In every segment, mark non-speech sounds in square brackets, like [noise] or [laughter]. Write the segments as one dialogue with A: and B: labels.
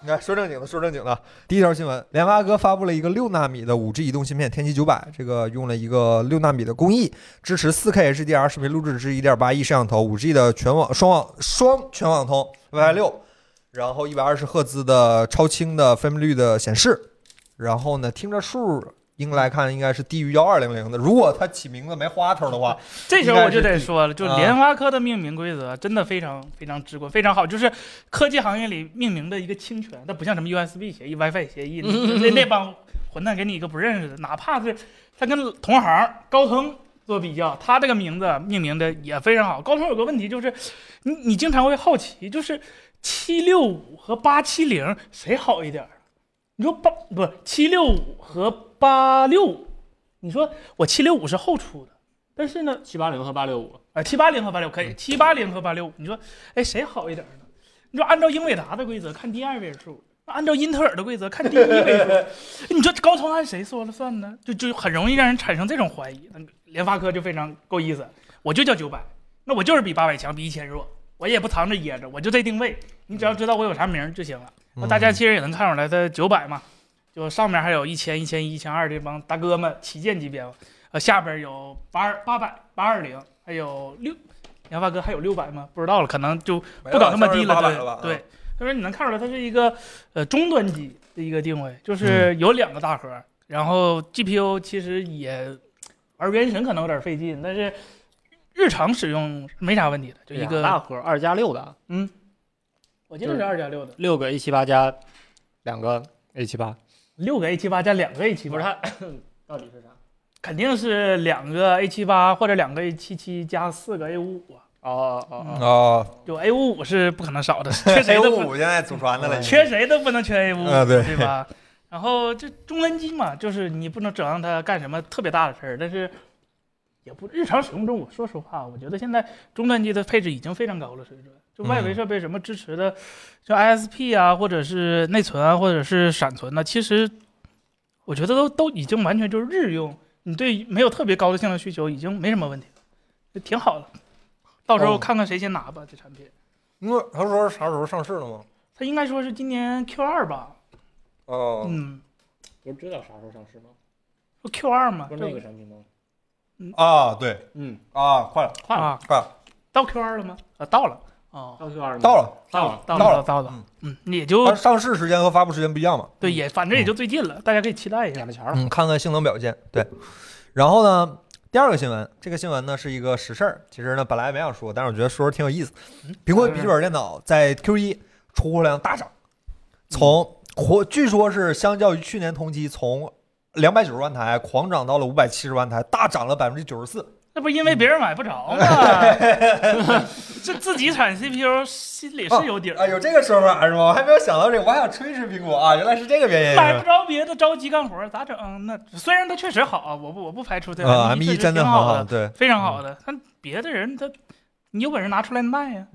A: 你看，说正经的，说正经的。第一条新闻，联发科发布了一个六纳米的五 G 移动芯片天玑九百，这个用了一个六纳米的工艺，支持四 K HDR 视频录制，至一点八亿摄像头，五 G 的全网双网双全网通 WiFi 六，然后一百二十赫兹的超清的分辨率的显示，然后呢，听着数应该来看应该是低于幺二零零的，如果它起名字没花头的话，
B: 这时候我就得说了，就
A: 啊
B: 联发科的命名规则真的非常非常直观，非常好，就是科技行业里命名的一个侵权，它不像什么 USB 协议、WiFi 协议，你那那帮混蛋给你一个不认识的，哪怕是他跟同行高通做比较，他这个名字命名的也非常好。高通有个问题就是，你你经常会好奇，就是七六五和八七零谁好一点儿？你说八不七六五和八六五，你说我七六五是后出的，但是呢，
C: 七八零和八六五，
B: 啊，七八零和八六可以，七八零和八六五，你说，哎，谁好一点呢？你说按照英伟达的规则看第二位数，按照英特尔的规则看第一位数， [laughs] 你说高通按谁说了算呢？就就很容易让人产生这种怀疑。那联发科就非常够意思，我就叫九百，那我就是比八百强，比一千弱，我也不藏着掖着，我就这定位，你只要知道我有啥名儿就行了。 [laughs] 那大
A: 嗯
B: 家其实也能看出来，它九百嘛，就上面还有一千、一千一、一千二这帮大哥们旗舰级别嘛，呃，下边有八二八百、八二零，还有六，杨发哥还有六百吗？不知道了，可能就不搞那么低
A: 了，啊
B: 对
A: 800吧
B: 对，，所以说你能看出来，它是一个呃中端机的一个定位，
A: 嗯
B: 就是有两个大核，然后 GPU 其实也玩原神可能有点费劲，但是日常使用是没啥问题的，就一
C: 俩大
B: 个
C: 核二加六的，啊
B: 我记得是二加六的，
C: 六个 A 七八加两个 A 七八，
B: 六个 A 七八加两个 A 七八，
C: 它 [coughs] 到底是啥？
B: 肯定是两个 A 七八或者两个 A 七七加四个 A 五五啊，
C: 哦哦哦，
A: 哦，
B: 就 A 五五是不可能少的， [laughs] 缺谁
A: A
B: 都不嗯
A: 五现在祖传的了，
B: 缺谁都不能缺 A 五、
A: 哎啊对
B: 对吧？然后这中端机嘛，就是你不能指望它干什么特别大的事儿，但是也不日常使用中，我说实话，我觉得现在中端机的配置已经非常高了水准。就外
A: 嗯
B: 围设备什么支持的，就 ISP 啊，或者是内存啊，或者是闪存呢、其实我觉得都都已经完全就是日用，你对没有特别高的性能需求已经没什么问题了，就挺好了。到时候
A: 哦
B: 看看谁先拿吧，这产品。
A: 因为他说啥时候上市了吗？
B: 它应该说是今年 Q 二吧，
A: 哦，
B: 嗯
C: 不是知道啥时候上市吗？
B: ，Q 二嘛，对
C: 产品吗？
A: 啊，对
C: 嗯，
A: 啊，快了，
C: 快了，
B: 啊，
A: 快了，
B: 到 Q 二了吗？啊，到了，哦，
C: 到 Q 二
A: 到，了。
C: 到了，
B: 到
A: 到
B: 了，
A: 了
B: 到了
A: 嗯，
B: 嗯，也
A: 它
B: 就
A: 上市时间和发布时间不一样嘛？
B: 对，也反正也就最近了，大家可以期待一下
C: 两。个钱儿了，
A: 嗯，看看性能表现。对，然后呢，第二个新闻，这个新闻呢是一个实事儿。其实呢，本来没想说，但是我觉得说说挺有意思。苹果笔记本电脑在 Q 一出货量大涨，从或据说是相较于去年同期从两百九十万台狂涨到了五百七十万台，大涨了百分之九十四。
B: 那不因为别人买不着吗？ [laughs] 这自己产 CPU 心里是有底
A: 啊，
B: 儿，
A: 有这个说法是吗？我还没有想到这个，我还想吹吹苹果啊，原来是这个原因。
B: 买
A: 是
B: 不
A: 吧
B: 着别的，着急干活儿咋整？嗯那虽然它确实好啊，我不我不排除它
A: 啊，M
B: E 确
A: 一
B: 实
A: 真的
B: 挺
A: 很
B: 好的
A: 好，，嗯对，
B: 非常好的，但别的人他。你有本事拿出来
A: [laughs]
B: 卖呀！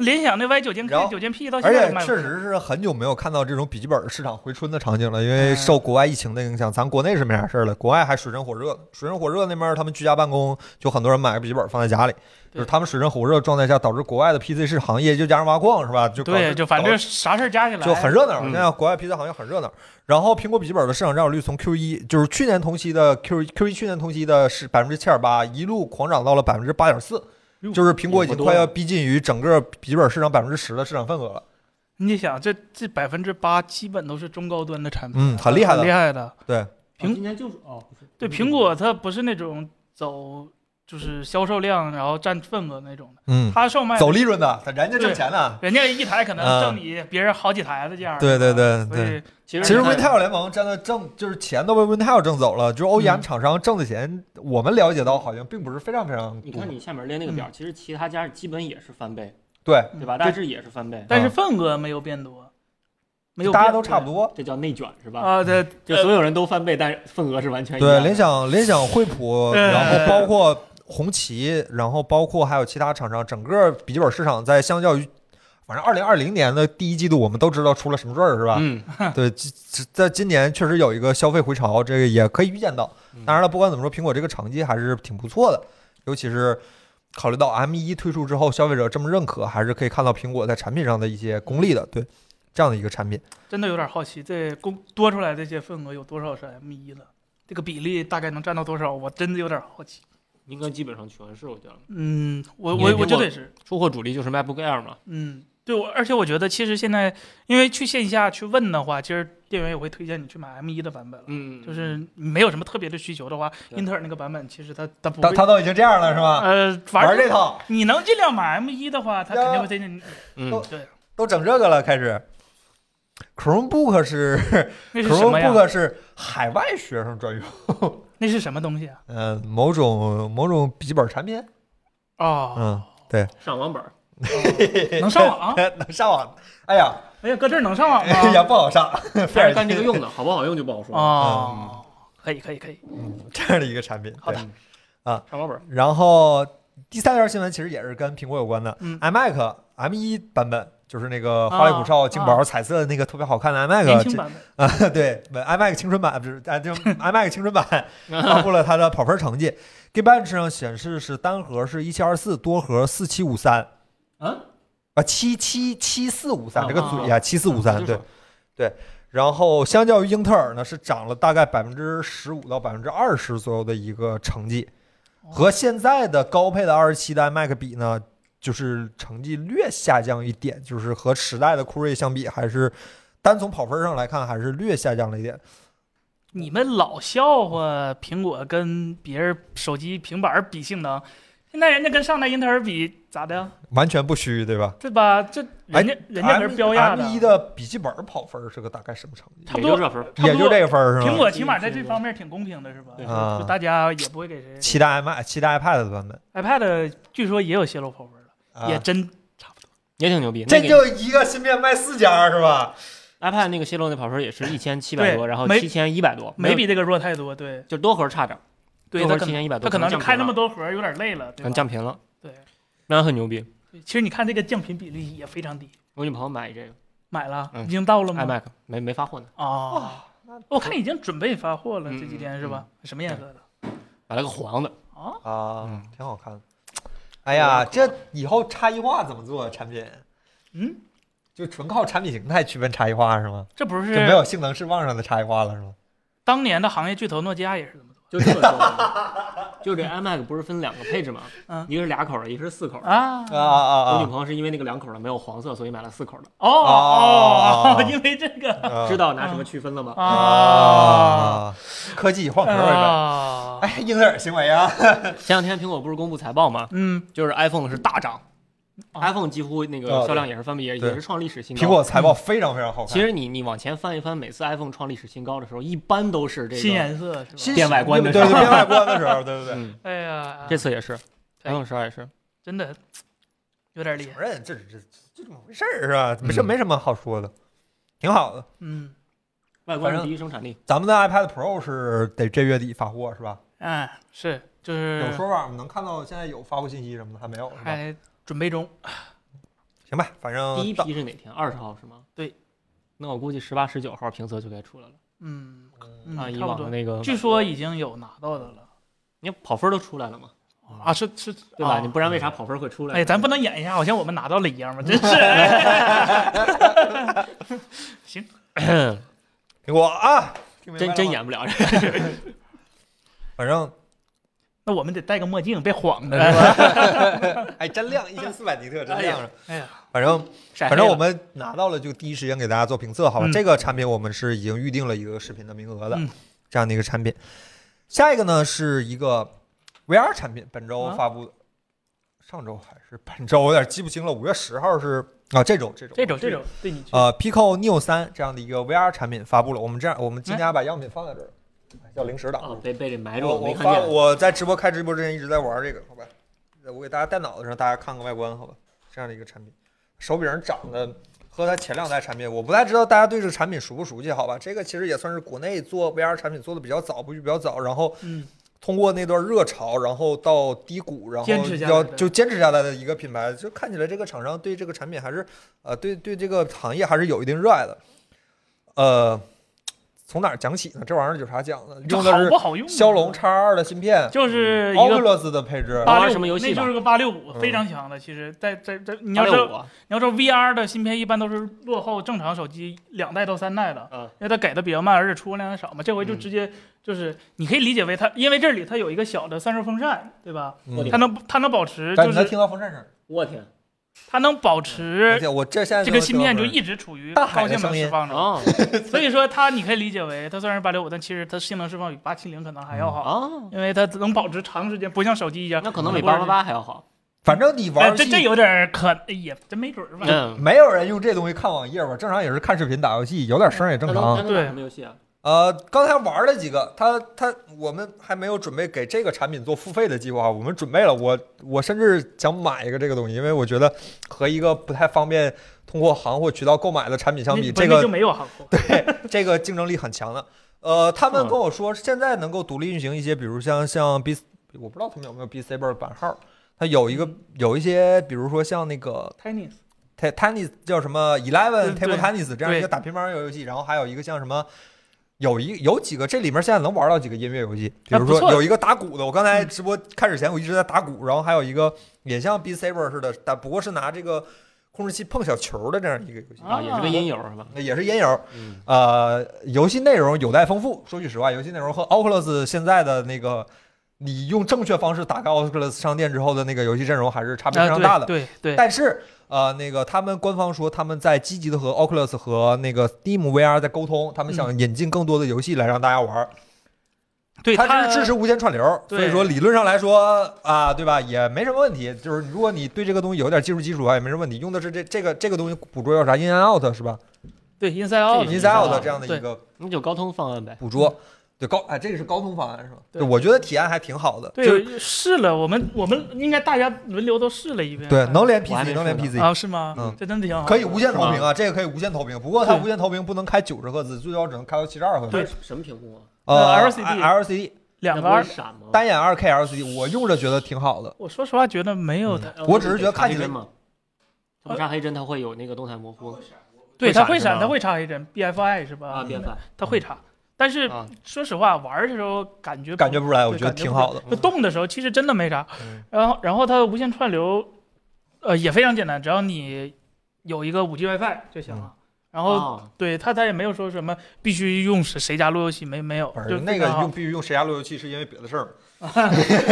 B: 联想那 Y 九千
A: 然
B: K、
A: 后
B: 九千 P 到现
A: 而
B: 在
A: 且
B: 也卖不出
A: 确
B: 来
A: 实是很久没有看到这种笔记本市场回春的场景了，因为
B: 嗯
A: 受国外疫情的影响，咱国内是没啥事儿了，国外还水深火热。水深火热那边儿他们居家办公，就很多人买个笔记本放在家里，就是
B: 对
A: 他们水深火热状态下，导致国外的 PC 市行业就加上挖矿是吧？就搞
B: 对，就反正
A: 搞
B: 啥事儿加起来
A: 就很热闹，
C: 嗯
A: 现在国外 PC 行业很热闹。然后苹果笔记本的市场占有率从 Q 一，就是去年同期的 Q Q 一去年同期的是百分之七点八，一路狂涨到了百分之八点四，
B: 哟
A: 就是苹果已
C: 也不
A: 经
C: 多
A: 快要
C: 了
A: 逼近于整个笔记本市场百分之十的市场份额了。
B: 你想，这这百分之八基本都是中高端的产品，
A: 嗯，很厉害
B: 很厉
A: 的，嗯
B: 害的。
A: 对。
B: 苹
C: 哦今年就是哦，不是
B: 对，苹果它不是那种走就是销售量然后占份额那种的，
A: 嗯，
B: 它售卖
A: 走利润的，人家挣钱呢。
B: 人家一台可能
A: 嗯
B: 挣你别人好几台的价儿。
A: 对对对
B: 所
A: 对。
B: 以
C: 其实
A: 其实
C: 你看
A: Intel 联盟真的挣，就是钱都被 Intel 挣走了，就是欧
B: 嗯
A: 阳厂商挣的钱，我们了解到好像并不是非常非常
C: 你
A: 多
C: 看。你下面列那个表，其实其他家基本也是翻倍，
A: 对，
B: 嗯
C: 对吧？大致也是翻倍，
B: 但是份额没有变多，没有
A: 嗯大家
B: 变
A: 都差不多。
C: 这叫内卷是吧？
B: 啊，对，
C: 就所有人都翻倍，但是份额是完全一样的。
A: 对，联想、联想、惠普，
B: 对
A: 然后包括红旗，然后包括还有其他厂商，整个笔记本市场在相较于，反正二零二零年的第一季度，我们都知道出了什么事儿，是吧？
C: 嗯，
A: [laughs] 对，今在今年确实有一个消费回潮，这个也可以预见到。
B: 嗯
A: 当然了，不管怎么说，苹果这个成绩还是挺不错的，尤其是考虑到 M 一推出之后，消费者这么认可，还是可以看到苹果在产品上的一些功力的。对，这样的一个产品。
B: 真的有点好奇，这公多出来这些份额有多少是 M 一的？这个比例大概能占到多少？我真的有点好奇。
C: 应该基本上全是，我觉得
B: 嗯，我
C: 你也
B: 我
C: 别
B: 我觉
C: 忘
B: 得也是，
C: 出货主力就是 MacBook Air 嘛，
B: 嗯，对我，而且我觉得其实现在因为去线下去问的话，其实店员也会推荐你去买 M 一的版本了。
C: 嗯，
B: 就是你没有什么特别的需求的话，
C: 对
B: 英特尔那个版本其实它它不
A: 他
B: 会
A: 他都已经这样了是吧？
B: 呃，反
A: 玩
B: 正
A: 这套
B: 你能尽量买 M 一的话，它肯定会推荐你。
C: 嗯
A: 都
B: 对，
A: 都整这个了，开始。Chromebook 是
B: 那是什么呀？
A: Chromebook 是海外学生专用，
B: 那是什么东西啊？
A: 嗯、某种某种笔记本产品，
B: 哦，
A: 嗯，
C: 上网本儿，
B: 能上
A: [laughs]
B: 网？啊
A: 能上网。哎呀，
B: 哎呀，搁这儿能上网
A: [laughs]
B: 吗？
A: 哎呀，不好上，
C: 但是干这个用的，好不好用就啊不好说。
A: 嗯
B: 哦，可以可以可以，
A: 这样的一个产品。
B: 好的
A: 对
C: 上网本儿，
A: 然后第三条新闻其实也是跟苹果有关的、
B: 嗯
A: i m a c M 一版本。就是那个花里胡哨、
B: 啊
A: 镜薄、彩色的那个特别好看的
B: 年
A: iMac，
B: 轻
A: 这
B: 版本。
A: 啊， [laughs] 对，iMac 青春版不是，啊，就 iMac 青春版发布了它的跑分成绩，Geekbench 上显示是单核是一七二四，多核四七五三，
C: 嗯，
A: 啊，七七七四五三
C: 啊
A: 这个嘴啊，七四五三
C: 就
A: 对
C: 是。
A: 然后相较于英特尔呢，是涨了大概百分之十五到百分之二十左右的一个成绩，
B: 哦
A: 和现在的高配的二十七的 iMac 比呢，就是成绩略下降一点，就是和时代的酷睿相比，还是单从跑分上来看，还是略下降了一点。
B: 你们老笑话苹果跟别人手机、平板儿比性能，现在人家跟上代英特尔比咋的呀？
A: 完全不虚，对吧？
B: 对吧？这
C: 哎
B: 人家人家可是标压
A: M 一
B: 的，
A: 的笔记本跑分是个大概什么成绩？
B: 差不
C: 也
B: 多
C: 就这分儿。
B: 差
A: 也
B: 不
A: 就
B: 多。
A: 这个分儿是
B: 苹
A: 吗？
B: 果起码在这方面挺公平的，是吧？
C: 对
A: 啊
B: 就大家也不会给谁。
A: 期待 i m 期待 iPad 的版本，
B: iPad 据说也有泄露跑分了，
A: 啊、
B: 也真
C: 也挺牛逼，
A: 这
C: 那个
A: 就一个芯片卖四家是吧？
C: iPad 那个泄露那跑分儿也是一千七百
B: 对
C: 多，然后
B: 没
C: 七千一百多，
B: 没
C: 有
B: 比这个弱太多。对，
C: 就多核差点儿，
B: 对
C: 多
B: 他
C: 核
B: 可
C: 七
B: 能
C: 千一百多，
B: 他可能就
C: 降
B: 开
C: 频
B: 那么
C: 了，
B: 多盒儿有点累了，对
C: 能
B: 吧？
C: 嗯降频了，
B: 对，
C: 那很牛逼。
B: 其实你看这个降频比例也非常低。
C: 我女朋友买这个
B: 买了，
C: 嗯
B: 已经到了吗？
C: iMac 没没发货呢，
B: 啊，我看已经准备发货了，
C: 嗯
B: 这几天是吧？什么颜色的？
C: 买了个黄的，
B: 啊，
A: 啊，挺好看的。哎
C: 呀
A: 呀，这以后差异化怎么做产品？
B: 嗯，
A: 就纯靠产品形态区分差异化是吗？
B: 这不
A: 就没
B: 是
A: 有性能释放上的差异化了是吗？
B: 当年的行业巨头诺基亚也是这么做
C: 就这么说， [laughs] 就这 iMac 不是分两个配置吗？
B: 嗯
C: 一个是俩口儿的，一个是四口儿的。
B: 啊？
A: 啊啊
C: 我女
A: 啊
C: 朋友是因为那个两口儿的没有黄色，所以买了四口儿的。
B: 哦
A: 哦
B: 哦， [laughs] 因为这个
A: 啊！
C: 知道拿什么区分了吗？
B: 啊。
A: 啊，科技换壳了。
B: 啊，
A: 哎，英特尔行为啊！
C: 前两天苹果不是公布财报吗？
B: 嗯，
C: 就是 iPhone 是大涨
B: 啊
C: ，iPhone 几乎那
A: 啊
C: 个销量也是翻倍，也
A: 对
C: 也是创历史新高。
A: 苹果财报非常非常好看。
C: 其实你你往前翻一翻，每次 iPhone 创历史新高的时候，一般都是这个
B: 新颜色
A: 新
B: 是吧？
C: 变外观的时
A: 对
C: 候
A: 对变外观的时候，对对对。
C: 嗯，
B: 哎呀，
C: 这次也是
B: 哎
C: ，iPhone 十二也是。
B: 真的有点厉害
A: 承。认这这这怎么回事儿是吧？没这
C: 嗯
A: 没什么好说的，挺好的。
B: 嗯，
C: 外
A: 观
C: 观
A: 是
C: 是
A: 第
C: 第一生产力，
A: 咱们的 iPad Pro 是得这月底发货是吧？
B: 哎，是就
A: 有
B: 是
A: 说法吗？能看到现在有发布信息什么的还没有是吧？
B: 还准备中。
A: 行吧，反正
C: 第一
A: 到
C: 批是哪天？二十号是吗？
B: 对。
C: 呃那我估计十八、十九号评测就该出来了。
B: 嗯，嗯
C: 按啊以
B: 差不
C: 往的
B: 多。
C: 那个，
B: 据说已经有拿到的了。
C: 你看跑分都出来了嘛，
B: 啊，是是，
C: 对吧？
B: 啊
C: 你不然为啥跑分会出来？
B: 哎，咱不能演一下，好像我们拿到了一样吗？真是。 [laughs]
A: 苹果啊，听明白了
C: [clears throat] 真
A: 吗
C: 真，演不了。
A: [laughs] 反正
B: 那我们得戴个墨镜，别晃着，是吧？
A: 哎真亮，一千四百尼特真亮着。
B: 哎呀，
A: 反正
C: 晒黑
A: 反正
C: 了
A: 我们拿到了就第一时间给大家做评测，好吧？
B: 嗯
A: 这个产品我们是已经预定了一个视频的名额的
B: 嗯
A: 这样的一个产品。下一个呢是一个 VR 产品，本周
B: 啊
A: 发布的，上周还是本周，我有点记不清了。五月十号是啊，这周这周
B: 这种这种对你去，
A: 呃，Pico Neo 三这样的一个 VR 产品发布了。我们这样，我们今天把样品放在这儿，哎要零食党。
C: 啊，被被这埋住
A: 我
C: 了，
A: 我
C: 没看
A: 发
C: 见。
A: 我在直播开直播之前一直在玩这个，好吧？我给大家带脑子上，大家看个外观，好吧？这样的一个产品，手柄长得和它前两代产品，我不太知道大家对这个产品熟不熟悉，好吧？这个其实也算是国内做 VR 产品做的比较早，布局比较早，然后
B: 嗯，
A: 通过那段热潮，然后到低谷，然后
B: 坚持下来
A: 要
B: 的
A: 就坚持下来的一个品牌，就看起来这个厂商对这个产品还是呃对对这个行业还是有一定热爱的。呃，从哪儿讲起呢？这玩意儿有啥讲的？
B: 这
A: 用的
B: 好
A: 是
B: 不好用？啊
A: 骁嗯龙，哦叉二的芯片，
B: 就是一
A: 奥格
B: 个
A: 罗斯的配置，
B: 八
C: 八玩
B: 六
C: 什么游戏
B: 那
C: 吧
B: 就是个八六五，
A: 嗯
B: 非常强的。其实，在在在，你
C: 八
B: 要知
C: 六
B: 道
C: 五啊，
B: 你要知道 VR 的芯片一般都是落后正常手机两代到三代的，
C: 嗯
B: 因为它给的比较慢，而且出货量也少嘛。这回就直接就是你可以理解为它，因为这里它有一个小的散热风扇，对吧？
A: 嗯
B: 它能它能保持，
A: 但
B: 就
A: 你能
B: 是
A: 听到风扇声，
C: 我天
B: 它能保
A: 而
B: 持
A: 且我这现在
B: 这
A: 都
B: 个
A: 能
B: 芯
A: 听到
B: 片就
A: 风扇
B: 一直处于
A: 大
B: 高
A: 海的
B: 性能
A: 声音
B: 释放着。
C: 啊
B: 所以说它你可以理解为它虽然是八六五，但其实它性能释放比八七零可能还要好，
C: 啊，
B: 因为它能保持长时间，不像手机一样。
C: 那可能比八八八还要好。
A: 反正你玩
B: 哎，
A: 游
B: 这
A: 戏
B: 这有点儿可哎也真没准儿吧。
C: 嗯，
A: 没有人用这东西看网页吧？正常也是看视频、
B: 嗯
A: 打游戏，有点声儿也正
C: 那能
A: 常。
C: 那能
B: 对
C: 打什么游戏啊？
A: 呃，刚才玩了几个，他他我们还没有准备给这个产品做付费的计划，我们准备了。我我甚至想买一个这个东西，因为我觉得和一个不太方便通过行货渠道购买的产品相比，
B: 那不
A: 这
B: 是那就
A: 个
B: 没有行货。 [laughs]
A: 这个竞争力很强的。呃，他们跟我说，现在能够独立运行一些，比如像像 B，我不知道他们有没有 B Saber 版号，它有一个
B: 嗯
A: 有一些，比如说像那个
B: Tennis，
A: t tennis 叫什么 eleven
B: 嗯
A: table
B: 对
A: tennis 这样一个
B: 对
A: 打乒乓球游戏，然后还有一个像什么。有一有几个，这里面现在能玩到几个音乐游戏，比
B: 啊
A: 如
B: 不
A: 说
B: 错
A: 有一个打鼓的，我刚才直播开始前我一直在打鼓，然后还有一个也像 B Saber 似的，但不过是拿这个控制器碰小球的这样一个游戏，
C: 啊，也是个音友是吧？
A: 也是音游。
C: 嗯，
A: 呃，游戏内容有待丰富。说句实话，游戏内容和 Oculus 现在的那个，你用正确方式打开 Oculus 商店之后的那个游戏阵容还是差别非常大的。
B: 啊对对对，
A: 但是呃，那个他们官方说他们在积极的和 Oculus 和那个 Steam VR 在沟通，他们想引进更多的游戏来让大家玩儿。
B: 对
A: 它是支持无线串流，所
B: 对
A: 以说理论上来说啊，对吧，也没什么问题。就是如果你对这个东西有点技术基础啊，也没什么问题。用的是这这个这个东西捕捉叫啥 In and Out 是吧
B: 对 Inside Out
C: 对
A: ？In and Out
C: 对
A: 这样的一个
C: 那就高通方案呗。
A: 捕捉。对高哎，这个是高通方案是吧？
B: 对
A: 我觉得体验还挺好的，就是
B: 对试了，我们我们应该大家轮流都试了一遍。
A: 对能连
C: 我还没
A: PC 能连
C: 说呢
A: PC，
B: 嗯啊是吗？
A: 嗯
B: 这真的挺好。
A: 可以无线投屏啊，这个可以无线投屏，不过它无线投屏不能开九十赫兹，最高只能开到七十二赫兹。
B: 对，
C: 什么屏幕啊？
A: 呃
B: LCD
A: LCD
B: 两个
C: 那
B: 二
C: 不会，闪吗？
A: 单眼二 K LCD，我用着觉得挺好的。嗯
B: 我说实话觉得没有它，
A: 我只是觉得看起来
C: 黑针嘛，
B: 呃
C: 它不插黑针，它会有那个动态模糊
B: 对
C: 会
B: 它
C: 闪
B: 会闪，
C: 是吧
B: 它会插黑针，BFI 是吧？
C: 啊，变反
B: 它会插，但呃嗯是
C: 啊，
B: 说实话玩的时候感觉
A: 感觉不出来，
B: 对
A: 我觉得挺好的。
B: 就动的时候其实真的没啥
A: 嗯。
B: 然后然后它无线串流，呃也非常简单，只要你有一个五 G WiFi 就行
A: 嗯
B: 了。然
A: 啊
B: 后
C: 哦
B: 对他，他也没有说什么必须用谁谁家路由器，没没有
A: 反，
B: 就
A: 正那个
B: 非常好
A: 用必须用谁家路由器是因为别的事儿。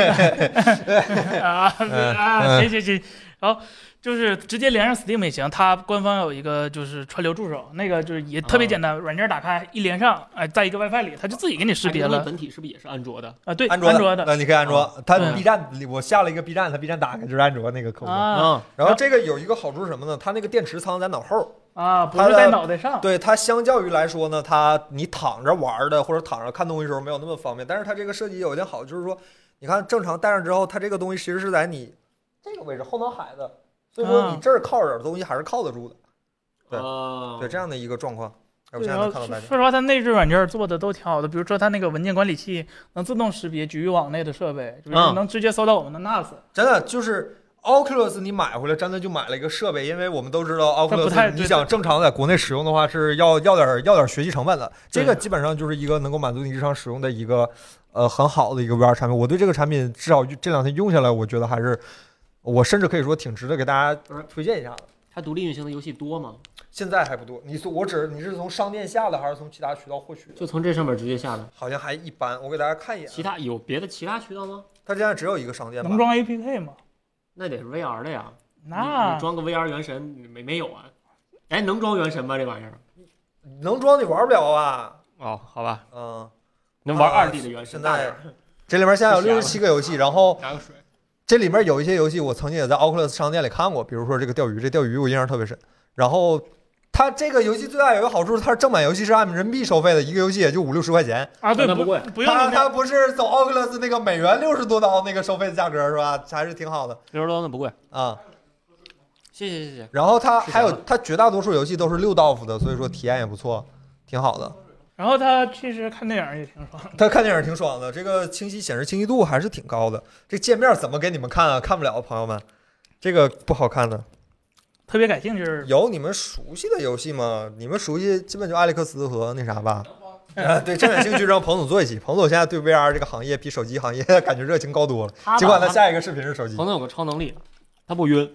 B: [laughs] 啊
A: 嗯
B: 啊，
A: 嗯
B: 行行行，然后就是直接连上 Steam 也行，它官方有一个就是串流助手，那个就是也特别
A: 啊
B: 简单，软件打开一连上，哎，在一个 WiFi 里，它就自己给你识别
C: 哎那个
B: 了
C: 本体是不是也是安卓的？
B: 啊，对，
A: 安
B: 卓嗯
A: 卓那你可以安卓。它
B: 对
A: B 站里我下了一个 B 站，它 B 站打开就是安卓那个客户端。
B: 啊
C: 啊，
A: 然后这个有一个好处是什么呢？它那个电池仓在脑后，
B: 啊，不
A: 它
B: 是
A: 的
B: 在脑袋上，
A: [laughs] 对它相较于来说呢，它你躺着玩儿的或者躺着看东西的时候没有那么方便，但是它这个设计有一点好，就是说，你看正常戴上之后，它这个东西其实是在你这个位置后脑海的，所以说你
B: 啊
A: 这儿靠着的东西还是靠得住的，对
C: 哦
A: 对这样的一个状况。哎，我
B: 对
A: 现在
B: 然
A: 能
B: 后
A: 看到
B: 说
A: 大家。
B: 说实话，它内置软件做的都挺好的，比如说它那个文件管理器能自动识别局域网内的设备，就是
C: 嗯
B: 能直接搜到我们的 NAS，
A: 真的就是 Oculus，你买回来真的就买了一个设备，因为我们都知道
B: 它不太
A: Oculus，
B: 对
A: 你想正常在国内使用的话是要要点要点学习成本的。这个基本上就是一个能够满足你日常使用的一个呃很好的一个 VR 产品。我对这个产品至少这两天用下来，我觉得还是我甚至可以说挺值得给大家推荐一下的。
C: 它独立运行的游戏多吗？
A: 现在还不多，你说我只你是从商店下的还是从其他渠道获取的？
C: 就从这上面直接下的。
A: 好像还一般。我给大家看一眼，啊
C: 其他有别的其他渠道吗？
A: 它现在只有一个商店吧
B: 能？装 APK 吗？
C: 那得是 VR 的呀。你
B: 那
C: 你装个 VR 原神你没没有啊？哎，能装原神吗？这玩意儿？
A: 能装你玩不了啊。
C: 哦，好吧，
A: 嗯，
C: 能玩
A: 啊
C: 二 D 的原神。
A: 现在 [laughs] 这里面现在有六十七个游戏，然后
C: 拿个水。
A: 这里面有一些游戏，我曾经也在 Oculus 商店里看过，比如说这个钓鱼，这钓鱼我印象特别深。然后它这个游戏最大有一个好处，它是正版游戏是按人民币收费的，一个游戏也就五六十块钱。
B: 啊对
C: 那
B: 不
C: 不贵
B: 不用
A: 它
B: 那
A: 它不是走 Oculus 那个美元六十多刀那个收费的价格是吧？还是挺好的
C: 六十多那不贵。
A: 啊、
C: 谢谢谢谢。
A: 然后它
C: 是的
A: 还有它绝大多数游戏都是六道夫的，所以说体验也不错，挺好的。
B: 然后它其实看电影也挺爽，
A: 它看电影挺爽的，这个清晰显示清晰度还是挺高的。这界面怎么给你们看啊？看不了，朋友们，这个不好看的。
B: 特别感兴趣。
A: 有你们熟悉的游戏吗？你们熟悉基本就艾利克斯和那啥吧。呃，对，正感兴趣让彭总做一期。彭总现在对 VR 这个行业比手机行业感觉热情高
C: [laughs]
A: 多了。
C: 他
A: 尽管他
C: 把
A: 下一个视频是手机
C: 彭总有个超能力，他不晕，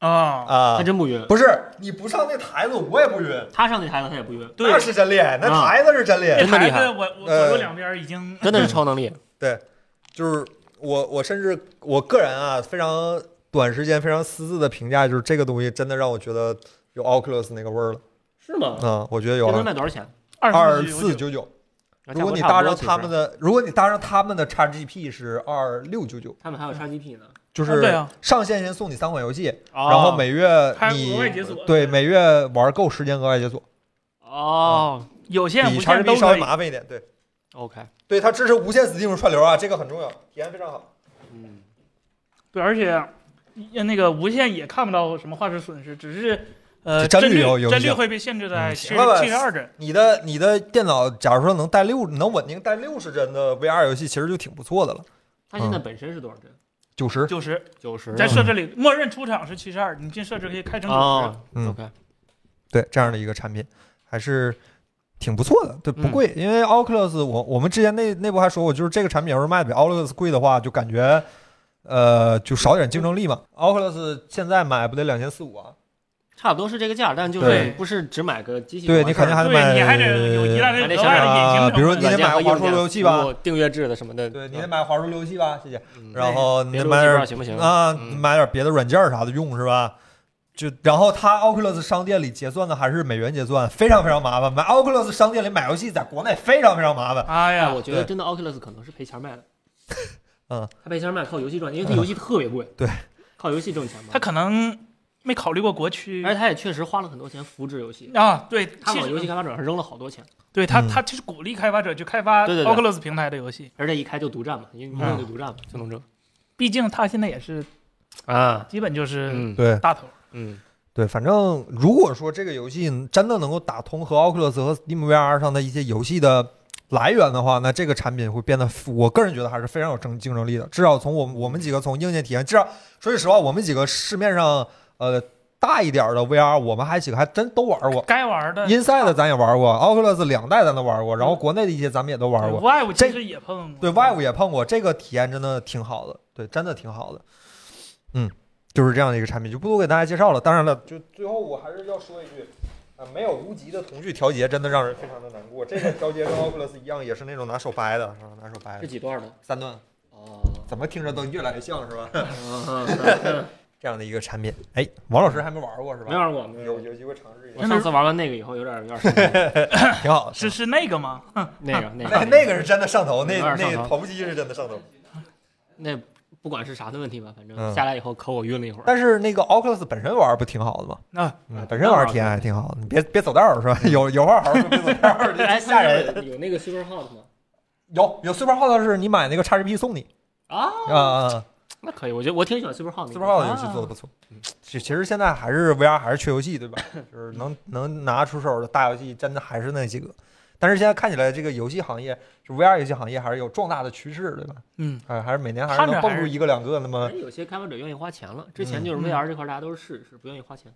B: 啊，
A: 啊
C: 他，真不晕。
A: 不是你不上那台子，我也不晕。
C: 他上那台子他也不晕，
B: 对
A: 那，是真厉害，那
C: 啊
A: 台子是真厉害呃
B: 这。
C: 真的
B: 孩
C: 厉害
B: 子，我我左右两边已经
C: [laughs] 真的是超能力。
A: 对，就是我我甚至我个人啊，非常短时间非常私自的评价，就是这个东西真的让我觉得有 Oculus 那个味儿了。
C: 是吗？
A: 嗯，我觉得有
C: 这能卖多少钱？
A: 二
B: 十
A: 四九
B: 九
A: 九。
C: 啊
A: 如果你
C: 差
A: 搭
C: 不多
A: 上他们
C: 其实
A: 的，如果你搭上他们的 XGP 是二六九九，
C: 他们还有 XGP 呢，
A: 就
B: 啊对
A: 是
B: 啊
A: 上线先送你三款游戏，
C: 哦
A: 然后每月
B: 还
A: 你
B: 额外解锁
A: 对每月玩够时间额外解锁，
C: 哦
B: 有线
A: 比
B: 无线都
A: XGP 稍
B: 可
A: 微
B: 以。
A: 麻烦一点。对，
C: ，OK，
A: 对，它支持无线 Steam 串流啊，这个很重要，体验非常好。
C: 嗯，
B: 对，而且呃那个无线也看不到什么画质损失，只是呃
A: 帧
B: 帧
A: 率
B: 率
A: 有有
B: 帧
A: 影
B: 率
A: 响
B: 会被限制在
A: 嗯
B: 七
A: 行了吧
B: 七十二帧。
A: 你的你的电脑，假如说能带六，能稳定带六十帧的 VR 游戏，其实就挺不错的了。
C: 它现在本身是多少帧？
A: 九十，
B: 九十，
C: 九十
B: 在设置里默认出厂是七十二，你进设置可以开成九
C: 哦
A: 嗯
C: ，OK，
A: 对这样的一个产品，还是挺不错的。对，
C: 嗯
A: 不贵，因为 Oculus 我我们之前内内部还说过，就是这个产品要是卖得比 Oculus 贵的话，就感觉呃就少点竞争力嘛。Oculus
C: 嗯
A: 现在买不得两千四五啊？
C: 差不多是这个价，但就是
A: 对
C: 不是只买个机器就
A: 对
C: 完事儿了，
A: 你肯定还
B: 十。
A: 得买，
B: 对你还得有一大堆
C: 还得
B: 额
C: 想
B: 外的
C: 想
B: 隐形成
A: 啊
B: 本。
A: 比如说你得买个华硕
C: 软件和硬件
A: 路由器吧
C: 服务，订阅制的什么的，
A: 对，你得买华硕路由器吧，谢谢。
C: 嗯，
A: 然后你
C: 别
A: 得
C: 的
A: 买
C: 路由器不知
A: 点
C: 道行不行？
A: 啊，
C: 嗯
A: 买点别的软件儿啥的用是吧？就然后它 Oculus 商店里结算的还是美元结算，非常非常麻烦。买 Oculus 商店里买游戏，在国内非常非常麻烦。
B: 哎
C: 哎，
B: 呀
C: 我，觉得
A: 啊对
C: 真的 Oculus 可能是赔钱卖的。
A: [laughs] 嗯，
C: 他赔钱卖靠游戏赚，因为他游戏特别贵。
A: 对，
C: [laughs] 靠游戏挣钱嘛
B: 他。可能没考虑过国区
C: 而且他也确实花了很多钱扶植游戏，
B: 啊。对，
C: 哎他
B: 其
C: 往游戏
B: 实
C: 开发者上扔了好多钱，
B: 对他
A: 嗯
B: 他其实鼓励开发者去开发
C: 对对对
B: Oculus 平台的游戏，
C: 而且一开就独占嘛，因为你
A: 嗯
C: 就独占嘛，就能挣
B: 毕竟他现在也是
C: 啊。
B: 基本就是
C: 嗯
A: 对
B: 大头。
C: 嗯，
A: 对，反正如果说这个游戏真的能够打通和 Oculus 和 Steam VR 上的一些游戏的来源的话，那这个产品会变得，我个人觉得还是非常有争竞争力的。至少从我们我们几个从硬件体验，至少说句实话，我们几个市面上呃大一点儿的 VR，我们还几个还真都玩过。
B: 该玩
C: 嗯
B: 的
A: Inside 咱也玩过，Oculus 两代咱都玩过，然后国内的一些咱们也都玩
C: 嗯
A: 过，
B: Vive
A: 这
B: 其实也碰过，
A: 对 Vive 也碰过，这个体验真的挺好的，对，真的挺好的，嗯，就是这样的一个产品，就不多给大家介绍了。当然了，就最后我还是要说一句，啊，没有无极的同距调节真的让人非常的难过，这个调节跟 Oculus 一样，也是那种拿手掰的，是吧？拿手掰
C: 嗯是
A: 的
C: 几段的？
A: 三段，
C: [laughs] 哦，
A: 怎么听着都越来越像是吧？ [laughs]
C: 啊嗯
A: 这样的一个产品，哎，王老师还没玩过是
C: 没
A: 吧？
C: 玩过，没
A: 有
C: 玩过。
A: 有机会尝试一
C: 我
A: 下，
C: 上次玩完那个以后，有点有点
A: [laughs]
C: 上头
A: 挺好的。
B: 是是那个吗？
C: 那个那
A: 那
C: 个
A: 那个是真的上头，那
C: 有点上
A: 那
C: 头
A: 跑步机是真的上头。
C: 那不管是啥的问题吧，反
A: 嗯
C: 正下来以后可我晕了一会儿。
A: 但是那个 Oculus 本身玩儿不挺好的吗？
B: 啊，
A: 嗯，本身玩儿体验还挺好的，你别别走道儿是吧？有有话好好说，别走道
C: [laughs]
A: 儿，这
C: 哎，
A: 吓人。
C: 他们有有那个 Super Hot 吗？
A: 有有 Super Hot 是你买那个 XGP 送你
C: 啊，
A: 啊啊啊
C: 那可以，我觉得我挺喜欢 Super Hot 那个。
A: ，Super Hot 游戏做的不错。其其实现在还是 VR 还是缺游戏对吧？就是能能拿出手的大游戏真的还是那几个，但是现在看起来这个游戏行业，就 VR 游戏行业还是有壮大的趋势对吧？
B: 嗯，
A: 还还是每年还是
B: 看着
A: 能
B: 还
A: 蹦出
B: 是
A: 一个两个那么
C: 哎，有些开发者愿意花钱了。之前
A: 呃嗯
C: 就是
B: 嗯
C: VR 这块，大家都是试一试，不愿意花钱。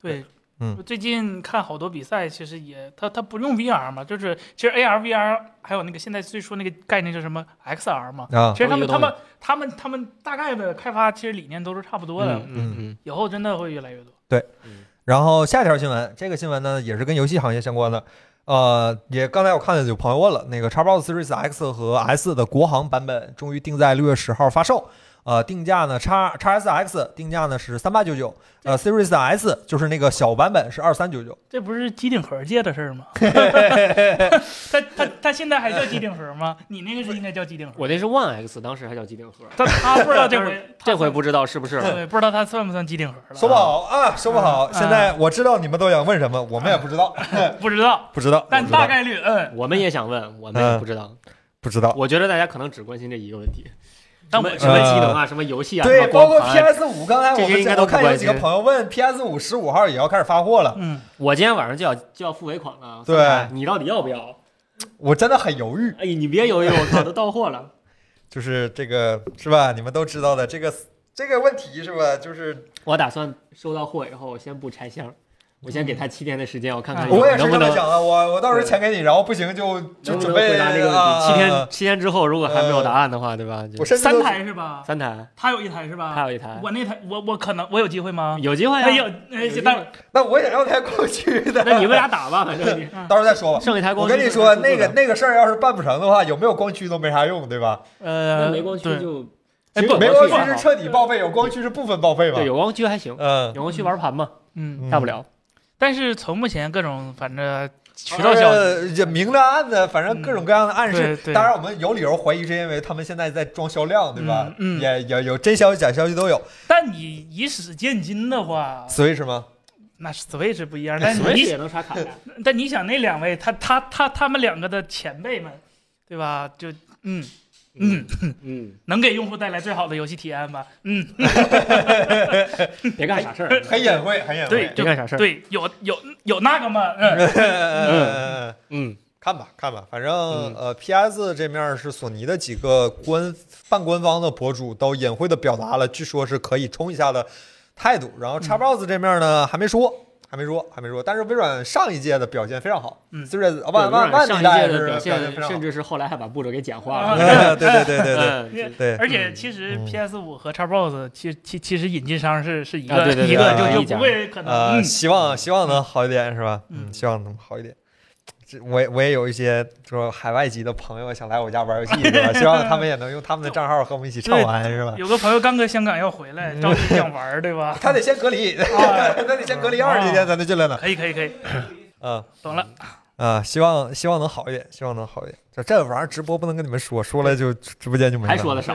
B: 对，
A: 嗯
B: 我最近看好多比赛，其实也他他不用 VR 嘛，就是其实 AR、VR 还有那个现在最说那个概念叫什么 XR 嘛，
A: 啊
B: 其实他们
C: 都
B: 他
C: 一个
B: 们他们他们大概的开发其实理念都是差不多的，
A: 嗯
C: 嗯
B: 以后真的会越来越多。
A: 然后下一条新闻，这个新闻呢也是跟游戏行业相关的，呃，也刚才我看到有朋友问了，那个 Xbox Series X 和 S 的国行版本终于定在六月十号发售，呃，定价呢 x x S X 定价呢是三八九九，呃，Series S 就是那个小版本是二三九九，
B: 这不是机顶盒界的事儿吗？ [laughs] 他他他现在还叫机顶盒吗？你那个是应该叫机顶盒。
C: 我那是 One X，当时还叫机顶盒，
B: 他他不知道这回
C: 这回不知道是不是
B: 他对不知道他算不算机顶盒了，
A: 说不好啊，说不好，
B: 嗯
A: 现在我知道你们都想问什么，我们也不知道，
B: 不知道，
A: 嗯不知道，
B: 但
A: 不知道
B: 大概率嗯。
C: 我们也想问，我们
A: 嗯
C: 也不知道。
A: 不知道。
C: 我觉得大家可能只关心这一个问题，
B: 但
C: 什
B: 我
C: 么什么机能啊，什么游戏啊，
A: 嗯对，
C: 什么
A: 包
C: 光
A: 括
C: 盘
A: PS 五，刚才
C: 这
A: 我
C: 些
A: 们
C: 应该
A: 讲
C: 都
A: 我
C: 不
A: 看有
C: 关
A: 几个
C: 心
A: 朋友问 PS 五十五号也要开始发货了，
B: 嗯，
C: 我今天晚上就要就要付尾款了，
A: 对
C: 宋凯你到底要不要？
A: 我真的很犹豫。
C: 哎，你别犹豫，我靠，都到货了。
A: 就是这个是吧？你们都知道的，这个这个问题是吧？就是
C: 我打算收到货以后，我先不拆箱，我先给他七天的时间，我看看
B: 哎
A: 我也是
C: 能不
A: 这么
C: 能
A: 想的，我我到时候钱给你，然后不行就就
C: 能
A: 准
C: 不能
A: 备
C: 回答这个问
A: 啊
C: 题。七
A: 啊啊
C: 天七天之后，如果还没有答案的话，对吧？就
A: 我甚至
B: 三
A: 都
B: 台是吧？
C: 三台，
B: 他有一台是吧？
C: 他有一台
B: 我那台我我可能我有机会吗？
C: 啊有机会
B: 哎有
C: 啊。，
B: 哎
C: 有机，会
B: 待会儿
A: 那我也让他过去的。
C: 那你们俩打吧，反正 [laughs] 你
A: [laughs] 到时候再说吧。
C: 剩一台
A: 我
C: 光驱
A: 跟你
C: 就是
A: 说，
C: 输
A: 那
C: 的
A: 个那个事儿要是办不成的话，有没有光驱都没啥用，对吧？
B: 呃，
C: 那没光驱
B: 对
C: 就
B: 哎
C: 其实
B: 不
C: 有
A: 没光
C: 光驱还
A: 驱是
C: 好
A: 彻底报废，有光驱是部分报废吧
C: 啊对，？有光驱还行，
A: 嗯，
C: 有光驱玩盘嘛，
B: 嗯，
C: 大不了。
B: 但是从目前各种反正渠道
A: 而
B: 消息，
A: 呃且也明着暗的，反正各种各样的暗示
B: 嗯对。对
A: 当然，我们有理由怀疑，是因为他们现在在装销量，对吧？
B: 嗯嗯
A: 也也有真消息、假消息都有。
B: 但你以史鉴今的话，
A: Switch 吗？
B: 那 Switch 不一样。
A: 那
B: 但是
C: 所以
B: 你
C: 哎也能刷卡呀。
B: 但你想那两位，他他他他们两个的前辈们，对吧？就嗯嗯，
C: 嗯，
B: 能给用户带来最好的游戏体验吧？嗯，
C: 别干傻事儿，
A: 很隐晦，很隐晦。
B: 对，
C: 别
B: 就
C: 干傻事儿。
B: 对，有有有那个嘛，嗯，
A: 嗯，
C: 嗯，
A: 看吧，看吧，反正、
C: 嗯
A: 呃，PS 这面是索尼的几个官半官方的博主都隐晦的表达了，据说是可以冲一下的态度。然后 Xbox 这面呢，还没说。还没说，还没说，但是微软上一届的表现非常 [laughs] 好，
B: 嗯
A: ，Series
C: 对
A: 万万
C: 微软
A: 万年
C: 上一
A: 代
C: 届
A: 是
C: 的表
A: 现非
C: 现，
A: 常
C: 甚
A: 好，
C: 至是后来还把部首给简
B: 啊
C: 化了。
A: 对对对对对
C: 嗯，这
A: 对，
B: 而且其实
A: 嗯
B: PS 五和 Xbox 其其其实引进商是是一
C: 啊
B: 个
C: 对对
B: 一
C: 对
B: 个，
A: 对
B: 就
A: 对
B: 就
C: 一家啊
B: 不会可能
A: 呃，
B: 嗯
A: 希望希望能好一点是吧？
B: 嗯
A: 嗯，希望能好一点。这我也我也有一些说海外籍的朋友想来我家玩游戏是吧？希 [laughs] 望他们也能用他们的账号和我们一起畅玩是吧？
B: 有个朋友刚搁香港要回来，着急想玩儿，对
A: [laughs]
B: 吧？
A: 他得先隔离， [laughs]
B: 啊
A: 他得先隔离二十天才能进来呢。
B: 可以可以可以，
A: 啊
B: 懂了。
A: 啊，希望希望能好一点，希望能好一点。这这玩意儿直播不能跟你们说，说了就直播间就没了。
C: 还说的少，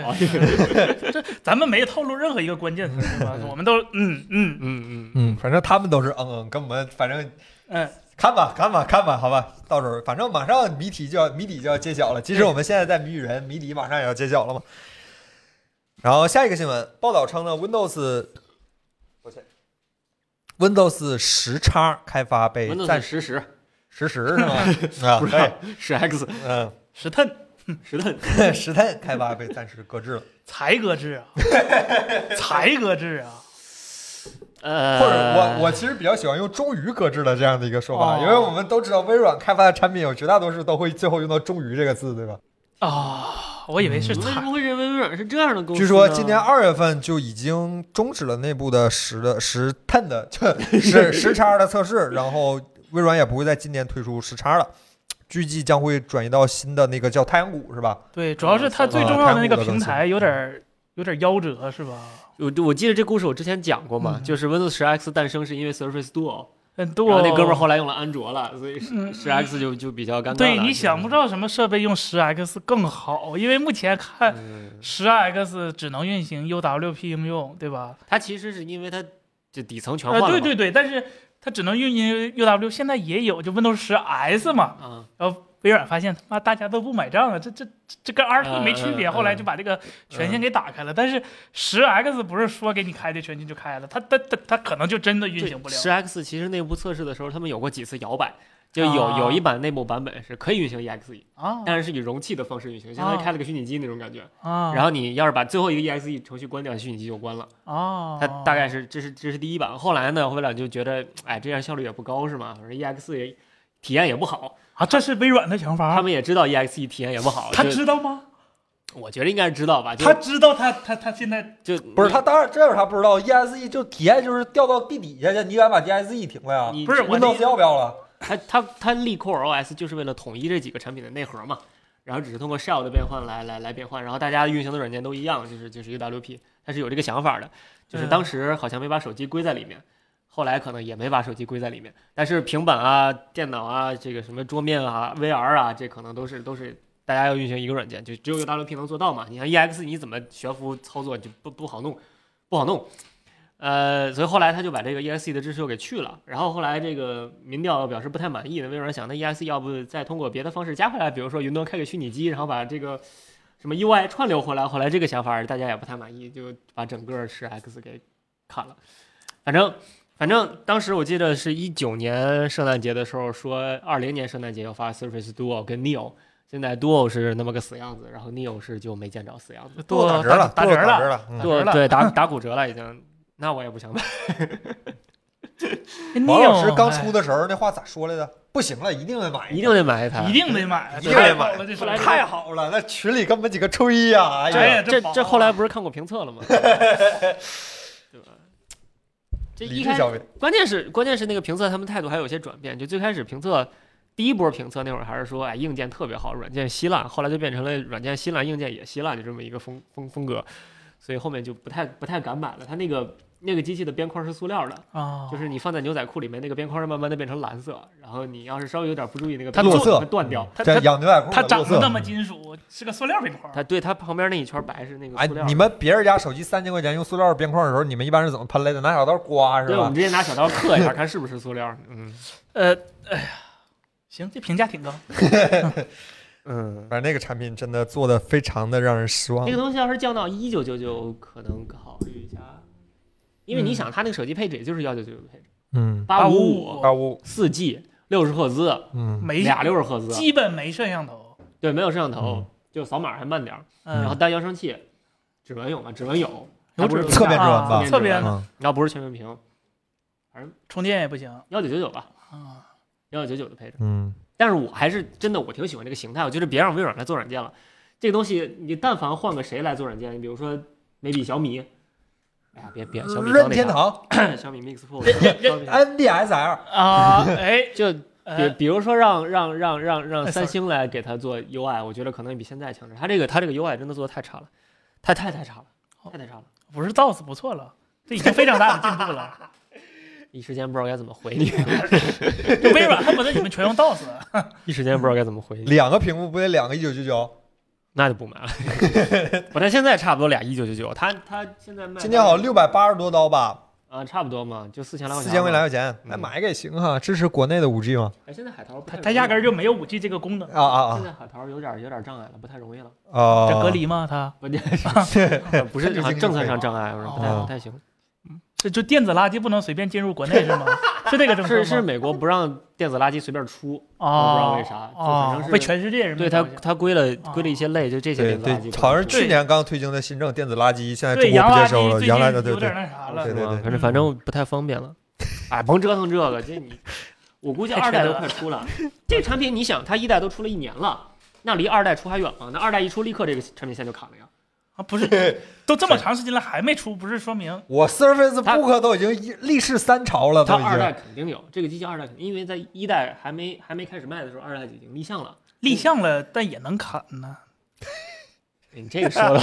B: 咱们没透露任何一个关键词，对吧？我们都嗯嗯
C: 嗯嗯，
A: 嗯，反正他们都是嗯嗯，跟我们反正
B: 嗯，
A: 看吧，看吧，看吧，好吧，到时候反正马上谜题就要谜底就要揭晓了。即使我们现在在谜语人，谜底马上也要揭晓了嘛。然后下一个新闻，报道称呢，Windows，抱歉，Windows 十叉开发被
C: Windows
A: 哎暂时
C: 十
A: 实
C: 十
A: 时是吗？啊，
C: 不是
A: 对，
C: 十 X
A: 嗯， [laughs]
B: 石头
C: 十的，
A: 十 ten 开发被暂时搁置了，
B: 才搁置啊，才搁置啊，
C: 呃，
A: 或者我我其实比较喜欢用“终于搁置了”这样的一个说法，
B: 哦
A: 因为我们都知道微软开发的产品有绝大多数都会最后用到“终于”这个字，对吧？
B: 啊，我以为是
C: 嗯为什
B: 才
C: 么会认为微软是这样的公
A: 据
C: 司呢？
A: 说今年二月份就已经终止了内部的十的十 ten 的就十十叉的测试，然后微软也不会在今年推出十叉了，预计将会转移到新的那个叫太阳谷是吧？
B: 对，主要是
C: 啊
B: 它最重要的那个平台
A: 嗯
B: 有点儿有点儿夭折，是吧？
C: 我我记得这故事我之前讲过嘛，
A: 嗯
C: 就是 Windows 十 X 诞生是因为 Surface Duo，
B: 嗯，
C: 然
B: 对，
C: 后那哥们儿后来用了安卓了，所以
B: 嗯
C: 十 X 就就比较尴尬了。
B: 对，你想不到什么设备用十 X 更好，因为目前看
C: 嗯，
B: 十 X 只能运行 UWP 应用，对吧？
C: 它其实是因为它这底层全换了
B: 呃，
C: 嘛，
B: 对对对，但是它只能运行 UW，现在也有，就 Windows 十 S 嘛。
C: 啊，
B: 然后微软发现，他妈大家都不买账了，这这这这跟 R
C: 嗯
B: T 没区别，
C: 嗯
B: 后来就把这个权限给打开了。但是十 X 不是说给你开的权限就开了，它它它它可能就真的运行不了。
C: 十 X 其实内部测试的时候，他们有过几次摇摆。就有
B: 啊
C: 有一版内部版本是可以运行 EXE，
B: 啊
C: 但是是以容器的方式运行，相
B: 哦
C: 当于开了个虚拟机那种感觉。
B: 啊，
C: 然后你要是把最后一个 EXE 程序关掉，虚拟机就关了。
B: 啊，
C: 它大概是这是这是第一版，后来呢，微软就觉得，哎，这样效率也不高是吗？反正 EX 也体验也不好，
B: 啊，这是微软的想
C: 他
B: 法，
C: 们也知道 EX 体验也不好，
B: 啊他
C: 就
B: 知道吗？
C: 我觉得应该是知道吧，就
B: 他知道他他他现在
C: 就
A: 不是，他当然这有啥不知道？ESE 就体验就是掉到地底下去，你敢把 ESE 停了呀
C: 你
B: 不是我的意
A: ？Windows
B: 思
A: 要不要了？
C: 他他他力扣 OS 就是为了统一这几个产品的内核嘛，然后只是通过 shell 的变换来来来变换，然后大家运行的软件都一样，就是就是 UWP，它是有这个想法的，就是
B: 嗯
C: 当时好像没把手机归在里面。后来可能也没把手机归在里面，但是平板啊、电脑啊、这个什么桌面啊、VR 啊，这可能都是都是大家要运行一个软件，就只有 UWP 能做到嘛。你像 EX，你怎么悬浮操作就不不好弄，不好弄。呃，所以后来他就把这个 ESC 的支持又给去了。然后后来这个民调表示不太满意的，微软想，那 ESC 要不再通过别的方式加回来，比如说云端开个虚拟机，然后把这个什么 UI 串流回来。后来这个想法大家也不太满意，就把整个十 X 给砍了。反正反正当时我记得是一九年圣诞节的时候说，二零年圣诞节要发 Surface Duo 跟 Neo，现在 Duo 是那么个死样子，然后 Neo 是就没见着死样子。
A: 剁打折了，
B: 打
A: 剁
B: 折
A: 打折
B: 了，
A: 了。嗯
B: 折
C: 对
B: 了
C: 对，打打骨折了已经。那我也不想买。
A: 王老师
B: Neo，
A: 刚
B: 哎
A: 出的时候那话咋说来着？不行了，一定得买，
C: 一定得买一台。
B: 一定得买，
A: 一定
B: 太
A: 得
B: 好
A: 买
B: 了，这手
C: 后来
B: 机啊
A: 太好了，那群里跟我们几个吹呀、哎
B: 哎
A: 呀，
B: 呀
C: 这
B: 这薄
C: 这后
B: 啊
C: 来不是看过评测了 [laughs] 吗？对吧？ [laughs] 这
A: 理
C: 一
A: 智
C: 开
A: 消费，
C: 关键是关键是那个评测他们态度还有些转变，就最开始评测第一波评测那会儿还是说哎硬件特别好，软件稀烂，后来就变成了软件稀烂，硬件也稀烂，就这么一个风风风格，所以后面就不太不太敢买了。它那个那个机器的边框是塑料的，
B: 啊，
C: 就是你放在牛仔裤里面，那个边框慢慢的变成蓝色，然后你要是稍微有点不注意，那个
A: 它
C: 边
A: 落
C: 框
A: 色
C: 会断掉。它
A: 这
C: 它
A: 养牛仔裤
B: 它
A: 的
B: 长
A: 落
B: 得
A: 色
B: 那
C: 嗯
B: 么金属，是个塑料边框。
C: 它对它旁边那一圈白是那个
A: 哎
C: 塑料，的。
A: 你们别人家手机三千块钱用塑料边框的时候，你们一般是怎么喷来的？拿小刀刮是
C: 对，我
A: 吧
C: 们？直接拿小刀刻一下，看是不是塑料。嗯
B: 呃，哎呀，行，这评价挺高。
C: 嗯，
A: 反正那个产品真的做的非常的让人失望
C: 那个。东西要是降到一九九九，可能考虑一下，因为你
B: 嗯
C: 想，它那个手机配置也就是幺九九九配置，
A: 嗯，
C: 八
B: 855
C: 五五，
A: 八五，
C: 四 G，六十赫兹，
A: 嗯，
B: 没
C: 俩六十赫兹，
B: 基本没摄像头。
C: 对，没有摄像头
A: 嗯，
C: 就扫码还慢点儿，然后
B: 嗯，
C: 单扬声器，指纹有吗？指纹有，
B: 有
C: 它不是
B: 指
A: 纹侧面指纹吧
B: 啊侧面
A: 嗯
C: 然后不是全面屏，
B: 充电也不行
C: 幺九九九吧，嗯
B: 啊。
C: 幺九九九的配置。
A: 嗯，
C: 但是我还是真的，我挺喜欢这个形态，我觉得别让微软来做软件了，这个东西你但凡换个谁来做软件，你比如说 maybe 小米。哎呀，别别，小米
A: 任
C: 刚那
A: 天
C: 啥
A: 堂哎
C: 小米 Mix Fold，小米
A: NDSL
B: [laughs]
C: [laughs]
B: 啊，哎，
C: 就比
B: 呃，
C: 比如说让让让让
B: 哎
C: 让
B: ，sorry
C: 三星来给它做 UI，我觉得可能比现在强势。它这个它这个 UI 真的做的太差了，太太太差了，
A: 哦
C: 太太差了，
B: 不是 DOS 不错了，这已经非常大的进步了。
C: 一时间不知道该怎么
A: [laughs]
C: 回你，
B: 就微软恨不得你们全用 DOS，
C: 一时间不知道该怎么回你，
A: 两个屏幕不得两个一九九九？
C: 那就
A: [laughs]
C: 不买了。我到现在差不多俩一九九九，它它现在卖
A: 今天好像六百八十多刀吧，
C: 啊，差不多嘛，就四千来块
A: 四
C: 钱，
A: 千块来。块钱，
C: 嗯
A: 那买一个也行哈，支持国内的五 G 嘛。
C: 哎，现在海淘不太
B: 它
C: 容易
B: 它压根儿就没有 5G 这个功能。
A: 啊啊
C: 现在海淘有点有点障碍了，不太容易了，
A: 啊啊！
B: 这隔离吗？它
A: [laughs]
C: 关键
A: 对，
C: 是 [laughs] 不是
A: 这就
C: 好
A: 是
C: 像政
A: 一个
C: 策上
A: 废
C: 障碍，不太
A: 哦
C: 不太行。
B: 这就电子垃圾不能随便进入国内是吗？是这个政策
C: 是
B: 吗？
C: 是美国不让电子垃圾随便出，
B: 啊，
C: 我不知道为啥就反正
B: 啊
C: 是
B: 被全世界人
C: 对
B: 它
C: 它，它归了归了一些类，就这些
A: 哦对
C: 电子
A: 对，
C: 垃圾可能
A: 好像是
C: 不
A: 去
B: 对
A: 年刚推行的新政电子垃圾，现在哎中
B: 对
A: 国
B: 洋
A: 不接
B: 垃
A: 收
C: 啊
B: 圾
A: 了。
B: 最
A: 洋垃圾，
B: 近
A: 对
B: 有点
A: 对，
B: 那啥
A: 对
B: 了，
A: 对对
C: 反正反正不太方便了。哎，甭折腾这个，这你我
A: [laughs]
C: 估计
B: 太
C: 二代
B: 缺
C: 都
B: 德
C: 快出了，这个产品你想，它一代都出了一年了，那离二代出还远吗？那二代一出，立刻这个产品线就砍了呀。
B: 啊
A: [laughs]
B: 不是，都这么长时间了还没出，不是说明
A: 我 Surface
C: 它
A: Book 都已经一历世三朝了，
C: 它
A: 都已
C: 二代
A: 经。
C: 肯定有这个机器，二代肯定，因为在一代还没还没开始卖的时候，二代就已经立项了。
B: 立项了，但也能砍呢，
C: 你这个说 [laughs] 的，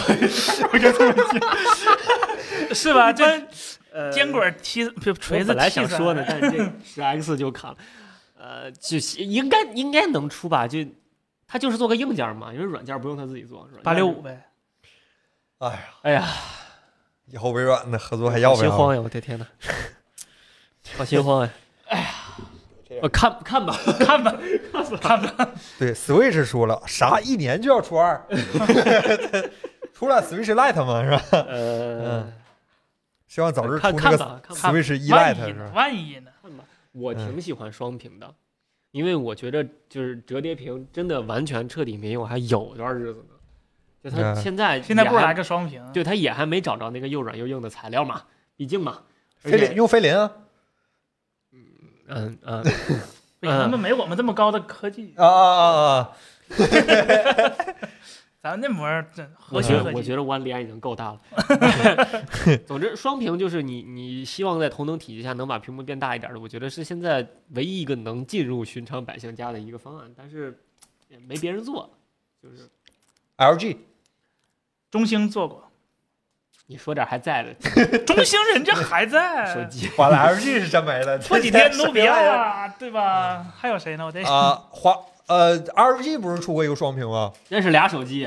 B: 是吧？这
C: [laughs] 呃
B: 坚果踢不锤
C: 我
B: 子
C: 本来
B: 踢
C: 想
B: 死
C: 说呢
B: 了，
C: 但是 [laughs] 这十 X 就卡了，呃，就是应该应该能出吧？就它就是做个硬件嘛，因为软件不用它自己做。
B: 八六五，呗，
A: 哎呀，
C: 哎呀，
A: 以后微软的合作还要不
C: 心
A: 要？
C: 慌呀！我的天 [laughs] 哪，好心慌呀！哎呀，我看看
A: [laughs]
C: 吧，
B: [laughs] 看吧，看
C: [laughs]
B: 吧，
A: 对，Switch 说了啥？一年就要出二， [laughs] 出了 Switch Lite 嘛是吧？嗯
C: 呃，
A: 希望早日
C: 看
A: 出那
C: 看
A: 个
C: 吧，看吧，
A: Switch 一
B: 万
A: Lite
B: 一
A: 是
B: 呢
A: 吧？
B: 万一呢？
C: 看吧。我
A: 嗯
C: 挺喜欢双屏的，因为我觉得就是折叠屏真的完全彻底没用，还有段日子呢。就它
A: 嗯
C: 现在
B: 现在不如
C: 也还
B: 来个双屏，
C: 对，它也还没找着那个又软又硬的材料嘛，毕竟嘛，而
A: 飞林
C: 且
A: 用飞林啊
C: 嗯嗯，
B: 对他们没我们这么高的科技，
A: 啊啊啊啊！
B: 咱们那模儿真核
C: 我
B: 心
C: 觉
B: 科
C: 得我
B: 技
C: 觉得弯脸已经够 [laughs] 大了。总之，双屏就是你你希望在同等体积下能把屏幕变大一点的，我觉得是现在唯一一个能进入寻常百姓家的一个方案，但是也没别人做。就是
A: LG
B: 中兴做过，
C: 你说点还在
A: [laughs]
C: 的
B: 中兴人家还
C: 手 [laughs]
B: 在，
C: 机，
A: 完了，LG 是真没了。
B: 过几
A: [laughs]
B: 天努比亚
A: 啊
C: [laughs]
B: 呀，对吧？还有谁呢？我得，
A: 啊，华呃，LG 不是出过一个双屏吗？
C: 那是俩手机，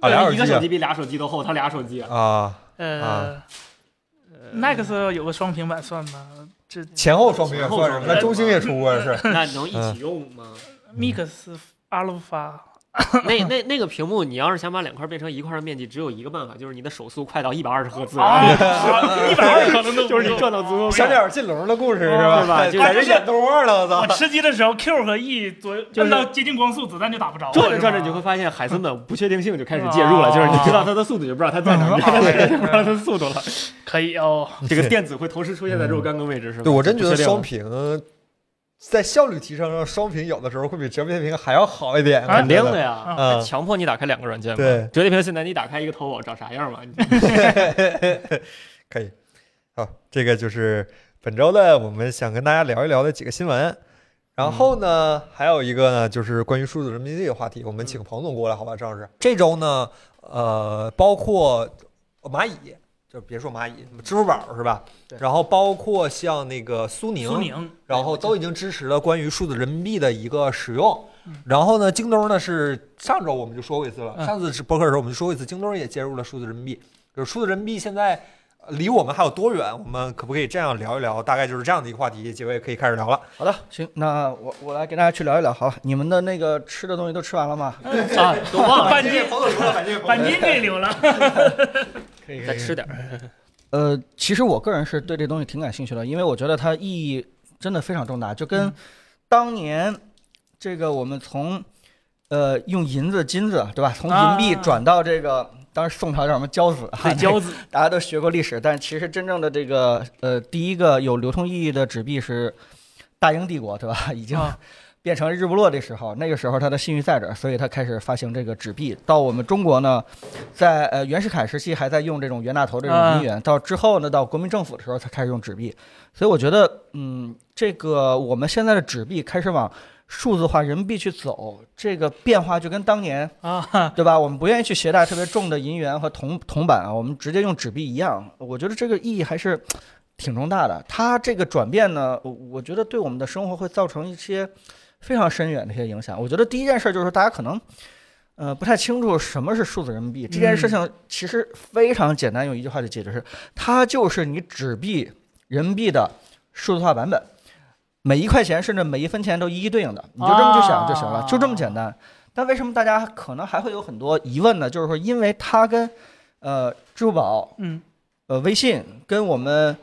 A: 啊，俩
C: 一个手
A: 手
C: 机
A: 机
C: 比俩手机都厚，它俩手机。 [laughs]
A: 啊，
B: 呃
A: 啊
C: 呃
B: ，Nex 有个双屏版算吗？这
C: 嗯
A: 前后双屏也
C: 前后
A: 算是吗，
C: 双屏 [laughs] 嗯
A: 那中兴也出过是。
C: 那能一起用吗？
B: Mix Alpha
C: 那那那个屏幕，你要是想把两块变成一块的面积，只有一个办法，就是你的手速快到一百二十赫兹，
B: 啊，
C: [laughs]
B: 一百二可能都不
C: 就是你
B: 够
C: 赚到足够
A: 小鸟进笼的故事是
C: 对吧
A: 吧？
C: 就
A: 在这演动画呢，我
B: 我
A: 操！
B: 吃鸡的时候，Q 和 E 左右
C: 就是
B: 按到接近光速，子弹就打不着了。
C: 转着转着，
B: 是吧
C: 你就会发现海森堡不确定性就开始介入了，就是你知道它的速度，就不知道它在哪儿， [laughs] 你知道它就不知道它的速度了。
B: 可以哦。
C: [laughs] 这个电子会同时出现在若干个位置，是吧？
A: 对我真觉得
C: 不确定
A: 双屏在效率提升上，双屏有的时候会比折叠屏还要好一点。
B: 啊
C: 肯定
B: 啊
C: 的呀，它
A: 嗯，
C: 强迫你打开两个软件嘛。
A: 对
C: 折叠屏现在你打开一个 Tovo 长啥样嘛？你
A: 可以。好，啊这个就是本周的我们想跟大家聊一聊的几个新闻。然后
C: 嗯
A: 呢，还有一个呢，就是关于数字人民币的话题，我们请彭总过来，好吧，张老师。这周呢，呃，包括蚂蚁，就别说蚂蚁，支付宝是吧？
C: 对
A: 然后包括像那个苏宁，
B: 苏宁，
A: 然后都已经支持了关于数字人民币的一个使用。然后呢，京东呢是上周我们就说过一次了，
B: 嗯
A: 上次是博客的时候我们就说过一次，京东也接入了数字人民币。就是数字人民币现在呃离我们还有多远？我们可不可以这样聊一聊？大概就是这样的一个话题，几位可以开始聊了。
D: 好的，行，那我我来跟大家去聊一聊。好，你们的那个吃的东西都吃完了吗？
C: 啊，都忘了，
B: 半斤，
A: 彭总说了，感谢
B: 半斤给留了。
C: 再吃点儿。
D: 呃，其实我个人是对这东西挺感兴趣的，因为我觉得它意义真的非常重大，就
C: 嗯
D: 跟当年这个我们从呃用银子、金子，对吧？从银币
B: 啊
D: 转到这个，当时宋朝叫什么交子啊？ [laughs]
C: 对，胶子
D: 大家都学过历史，但其实真正的这个呃，第一个有流通意义的纸币是大英帝国，对吧？ [laughs] 已经
B: 啊
D: 变成日不落的时候，那个时候它的信誉在这儿，所以它开始发行这个纸币。到我们中国呢，在呃袁世凯时期还在用这种袁大头这种银元，到之后呢，到国民政府的时候才开始用纸币。所以我觉得，嗯，这个我们现在的纸币开始往数字化人民币去走，这个变化就跟当年
B: 啊，
D: 对吧？我们不愿意去携带特别重的银元和铜铜板啊，我们直接用纸币一样。我觉得这个意义还是挺重大的。它这个转变呢，我我觉得对我们的生活会造成一些非常深远的一些影响。我觉得第一件事就是大家可能。呃，不太清楚什么是数字人民币这件事情，其实非常简单，用一句话就解决是，它就是你纸币人民币的数字化版本，每一块钱甚至每一分钱都一一对应的，你就这么去想就行了，就这么简单。但为什么大家可能还会有很多疑问呢？就是说，因为它跟呃支付宝、
B: 嗯，
D: 呃微信跟我们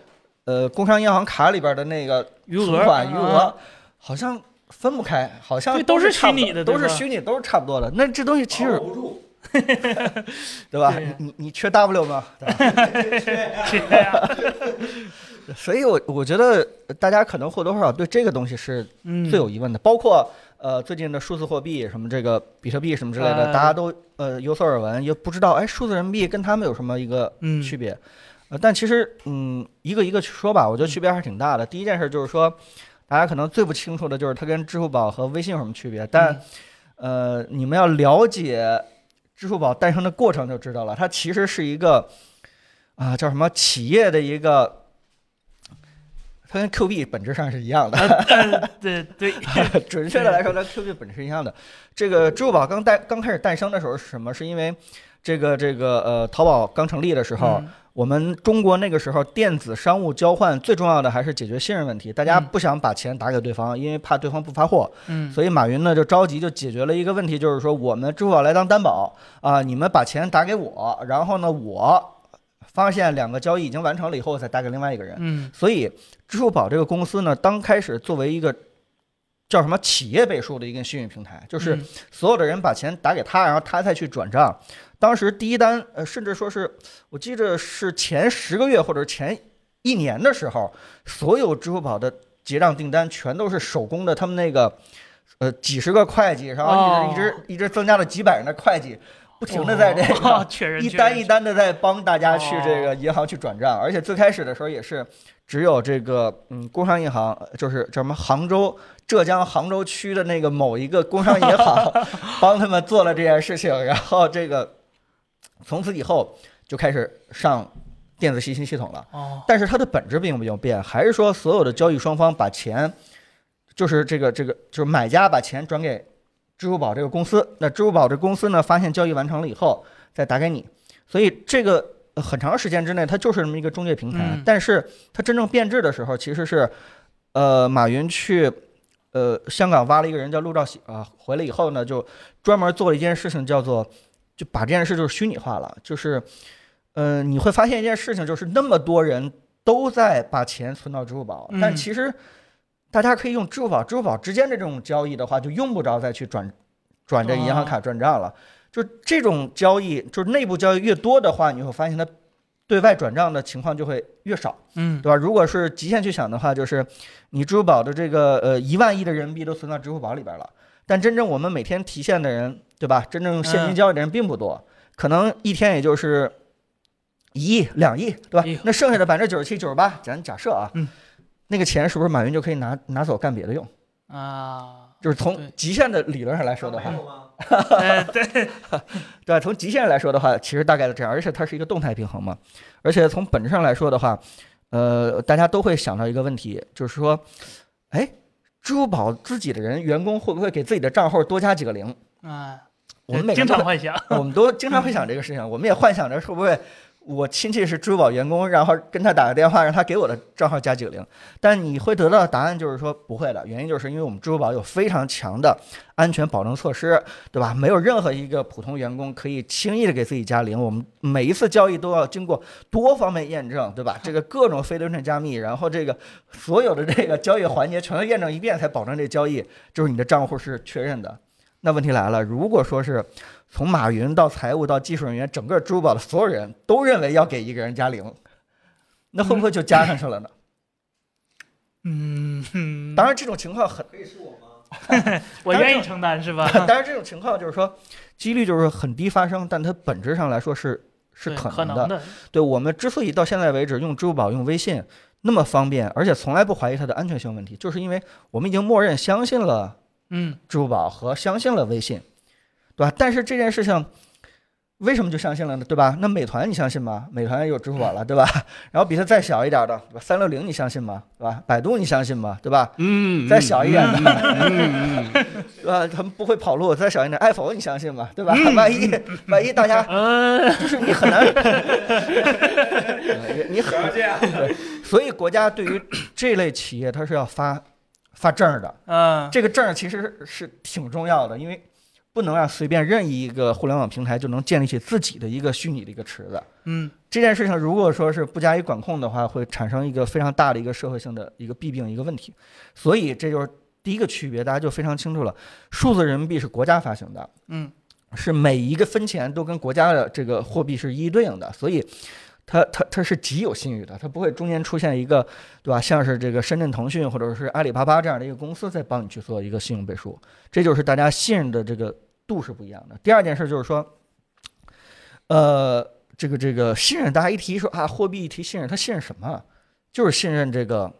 D: 呃工商银行卡里边的那个
B: 余额
D: 存款余
B: 啊
D: 额好像分不开，好像
B: 对都是
D: 差不
B: 虚拟的
D: 都
B: 对
D: 是
B: 吧
D: 虚拟，都是差不多的。那这东西其实
A: 不住，
D: [laughs] 对吧？
B: 对
D: 你你你缺 W 吗？
B: 对呀
D: [laughs] 所以我我觉得大家可能或多或少对这个东西是
B: 嗯，
D: 最有疑问的，包括呃最近的数字货币，什么这个比特币什么之类的，
B: 哎
D: 大家都呃有所耳闻，也不知道哎数字人民币跟他们有什么一个
B: 嗯
D: 区别。呃，但其实嗯一个一个去说吧，我
B: 嗯
D: 觉得区别还是挺大的。第一件事就是说，大家可能最不清楚的就是它跟支付宝和微信有什么区别，但、
B: 嗯
D: 呃你们要了解支付宝诞生的过程就知道了，它其实是一个啊、叫什么企业的一个。它跟 Q 币本质上是一样的，
B: 呃
D: 嗯
B: 对
D: [laughs]
B: 对，
D: 准确的来说，它 Q 币本质是一样的。这个支付宝刚诞刚开始诞生的时候是什么？是因为这个这个呃，淘宝刚成立的时候，
B: 嗯
D: 我们中国那个时候电子商务交换最重要的还是解决信任问题，大家
B: 嗯
D: 不想把钱打给对方，因为怕对方不发货，
B: 嗯，
D: 所以马云呢就着急就解决了一个问题，就是说我们支付宝来当担保啊、你们把钱打给我，然后呢我发现两个交易已经完成了以后，我再打给另外一个人。
B: 嗯
D: 所以支付宝这个公司呢，当开始作为一个叫什么企业背书的一个信誉平台，就是
B: 嗯
D: 所有的人把钱打给他，然后他再去转账。当时第一单，呃，甚至说是我记着是前十个月或者前一年的时候，所有支付宝的结账订单全都是手工的，他们那个呃几十个会计，然
B: 哦
D: 后一直、一直一直增加了几百人的会计，不停的在这个、
B: 哦确认
D: 一
B: 确
D: 单
B: 认
D: 一单的在帮大家去这
B: 哦
D: 个银行去转账，而且最开始的时候也是只有这个嗯工商银行，呃就是叫什么杭州、浙江杭州区的那个某一个工商银
B: [laughs]
D: 行帮他们做了这件事情，然后这个从此以后就开始上电子信息系统了。
B: 哦，
D: 但是它的本质并没有变，还是说所有的交易双方把钱，就是这个这个就是买家把钱转给支付宝这个公司，那支付宝这公司呢发现交易完成了以后再打给你，所以这个呃很长时间之内它就是这么一个中介平台，
B: 嗯
D: 但是它真正变质的时候其实是，呃，马云去呃，香港挖了一个人叫陆兆禧啊，回来以后呢，就专门做了一件事情，叫做就把这件事就是虚拟化了，就是，呃，你会发现一件事情，就是那么多人都在把钱存到支付宝，但
B: 嗯
D: 其实大家可以用支付宝、支付宝之间的这种交易的话，就用不着再去转转这个银行卡转账了。就这种交易，就是内部交易越多的话，你会发现它对外转账的情况就会越少。
B: 嗯
D: 对吧？如果是极限去想的话，就是你支付宝的这个呃一万亿的人民币都存到支付宝里边了，但真正我们每天提现的人，对吧？真正现金
B: 嗯
D: 交易的人并不多，可能一天也就是一亿、两亿，对吧
B: 哎呦？
D: 那剩下的百分之九十七、九十八，咱假设啊，
B: 嗯
D: 那个钱是不是马云就可以拿拿走干别的用？ [laughs]
B: 啊，
D: 就是从
B: 对嗯
D: 极限的理论上来说的话，
B: 呃对，
D: 对吧？从极限来说的话，其实大概是这样，而且它是一个动态平衡嘛。而且从本质上来说的话，呃，大家都会想到一个问题，就是说，哎，支付宝自己的人员工会不会给自己的账号多加几个零？
B: 嗯，
D: 我们每个
B: 经
D: 人
B: 常
D: 都，
B: 幻想，
D: [laughs] 我们都经常会想这个事情，我们也幻想着会不会。我亲戚是支付宝员工，然后跟他打个电话，让他给我的账号加几个零。但你会得到的答案就是说不会的，原因就是因为我们支付宝有非常强的安全保证措施，对吧？没有任何一个普通员工可以轻易的给自己加零，我们每一次交易都要经过多方面验证，对吧？这个各种非对称加密，然后这个所有的这个交易环节全都验证一遍，才保证这交易就是你的账户是确认的。那问题来了，如果说是从马云到财务到技术人员，整个支付宝的所有人都认为要给一个人加零，那会不会就加上去了呢？
B: 嗯，哼
D: 当然，这种情况很，
B: 我
D: 当然
B: 愿意承担是吧？
D: 当然这种情况就是说，几率就是很低发生，但它本质上来说是是
B: 对
D: 可
B: 可
D: 能的。
B: 能的，
D: 对我们之所以到现在为止用支付宝、用微信那么方便，而且从来不怀疑它的安全性问题，就是因为我们已经默认相信了
B: 嗯
D: 支付宝和相信了微信，对吧？但是这件事情为什么就相信了呢？对吧？那美团你相信吗？美团也有支付宝了，对吧？ [laughs] 然后比它再小一点的，对吧？三六零你相信吗？对吧？百度你相信吗？对吧？
C: 嗯
D: 再小一点的
C: 嗯嗯嗯
D: 呃，他们不会跑路，再小一点，爱否你相信吗？对吧？
C: 嗯
D: 万一万一大家
B: 呃，
D: 就是你
C: [laughs]
D: 很难，你很
E: 这
C: 啊
E: 样，
D: 所以国家对于这类企业，它是要发发证儿的。
B: 嗯，
D: 这个证儿其实是挺重要的，因为不能让随便任意一个互联网平台就能建立起自己的一个虚拟的一个池子。
B: 嗯，
D: 这件事情如果说是不加以管控的话，会产生一个非常大的一个社会性的一个弊病一个问题。所以这就是第一个区别，大家就非常清楚了。数字人民币是国家发行的，
B: 嗯，
D: 是每一个分钱都跟国家的这个货币是一一对应的，所以它它它是极有信誉的，它不会中间出现一个对吧，像是这个深圳腾讯或者是阿里巴巴这样的一个公司在帮你去做一个信用背书，这就是大家信任的这个度是不一样的。第二件事就是说，呃，这个这个信任，大家一提说啊，货币一提信任，他信任什么？啊就是信任这个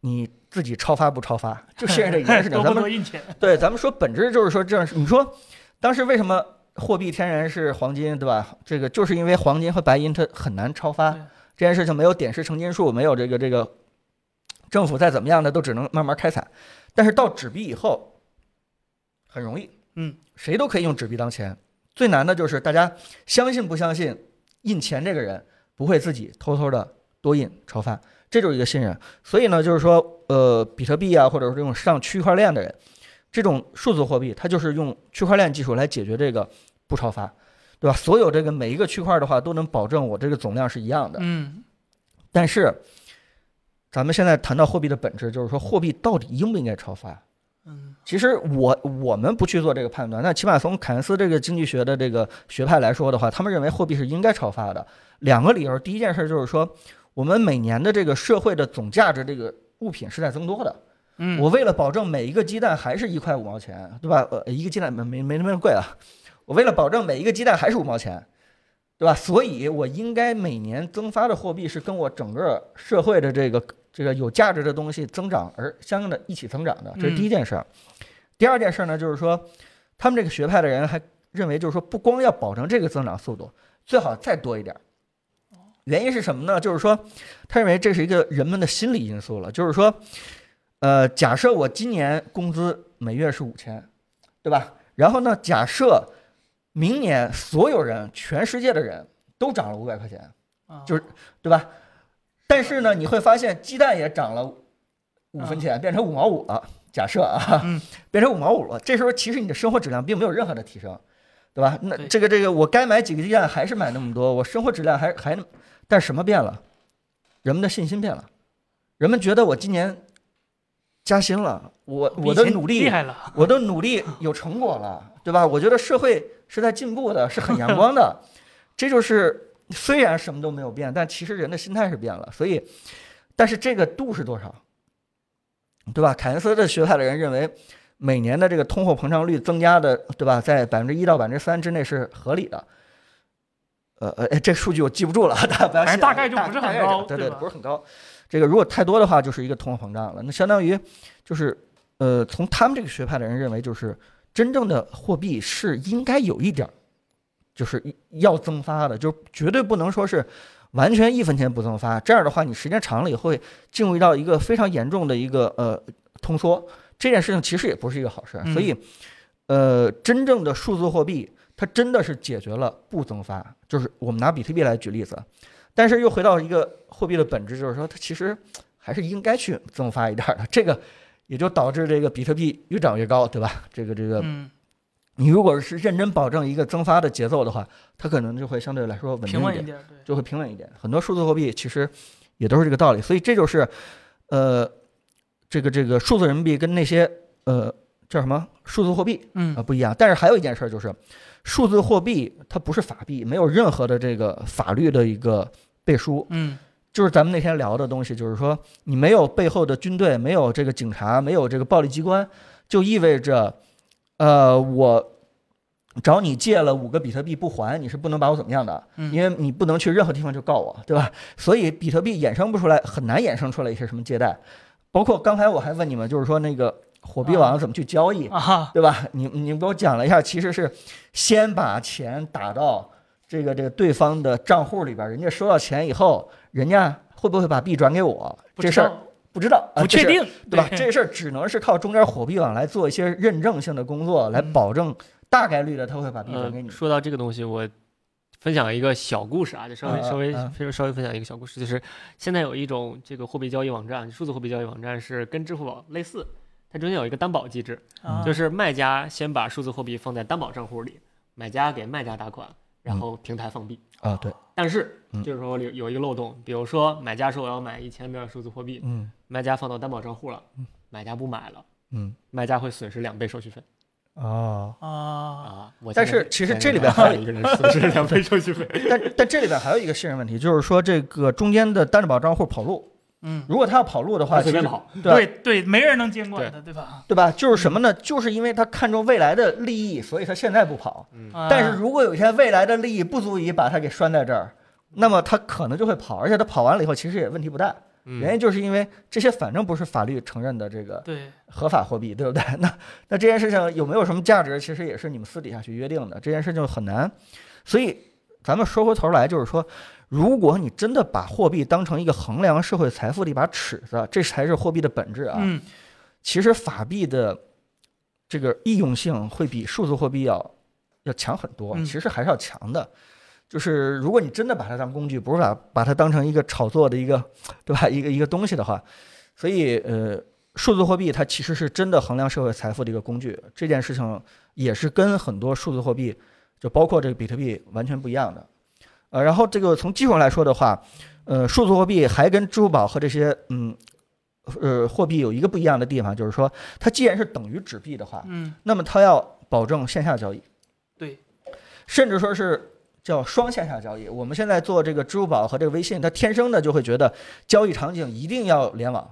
D: 你自己超发不超发，就信任这一件事情。
B: [laughs] 多
D: 咱
B: 不
D: 们
B: 多印钱，
D: 对，咱们说本质就是说这样。你说当时为什么货币天然是黄金，对吧？这个就是因为黄金和白银它很难超发
B: 对，
D: 这件事情没有点石成金术，没有这个这个政府再怎么样的都只能慢慢开采。但是到纸币以后，很容易，
B: 嗯，
D: 谁都可以用纸币当钱。最难的就是大家相信不相信印钱这个人不会自己偷偷的多印超发，这就是一个信任。所以呢，就是说，呃，比特币啊，或者说这种上区块链的人，这种数字货币，它就是用区块链技术来解决这个不超发，对吧？所有这个每一个区块的话，都能保证我这个总量是一样的。
B: 嗯，
D: 但是，咱们现在谈到货币的本质，就是说货币到底应不应该超发？
B: 嗯，
D: 其实我我们不去做这个判断，但起码从凯恩斯这个经济学的这个学派来说的话，他们认为货币是应该超发的。两个理由，第一件事就是说，我们每年的这个社会的总价值这个物品是在增多的。
B: 嗯，
D: 我为了保证每一个鸡蛋还是一块五毛钱，对吧？呃，一个鸡蛋没没没那么贵啊。我为了保证每一个鸡蛋还是五毛钱，对吧？所以我应该每年增发的货币是跟我整个社会的这个这个有价值的东西增长而相应的一起增长的，这是第一件事。儿。第二件事儿呢，就是说他们这个学派的人还认为，就是说不光要保证这个增长速度，最好再多一点儿。原因是什么呢？就是说，他认为这是一个人们的心理因素了。就是说，呃，假设我今年工资每月是五千，对吧？然后呢，假设明年所有人，全世界的人都涨了五百块钱，
B: 啊
D: 就是对吧？但是呢，你会发现鸡蛋也涨了五分钱，变成五毛五了，假设啊，
B: 嗯
D: [laughs] 变成五毛五了，这时候其实你的生活质量并没有任何的提升，对吧？那
B: 对
D: 这个这个，我该买几个鸡蛋还是买那么多，我生活质量还还，但是什么变了？人们的信心变了，人们觉得我今年加薪了，我
B: 比
D: 我的
B: 以前
D: 努力
B: 厉害了，
D: 我的努力有成果了，对吧？我觉得社会是在进步的，是很阳光的。这就是虽然什么都没有变，但其实人的心态是变了。所以，但是这个度是多少，对吧？凯恩斯的学派的人认为，每年的这个通货膨胀率增加的，对吧，在百分之一到百分之三之内是合理的。呃呃，哎这数据我记不住了， [laughs] 大家不要
B: 反正
D: 信啊
B: 大概就不是很
D: 大概这
B: 高
D: 个对
B: 对吧
D: 不是很高。这个如果太多的话，就是一个通货膨胀了。那相当于就是呃，从他们这个学派的人认为，就是真正的货币是应该有一点儿，就是要增发的，就是绝对不能说是完全一分钱不增发。这样的话，你时间长了也会进入到一个非常严重的一个呃通缩。这件事情其实也不是一个好事儿，啊
B: 嗯
D: 所以呃，真正的数字货币它真的是解决了不增发，就是我们拿比特币来举例子，但是又回到一个货币的本质，就是说它其实还是应该去增发一点儿的。这个也就导致这个比特币越涨越高，对吧？这个这个，
B: 嗯，
D: 你如果是认真保证一个增发的节奏的话，它可能就会相对来说稳定
B: 平
D: 一
B: 稳一
D: 点，
B: 点，对，
D: 就会平稳一点。很多数字货币其实也都是这个道理，所以这就是呃，这个这个数字人民币跟那些呃叫什么数字货币啊、
B: 嗯，
D: 不一样。但是还有一件事儿就是，数字货币它不是法币，没有任何的这个法律的一个背书，
B: 嗯，
D: 就是咱们那天聊的东西，就是说你没有背后的军队，没有这个警察，没有这个暴力机关，就意味着，呃，我找你借了五个比特币不还，你是不能把我怎么样的，
B: 嗯
D: 因为你不能去任何地方就告我，对吧？所以比特币衍生不出来，很难衍生出来一些什么借贷，包括刚才我还问你们，就是说那个火币网怎么去交易，
B: 啊哈，
D: 对吧？你你们给我讲了一下，其实是先把钱打到这个这个对方的账户里边儿，人家收到钱以后，人家会不会把币转给我？
B: 不
D: 这
B: 知
D: 事儿
B: 道
D: 不知道，啊
B: 不确，
D: 这事儿
B: 定，
D: 对吧？这事儿只能是靠中间火币网来做一些认证性的工作，来
B: 嗯
D: 保证大概率的他会把币转给
C: 呃，
D: 你。
C: 说到这个东西，我分享一个小故事啊，就稍微
D: 嗯
C: 稍微
D: 嗯
C: 非常稍微分享一个小故事，就是现在有一种这个货币交易网站，数字货币交易网站是跟支付宝类似，它中间有一个担保机制，
B: 啊
D: 嗯
C: 就是卖家先把数字货币放在担保账户里，买家给卖家打款，然后平台放币。
D: 啊，对，
C: 但是
D: 嗯
C: 这时候有有一个漏洞，比如说买家说我要买一千的数字货币，
D: 嗯
C: 卖家放到担保账户了，买家不买了，
D: 嗯
C: 卖家会损失两倍手续费
D: 啊，
B: 啊，
C: 啊！我
D: 但
C: 现在
D: 是其实
C: 现在
D: 这里边
C: 还有一个人损失两倍手续费，
D: 但但这里边还有一个信任问题，就是说这个中间的担保账户跑路，
B: 嗯，
D: 如果他要跑路的话，
C: 他随便
D: 其实
C: 跑。
D: 对啊
B: 对对，没人能监管的，对吧？
D: 对吧？就是什么呢？就是因为他看重未来的利益，所以他现在不跑。
C: 嗯
B: 啊
D: 但是如果有一天未来的利益不足以把他给拴在这儿，那么他可能就会跑，而且他跑完了以后其实也问题不大。
C: 嗯
D: 原因就是因为这些反正不是法律承认的这个
B: 对，
D: 合法货币，对不 [laughs] 对？那那这件事情有没有什么价值，其实也是你们私底下去约定的，这件事情很难。所以咱们说回头来，就是说，如果你真的把货币当成一个衡量社会财富的一把尺子，这才是货币的本质啊。
B: 嗯，
D: 其实法币的这个易用性会比数字货币要要强很多，
B: 嗯
D: 其实还是要强的。就是如果你真的把它当工具，不是把把它当成一个炒作的一个， [laughs] 对吧？一个一个东西的话，所以呃，数字货币它其实是真的衡量社会财富的一个工具。这件事情也是跟很多数字货币，就包括这个比特币完全不一样的。呃，然后这个从技术上来说的话，呃，数字货币还跟支付宝和这些嗯呃货币有一个不一样的地方，就是说它既然是等于纸币的话，
B: 嗯，
D: 那么它要保证线下交易，
B: 对，
D: 甚至说是叫双线下交易。我们现在做这个支付宝和这个微信，它天生的就会觉得交易场景一定要联网，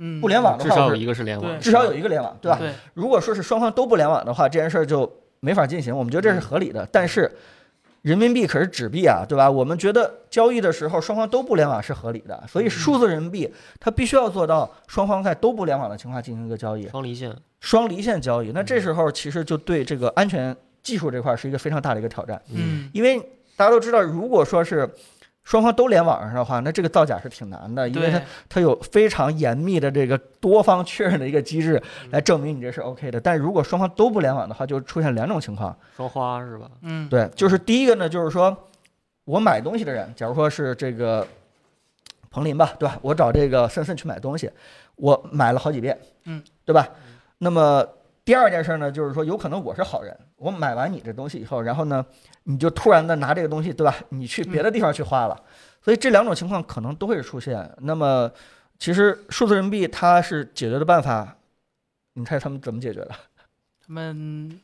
B: 嗯，
D: 不联网的
C: 至
D: 话
C: 少
D: 我
C: 有
D: 是，
C: 一个是联网
B: 对，
D: 至少有一个联网，对吧？
B: 对，
D: 如果说是双方都不联网的话，这件事儿就没法进行，我们觉得这是合理的。但是人民币可是纸币啊，对吧？我们觉得交易的时候双方都不联网是合理的，所以数字人民币它必须要做到双方在都不联网的情况下进行一个交易。
C: 双离线。
D: 双离线交易，那这
C: 嗯
D: 时候其实就对这个安全技术这块儿是一个非常大的一个挑战，
B: 嗯，
D: 因为大家都知道，如果说是双方都联网上的话，那这个造假是挺难的，因为它
B: 对，
D: 它有非常严密的这个多方确认的一个机制
C: 嗯
D: 来证明你这是 OK 的。但如果双方都不联网的话，就出现两种情况，
C: 双花是吧？
B: 嗯，
D: 对，就是第一个呢，就是说我买东西的人，假如说是这个彭林吧，对吧？我找这个森森去买东西，我买了好几遍，
B: 嗯，
D: 对吧？那么第二件事呢，就是说有可能我是好人，我买完你这东西以后，然后呢，你就突然的拿这个东西，对吧？你去别的地方去花了，所以这两种情况可能都会出现。那么其实数字人民币它是解决的办法，你猜他们怎么解决的？
B: 他们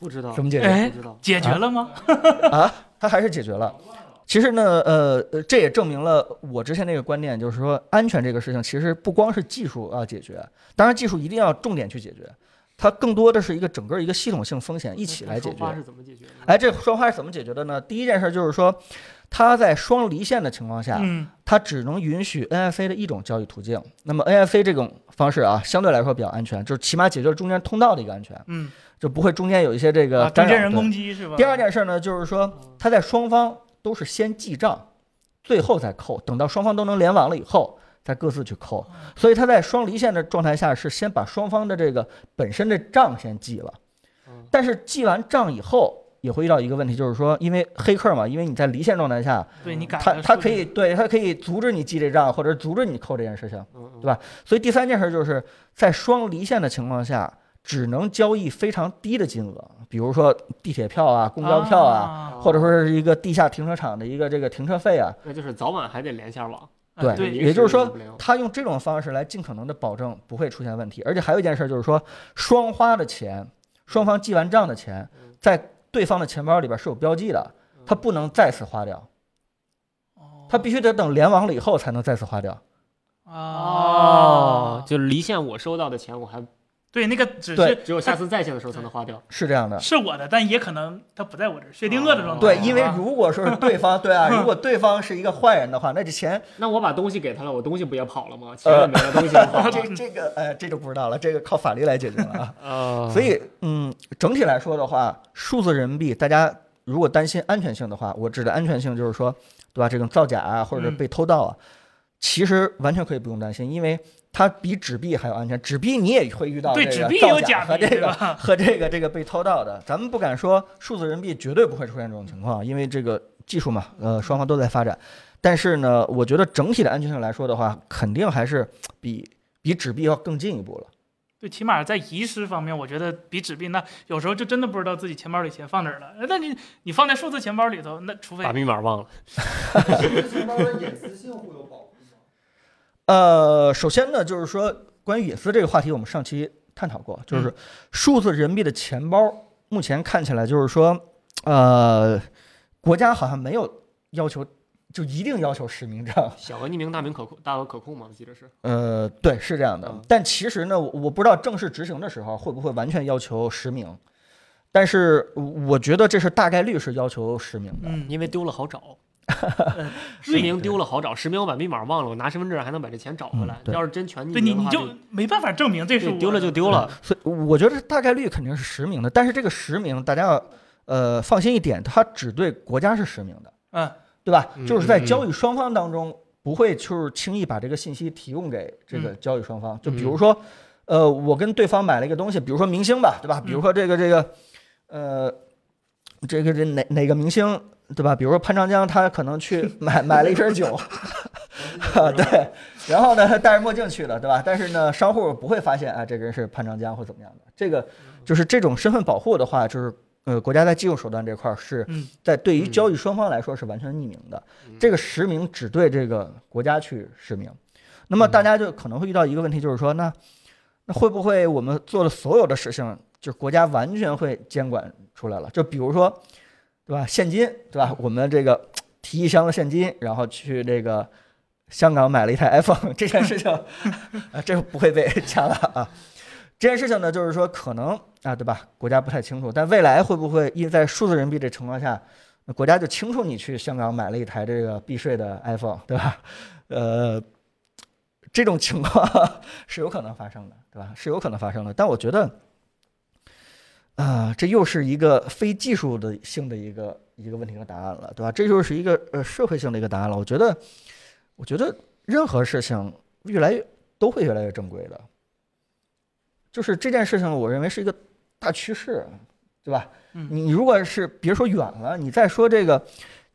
C: 不知道
D: 怎，么解决？
B: 哎
C: 不知道，
B: 解决了吗？
D: [laughs] 啊，他还是解决了。其实呢，呃，呃这也证明了我之前那个观点，就是说安全这个事情其实不光是技术要解决，当然技术一定要重点去解决，它更多的是一个整个一个系统性风险一
C: 一
D: 起来解决。
C: 是怎么解决的？
D: 哎，这双花是怎么解决的呢？第一件事就是说，它在双离线的情况下，
B: 嗯，
D: 它只能允许 NFA 的一种交易途径。那么 NFA 这种方式啊，相对来说比较安全，就是起码解决了中间通道的一个安全，
B: 嗯，
D: 就不会中间有一些这个
B: 啊中
D: 干扰
B: 间人
D: 对
B: 攻击是吧？
D: 第二件事呢，就是说
C: 嗯
D: 他在双方都是先记账，最后再扣，等到双方都能联网了以后，再各自去扣。所以他在双离线的状态下是先把双方的这个本身的账先记了
C: 嗯，
D: 但是记完账以后也会遇到一个问题，就是说因为黑客嘛，因为你在离线状态下，
B: 对你改
D: 嗯他
B: 了
D: 他
B: 数
D: 可以
B: 据，
D: 对他可以阻止你记这账，或者阻止你扣这件事情。
C: 嗯，嗯
D: 对吧所以第三件事就是在双离线的情况下，只能交易非常低的金额，比如说地铁票啊、公交票啊，
B: 啊，
D: 或者说是一个地下停车场的一个这个停车费啊，
C: 那就是早晚还得连下网，
B: 啊
D: 对
B: 对，
D: 也就是说
C: 临时用不了，
D: 他用这种方式来尽可能的保证不会出现问题。而且还有一件事就是说，双花的钱，双方记完账的钱
C: 嗯，
D: 在对方的钱包里边是有标记的，他不能再次花掉，
B: 哦
D: 他必须得等联网了以后才能再次花掉。
C: 哦
B: 啊，，
C: 就是离线我收到的钱，我还
B: 对，那个只
D: 哦对
B: 是
C: 只有下次在线的时候才能花掉。
D: 是这样的。
B: 是我的，但也可能他不在我这儿，薛定谔的状态。
D: 对，
C: 哦
D: 因为
B: 啊
D: 如果说是对方，对啊，如果对方是一个坏人的话，那这钱
C: 那我把东西给他了，我东西不也跑了
D: 呃
C: 吗？钱也没了，东西也跑
D: [laughs]
C: 了。
D: 这这个呃，这就不知道了，这个靠法律来解决了啊。
C: 啊
D: 所以嗯，整体来说的话，数字人民币大家如果担心安全性的话，我指的安全性就是说，对吧？这种造假啊，或者是
B: 嗯
D: 被偷盗啊，其实完全可以不用担心，因为它比纸币还要安全。纸币你也会遇到
B: 对
D: 这
B: 纸
D: 个
B: 币也
D: 造
B: 有
D: 假
B: 假
D: 和
B: 币
D: 这
B: 对
D: 个
B: 吧？
D: 和这个这个被偷盗的，咱们不敢说数字人民币绝对不会出现这种情况，因为这个技术嘛，呃，双方都在发展。但是呢，我觉得整体的安全性来说的话，肯定还是比比纸币要更进一步了。
B: 对，起码在遗失方面，我觉得比纸币那有时候就真的不知道自己钱包里钱放哪儿了。呃但你你放在数字钱包里头，那除非
C: 把密码忘了。
A: 钱包的隐私性会有保护吗？
D: 呃，首先呢，就是说关于隐私这个话题，我们上期探讨过，就是数字人民币的钱包，目前看起来就是说，呃，国家好像没有要求，就一定要求实名制。
C: 小额匿名，大名可控，大额可控嘛，我记得是。
D: 呃，对，是这样的
C: 嗯。
D: 但其实呢，我我不知道正式执行的时候会不会完全要求实名，但是我觉得这是大概率是要求实名的。
B: 嗯，
C: 因为丢了好
B: [laughs]
C: 找，实名丢了好找，实名我把密码忘了，我拿身份证还能把这钱找回来
D: 嗯。对
C: 要是真全匿
B: 对你
C: 名
B: 你
C: 的话，
B: 就没办法证明这是
C: 对
B: 我
C: 丢了
B: 的
C: 就丢了。
D: 所以我觉得大概率肯定是实名的。但是这个实名，大家要呃放心一点，它只对国家是实名的，
B: 嗯，
D: 对吧？
C: 嗯
D: 就是在
C: 嗯嗯
D: 交易双方当中，不会就是轻易把这个信息提供给这个
B: 嗯
D: 交易双方。就比
C: 嗯
D: 如说，呃，我跟对方买了一个东西，比如说明星吧，对
C: 嗯
D: 吧？比如说这个这个，呃，这个这哪哪个明星，对吧？比如说潘长江，他可能去
C: [laughs]
D: 买买了一瓶酒， [laughs] 啊，对，然后呢，他戴着墨镜去了，对吧？但是呢，商户不会发现啊，这个人是潘长江或怎么样的。这个就是这种身份保护的话，就是呃，国家在技术手段这块儿是
B: 嗯
D: 在对于交易双方来说是完全匿名的。
C: 嗯
D: 这个实名只对这个国家去实名。那么大家就可能会遇到一个问题，就是说，那那会不会我们做的所有的事情，就是国家完全会监管出来了？就比如说，对吧？现金，对吧？我们这个提一箱子现金，然后去这个香港买了一台 iPhone，这 [laughs] 件事情啊，这不会被掐了啊。这件事情呢，就是说可能啊，对吧？国家不太清楚，但未来会不会因在数字人民币这情况下，那国家就清楚你去香港买了一台这个避税的 iPhone，对吧？呃，这种情况 [laughs] 是有可能发生的，对吧？是有可能发生的，但我觉得，啊、这又是一个非技术的性的一个一个问题和答案了，对吧？这又是一个呃社会性的一个答案了。我觉得，我觉得任何事情越来越都会越来越正规的，就是这件事情，我认为是一个大趋势，对吧？
B: 嗯
D: 你如果是别说远了，你再说这个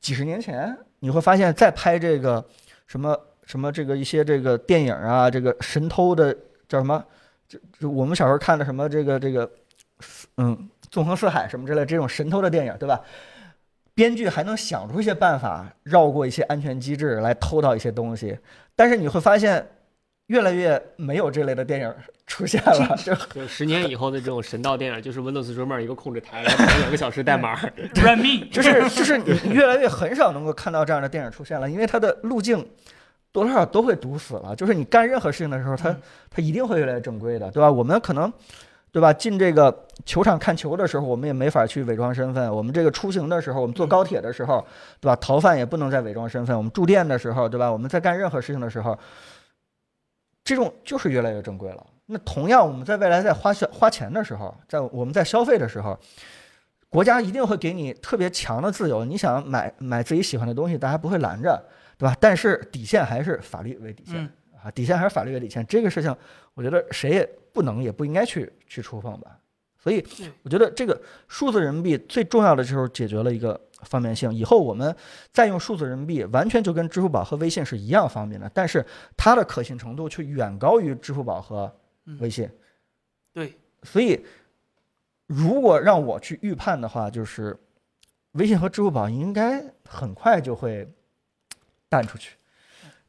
D: 几十年前，你会发现再拍这个什么什么这个一些这个电影啊，这个神偷的叫什么？这这我们小时候看的什么这个这个，嗯，纵横四海什么之类这种神偷的电影，对吧？编剧还能想出一些办法，绕过一些安全机制来偷到一些东西，但是你会发现，越来越没有这类的电影出现了，就
C: 就十年以后的这种神道电影，就是 Windows Dreamer 一个控制台，然后两个小时代码，
D: [laughs]
B: ，Run Me，
D: 就是就是你你越来越很少能够看到这样的电影出现了，因为它的路径多多少少都会堵死了。就是你干任何事情的时候，它
B: 嗯
D: 它一定会越来越正规的，对吧？我们可能对吧？进这个球场看球的时候，我们也没法去伪装身份；我们这个出行的时候，我们坐高铁的时候，对吧？逃犯也不能再伪装身份；我们住店的时候，对吧？我们在干任何事情的时候，这种就是越来越正规了。那同样，我们在未来在花销花钱的时候，在我们在消费的时候，国家一定会给你特别强的自由。你想买买自己喜欢的东西，大家不会拦着，对吧？但是底线还是法律为底线、
B: 嗯
D: 啊，底线还是法律为底线。这个事情，我觉得谁也不能也不应该去去触碰吧。所以
B: 嗯，
D: 我觉得这个数字人民币最重要的就是解决了一个方便性。以后我们再用数字人民币，完全就跟支付宝和微信是一样方便的，但是它的可信程度却远高于支付宝和
B: 嗯
D: 微信。
B: 对，
D: 所以如果让我去预判的话，就是微信和支付宝应该很快就会淡出去。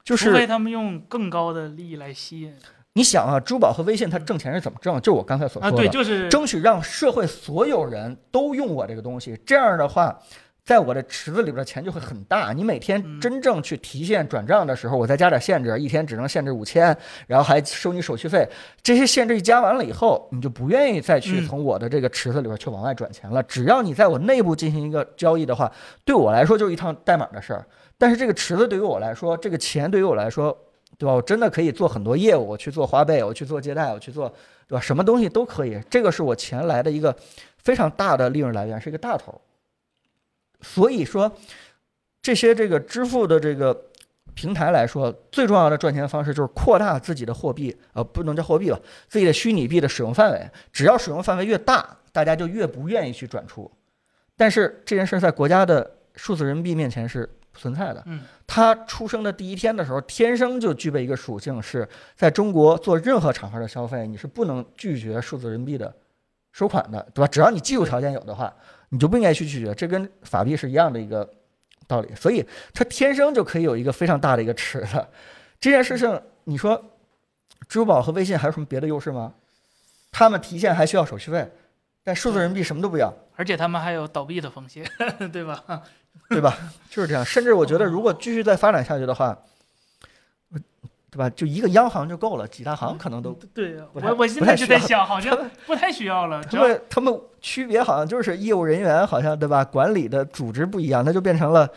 D: 就
B: 除非
D: 是
B: 他们用更高的利益来吸引
D: 你想啊，支付宝和微信它挣钱是怎么挣？就我刚才所
B: 啊，
D: 说的，
B: 对，就是
D: 争取让社会所有人都用我这个东西。这样的话，在我的池子里边的钱就会很大。你每天
B: 嗯
D: 真正去提现转账的时候，我再加点限制，一天只能限制五千，然后还收你手续费。这些限制一加完了以后，你就不愿意再去
B: 嗯
D: 从我的这个池子里边去往外转钱了。只要你在我内部进行一个交易的话，对我来说就是一趟代码的事儿。但是这个池子对于我来说，这个钱对于我来说，对吧？我真的可以做很多业务，我去做花呗，我去做借贷，我去做，对吧？什么东西都可以。这个是我钱来的一个非常大的利润来源，是一个大头。所以说，这些这个支付的这个平台来说，最重要的赚钱方式就是扩大自己的货币，呃，不能叫货币吧，自己的虚拟币的使用范围。只要使用范围越大，大家就越不愿意去转出。但是这件事儿在国家的数字人民币面前是不存在的。
B: 嗯，
D: 他出生的第一天的时候，天生就具备一个属性，是在中国做任何场合的消费，你是不能拒绝数字人民币的收款的，对吧？只要你技术条件有的话，你就不应该去拒绝。这跟法币是一样的一个道理，所以他天生就可以有一个非常大的一个池子。这件事情，你说支付宝和微信还有什么别的优势吗？他们提现还需要手续费，但数字人民币什么都不要。
B: 而且他们还有倒闭的风险， [laughs] 对吧？
D: 对吧？ [laughs] 就是这样。甚至我觉得，如果继续再发展下去的话，我对吧？就一个央行就够了，几大行可能都
B: 对啊，
D: 不太
B: 我我现在就在想，好
D: [laughs]
B: 像不太需要了，只
D: 他
B: 要
D: 们他们区别好像就是业务人员好像对吧？管理的组织不一样，那就变成了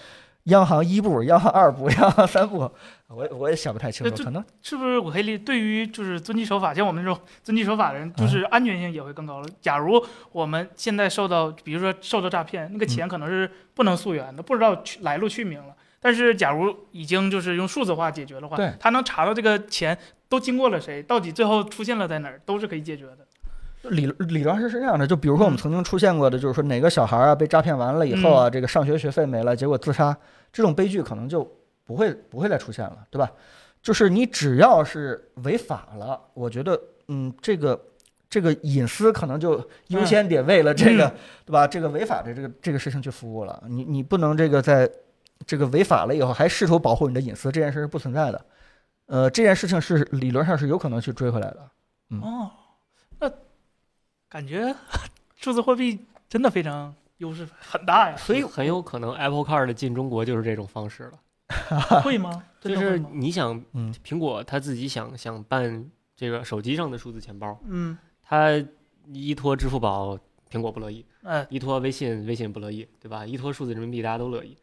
D: 央行一部、央行二部、央行三部。 [laughs] 我也我也想不太清
B: 呃
D: 楚，
B: 这
D: 可能
B: 是不是我可以理对于就是遵纪守法，像我们这种遵纪守法的人，
D: 嗯
B: 就是安全性也会更高了。假如我们现在受到，比如说受到诈骗，那个
D: 嗯
B: 钱可能是不能溯源的，不知道去来路去明了。但是假如已经就是用数字化解决的话
D: 对，
B: 他能查到这个钱都经过了谁，到底最后出现了在哪儿，都是可以解决的。
D: 理理论上是这样的。就比如说我们曾经出现过的，就是说哪个小孩啊被诈骗完了以后啊，这个上学学费没了，结果自杀，这种悲剧可能就不会不会再出现了，对吧？就是你只要是违法了，我觉得，嗯，这个这个隐私可能就优先得为了这个，对吧？这个违法的这个这个事情去服务了，你你不能这个在这个违法了以后还试图保护你的隐私，这件事是不存在的。呃，这件事情是理论上是有可能去追回来的。嗯，
B: 哦，那感觉数字货币真的非常优势很大呀
D: 所以
C: 很有可能 Apple Car 的进中国就是这种方式了。
B: 会吗？真
C: 就
B: 的会
C: 是
B: 吗？
C: 你想
D: 嗯，
C: 苹果他自己想想办这个手机上的数字钱包，
B: 嗯，
C: 他依托支付宝，苹果不乐意；
B: 哎，
C: 依托微信，微信不乐意，对吧？依托数字人民币，大家都乐意。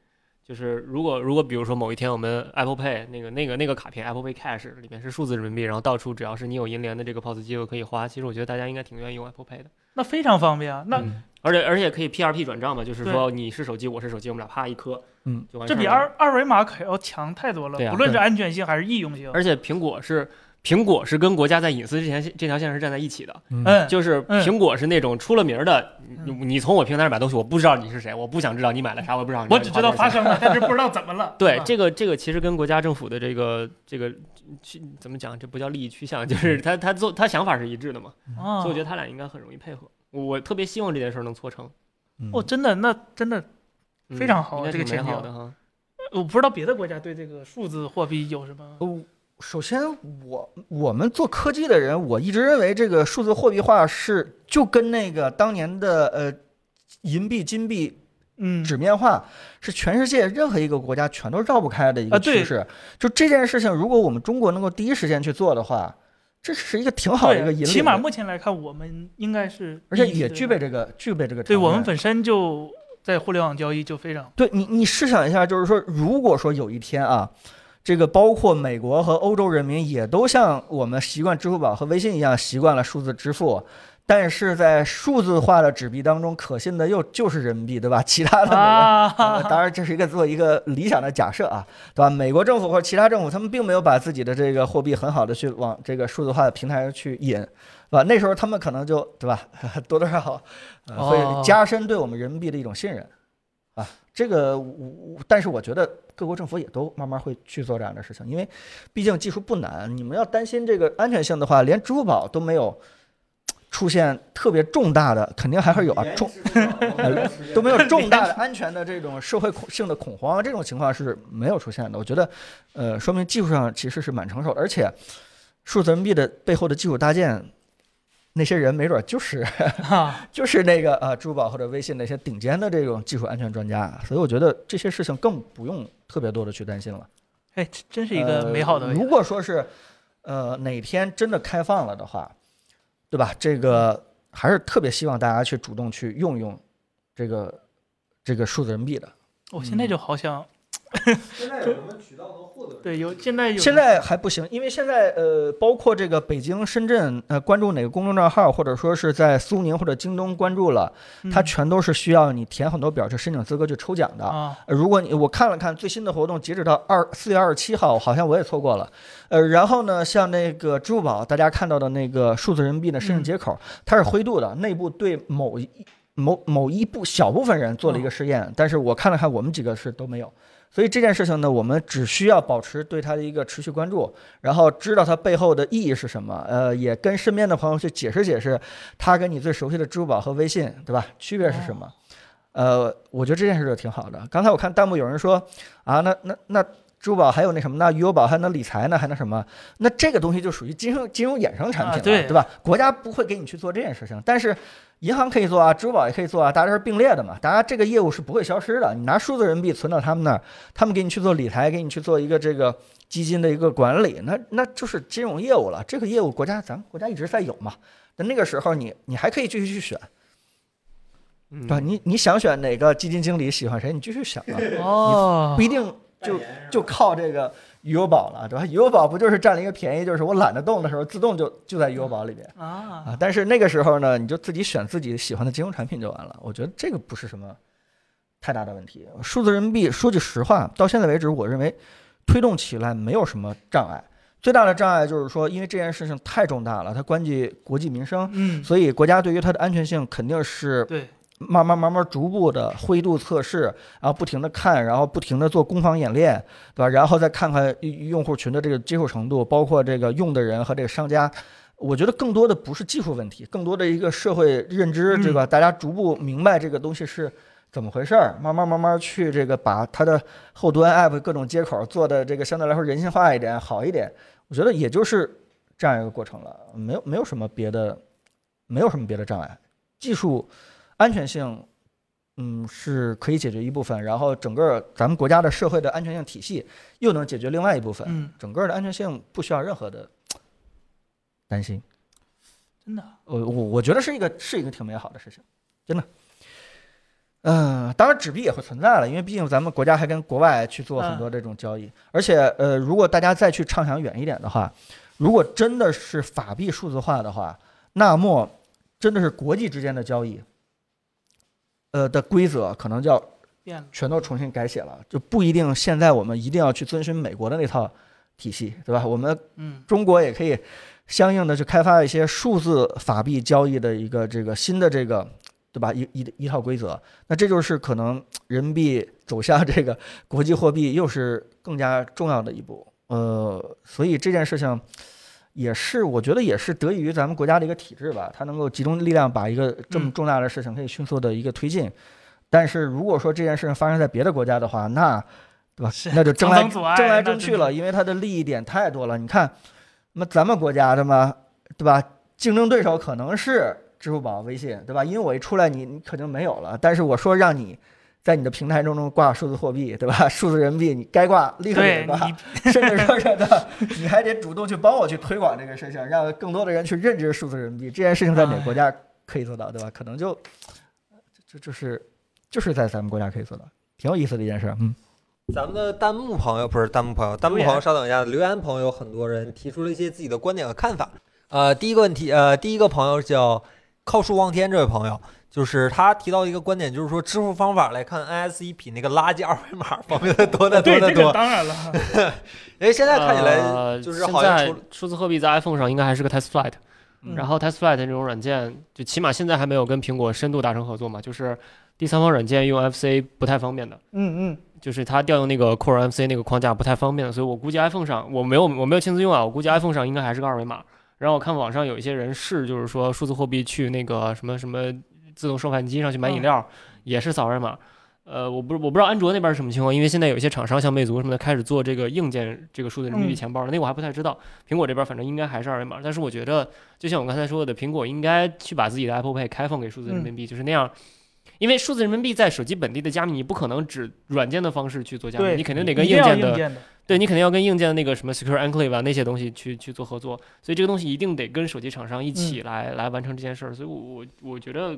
C: 就是如果如果比如说某一天我们 Apple Pay 那个那个那个卡片 Apple Pay Cash 里面是数字人民币，然后到处只要是你有银联的这个 POS 机就可以花，其实我觉得大家应该挺愿意用 Apple Pay 的。
B: 那非常方便啊。那、
C: 嗯而且而且可以 P 二 P 转账嘛，就是说你是手机，我是手机，我们俩啪一磕，
D: 嗯，
C: 就完事
B: 这
C: 儿
B: 比
C: 了
B: 二二维码可要强太多了，
C: 对啊
B: 无论是安全性还是易用性。
C: 而且苹果是苹果是跟国家在隐私这条线这条线是站在一起的，
B: 嗯，
C: 就是
B: 嗯
C: 苹果是那种出了名儿的，你你从我平台上买东西，我不知道你是谁，我不想知道你买了啥，我也不知道你
B: 我只知道发
C: 生。
B: 生了，但是不知道怎么
D: [laughs]
B: 了。
C: 对
B: 啊，
C: 这个这个其实跟国家政府的这个这个去怎么讲，这不叫利益趋向，
B: 嗯
C: 就是他他做他想法是一致的嘛，
B: 啊，
C: 所以我觉
B: 得
C: 得他俩应该很容易配合。我我特别希望这件事儿能做成，
B: 哦，真的，那真的，
C: 嗯
B: 非常好
C: 应该
B: 这个
C: 挺美
B: 前景
C: 好的哈。
B: 我不知道别的国家对这个数字货币有什么
D: 呃首先，我我们做科技的人，我一直认为这个数字货币化是就跟那个当年的呃银币、金币
B: 嗯
D: 纸面化是全世界任何一个国家全都绕不开的一
B: 啊
D: 个
B: 对
D: 趋势。就这件事情，如果我们中国能够第一时间去做的话，这是一个挺好的一个
B: 对
D: 引领的，
B: 起码目前来看，我们应该是
D: 而且
B: 第一
D: 也
B: 对
D: 具备这个具备这个
B: 对
D: 条
B: 我们
D: 件
B: 本身就在互联网交易就非常
D: 对你，你试想一下，就是说，如果说有一天啊，这个包括美国和欧洲人民也都像我们习惯支付宝和微信一样习惯了数字支付，但是在数字化的纸币当中，可信的又就是人民币，对吧？其他的没有。呃
B: 啊，
D: 当然，这是一个做一个理想的假设啊，对吧？美国政府或者其他政府，他们并没有把自己的这个货币很好的去往这个数字化的平台上去引，对吧？那时候他们可能就对吧， [laughs] 多多少少、呃
B: 哦
D: 会加深对我们人民币的一种信任啊。这个我，我但是我觉得各国政府也都慢慢会去做这样的事情，因为毕竟技术不难。你们要担心这个安全性的话，连支付宝都没有。出现特别重大的，肯定还会有啊，重 [laughs] 都没有重大的安全的这种社会恐性的恐慌，这种情况是没有出现的。我觉得，呃，说明技术上其实是蛮成熟的，而且数字人民币的背后的技术搭建，那些人没准就是 [laughs]
B: 啊
D: 就是那个呃支付宝或者微信那些顶尖的这种技术安全专家，所以我觉得这些事情更不用特别多的去担心了。
B: 哎，这真是一个
D: 呃
B: 美好的未
D: 如
B: 来。
D: 果说是，呃，哪天真的开放了的话，对吧？这个还是特别希望大家去主动去用用这个这个数字人民币的。
B: 我现在就好想
A: 现在有什么渠道能获得？
B: 对有现在有
D: 嗯现在还不行，因为现在呃，包括这个北京、深圳，呃，关注哪个公众账号，或者说是在苏宁或者京东关注了，它
B: 嗯
D: 全都是需要你填很多表去申请资格去抽奖的。
B: 啊
D: 呃如果你我看了看最新的活动，截止到二四月二十七号，好像我也错过了。呃，然后呢，像那个支付宝，大家看到的那个数字人民币的申请接口，它是灰度的，内部对某一某某一部小部分人做了一个试验，但是我看了看，我们几个是都没有。所以这件事情呢，我们只需要保持对它的一个持续关注，然后知道它背后的意义是什么。呃，也跟身边的朋友去解释解释，它跟你最熟悉的支付宝和微信，对吧？区别是什么？呃，我觉得这件事就挺好的。刚才我看弹幕有人说啊，那那那支付宝还有那什么呢？余额宝还能理财呢，还能什么？那这个东西就属于金融金融衍生产品了，
B: 啊对
D: 对吧？国家不会给你去做这件事情，但是银行可以做啊，支付宝也可以做啊，大家是并列的嘛，大家这个业务是不会消失的。你拿数字人民币存到他们那儿，他们给你去做理财，给你去做一个这个基金的一个管理，那那就是金融业务了。这个业务国家咱们国家一直在有嘛，那那个时候你你还可以继续去选，对吧？
C: 嗯，
D: 你你想选哪个基金经理喜欢谁，你继续选啊，
B: 哦
D: 不一定就就靠这个余额宝了，对吧？余额宝不就是占了一个便宜，就是我懒得动的时候，自动就就在余额宝里边。
B: 啊
D: 啊，但是那个时候呢，你就自己选自己喜欢的金融产品就完了。我觉得这个不是什么太大的问题。数字人民币，说句实话，到现在为止，我认为推动起来没有什么障碍。最大的障碍就是说，因为这件事情太重大了，它关系国计民生，
B: 嗯
D: 所以国家对于它的安全性肯定是
B: 对
D: 慢慢慢慢逐步的灰度测试，然后不停的看，然后不停的做攻防演练，对吧？然后再看看用用户群的这个接受程度，包括这个用的人和这个商家。我觉得更多的不是技术问题，更多的一个社会认知，
B: 嗯
D: 对吧？大家逐步明白这个东西是怎么回事儿，慢慢慢慢去这个把它的后端 app 各种接口做的这个相对来说人性化一点、好一点。我觉得也就是这样一个过程了，没有没有什么别的，没有什么别的障碍。技术安全性，嗯，是可以解决一部分，然后整个咱们国家的社会的安全性体系又能解决另外一部分，
B: 嗯
D: 整个的安全性不需要任何的担心。
B: 真的啊
D: 呃我我我觉得是一个是一个挺美好的事情，真的。嗯、当然纸币也会存在了，因为毕竟咱们国家还跟国外去做很多这种交易，而且呃，如果大家再去畅想远一点的话，如果真的是法币数字化的话，那么真的是国际之间的交易，呃的规则可能就要
B: 变了
D: 全都重新改写了，就不一定现在我们一定要去遵循美国的那套体系，对吧？我们
B: 嗯，
D: 中国也可以相应的去开发一些数字法币交易的一个这个新的这个。对吧？一一一套规则，那这就是可能人民币走向这个国际货币又是更加重要的一步。呃，所以这件事情也是我觉得也是得益于咱们国家的一个体制吧，它能够集中力量把一个这么
B: 嗯
D: 重大的事情可以迅速的一个推进。但是如果说这件事情发生在别的国家的话，那对吧
B: 是？
D: 那就争来
B: 常常阻碍
D: 争来
B: 哎那真
D: 争去
B: 的
D: 了，因为它的利益点太多了。你看，那么咱们国家的嘛，对吧？竞争对手可能是支付宝、微信，对吧？因为我一出来你，你肯定没有了。但是我说让你在你的平台中中挂数字货币，对吧？数字人民币，你该挂立刻
B: 对
D: 得 [laughs] 挂，
B: 你
D: 甚至说是的，你还得主动去帮我去推广这个事情，让更多的人去认知数字人民币。这件事情在哪个国家可以做到，对吧？可能就就就是就是在咱们国家可以做到，挺有意思的一件事。嗯，
A: 咱们的弹幕朋友不是弹幕朋友，弹幕朋友稍等一下，留言朋友很多人提出了一些自己的观点和看法。呃，第一个问题，呃，第一个朋友叫靠树望天这位朋友，就是他提到一个观点，就是说支付方法来看，ISE 比那个垃圾二维码方便的多得多
B: 对
A: 得
B: 这个
A: 多。
B: 当然了，
A: [laughs] 哎，现在看起 [laughs] 来
C: 呃
A: 就是
C: 现
A: 好像
C: 在
A: 除了
C: 数字货币在 iPhone 上应该还是个 test flight，
B: 嗯
C: 然后 test flight 这种软件，就起码现在还没有跟苹果深度达成合作嘛，就是第三方软件用 FC 不太方便的。
B: 嗯嗯，
C: 就是它调用那个 Core MC 那个框架不太方便，所以我估计 iPhone 上我没有我没有亲自用啊，我估计 iPhone 上应该还是个二维码。然后我看网上有一些人试，就是说数字货币去那个什么什么自动售饭机上去买饮料，也是扫二维码。呃，我不是我不知道安卓那边是什么情况，因为现在有一些厂商像魅族什么的开始做这个硬件这个数字人民币
B: 嗯
C: 钱包了，那个我还不太知道。苹果这边反正应该还是二维码，但是我觉得就像我刚才说的，苹果应该去把自己的 Apple Pay 开放给数字人民币，就是那样。因为数字人民币在手机本地的加密，你不可能只软件的方式去做加密，
B: 对
C: 你肯定得
B: 哪
C: 跟
B: 硬
C: 硬件
B: 的，
C: 的，对你肯定要跟硬件的那个什么 Secure Enclave 啊那些东西去去做合作，所以这个东西一定得跟手机厂商一
B: 嗯
C: 起来、来完成这件事儿。所以我我我觉得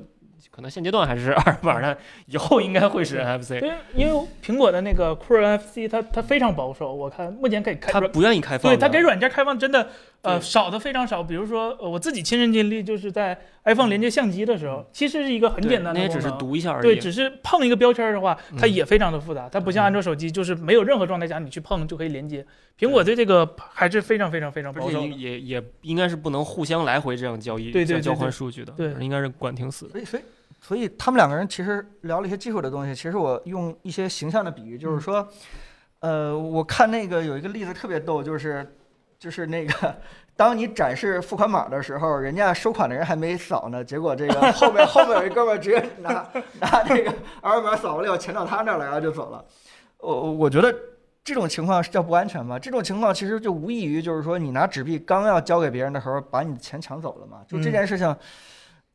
C: 可能现阶段还是 [laughs] 二维码，但以后应该会是 NFC。
B: 因为因为苹果的那个 Core NFC 它它非常保守，我看目前给开
C: 他不愿意开放
B: 对
C: 的，
B: 它给软件开放真的呃
C: 对
B: 少的非常少。比如说、呃我自己亲身经历，就是在 iPhone 连接相机的时候，其实是一个很
C: 对
B: 简单的
C: 那也
B: 功能，
C: 只是读一下而已。
B: 对，只是碰一个标签儿的话，它
C: 嗯
B: 也非常的复杂。它不像
C: 嗯
B: 安卓手机，就是没有任何状态下你去碰就可以连接。苹果对这个还是非常非常非常
C: 而
B: 保守
C: 且
B: 的。
C: 也也应该是不能互相来回这样交易、
B: 对对对
C: 交换
B: 对
C: 数据的，
B: 对
C: 应该是管挺死的。
D: 所以所以所以他们两个人其实聊了一些技术的东西。其实我用一些形象的比喻，就是说，呃，我看那个有一个例子特别逗，就是就是那个。当你展示付款码的时候，人家收款的人还没扫呢，结果这个后面后面有一哥们儿直接拿拿这个二维码扫完了，钱到他那儿来，然后就走了。我我觉得这种情况是叫不安全吗？这种情况其实就无异于就是说你拿纸币刚要交给别人的时候，把你的钱抢走了嘛。就这
B: 嗯
D: 件事情，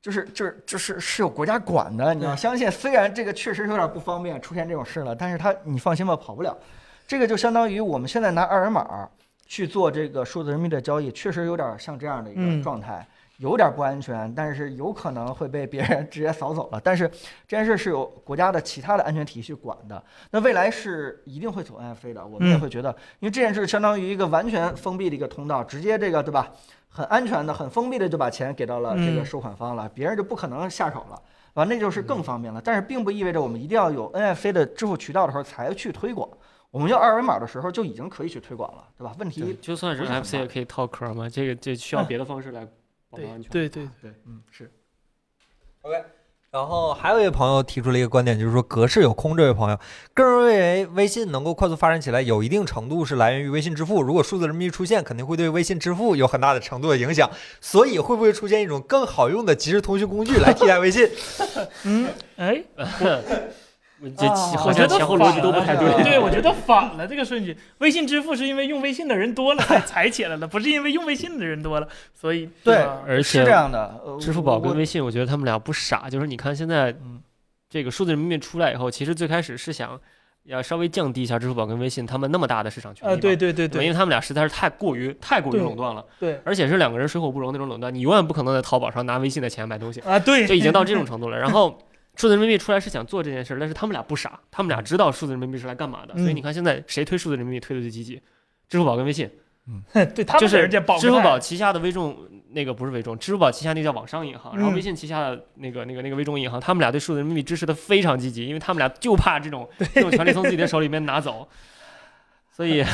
D: 就是就是就是是有国家管的，你要
B: 对
D: 相信。虽然这个确实有点不方便，出现这种事了，但是他你放心吧，跑不了。这个就相当于我们现在拿二维码去做这个数字人民币的交易，确实有点像这样的一
B: 嗯
D: 个状态，有点不安全，但是有可能会被别人 [laughs] 直接扫走了。但是这件事是由国家的其他的安全体系去管的，那未来是一定会走 NFC 的，我们也
B: 嗯
D: 会觉得，因为这件事相当于一个完全封闭的一个通道，直接这个对吧？很安全的、很封闭的就把钱给到了这个
B: 嗯
D: 收款方了，别人就不可能下手了。完，那就是更方便了。但是并不意味着我们一定要有 NFC 的支付渠道的时候才去推广，我们要二维码的时候就已经可以去推广了，对吧？问
C: 对
D: 题，
C: 就算是
D: 不是很
C: FC 也可以套壳嘛，这个这需要别的方式来保证安全。
B: 啊对对，
D: 对，嗯，是。
A: 然后还有一位朋友提出了一个观点，就是说格式有空。这位朋友个人认为，微信能够快速发展起来，有一定程度是来源于微信支付。如果数字人民币出现，肯定会对微信支付有很大的程度的影响。所以，会不会出现一种更好用的即时通讯工具来替代微信？
B: 嗯，哎， [laughs]
C: 我这
D: 啊
C: 前
D: 我
C: 好
B: 我觉
C: 像
B: 得
C: 前后
B: 反
C: 逻辑
B: 了，
C: 都不太
D: 对
C: 对。
B: 对，我觉得反了这个顺序。微信支付是因为用微信的人多了
C: [laughs]
B: 才才起来的，不是因为用微信的人多了，所以
D: 对
B: 吧
C: [laughs] 而
D: 是
C: 且
D: 这样的，呃
C: 支付宝
D: 我
C: 跟微信，我觉得他们俩不傻，就是你看现在
D: 嗯
C: 这个数字人民币出来以后，其实最开始是想要稍微降低一下支付宝跟微信他们那么大的市场权利
B: 呃，
C: 嘛
B: 对对对
C: 对吧因
B: 对
C: 为他们俩实在是太过于太过于
B: 对
C: 垄断了，
B: 对
C: 而且是两个人水火不容那种垄断，你永远不可能在淘宝上拿微信的钱
B: [laughs]
C: 买东西，
B: 啊，对，
C: 就已经到这种程度了。然后数字人民币出来是想做这件事儿，但是他们俩不傻，他们俩知道数字人民币是来干嘛的。所以
B: 嗯
C: 你看现在谁推数字人民币推的最积极？支付宝跟微信，
B: 对他
C: 就
B: 们
C: 是
B: 人家保
C: 支付宝旗下的微众那个不是微众，支付宝旗下那叫网商银行，然后
B: 嗯
C: 微信旗下的那个那个那个微众银行，他们俩对数字人民币支持的非常积极，因为他们俩就怕这种这种权利从自己的手里面拿走。所以，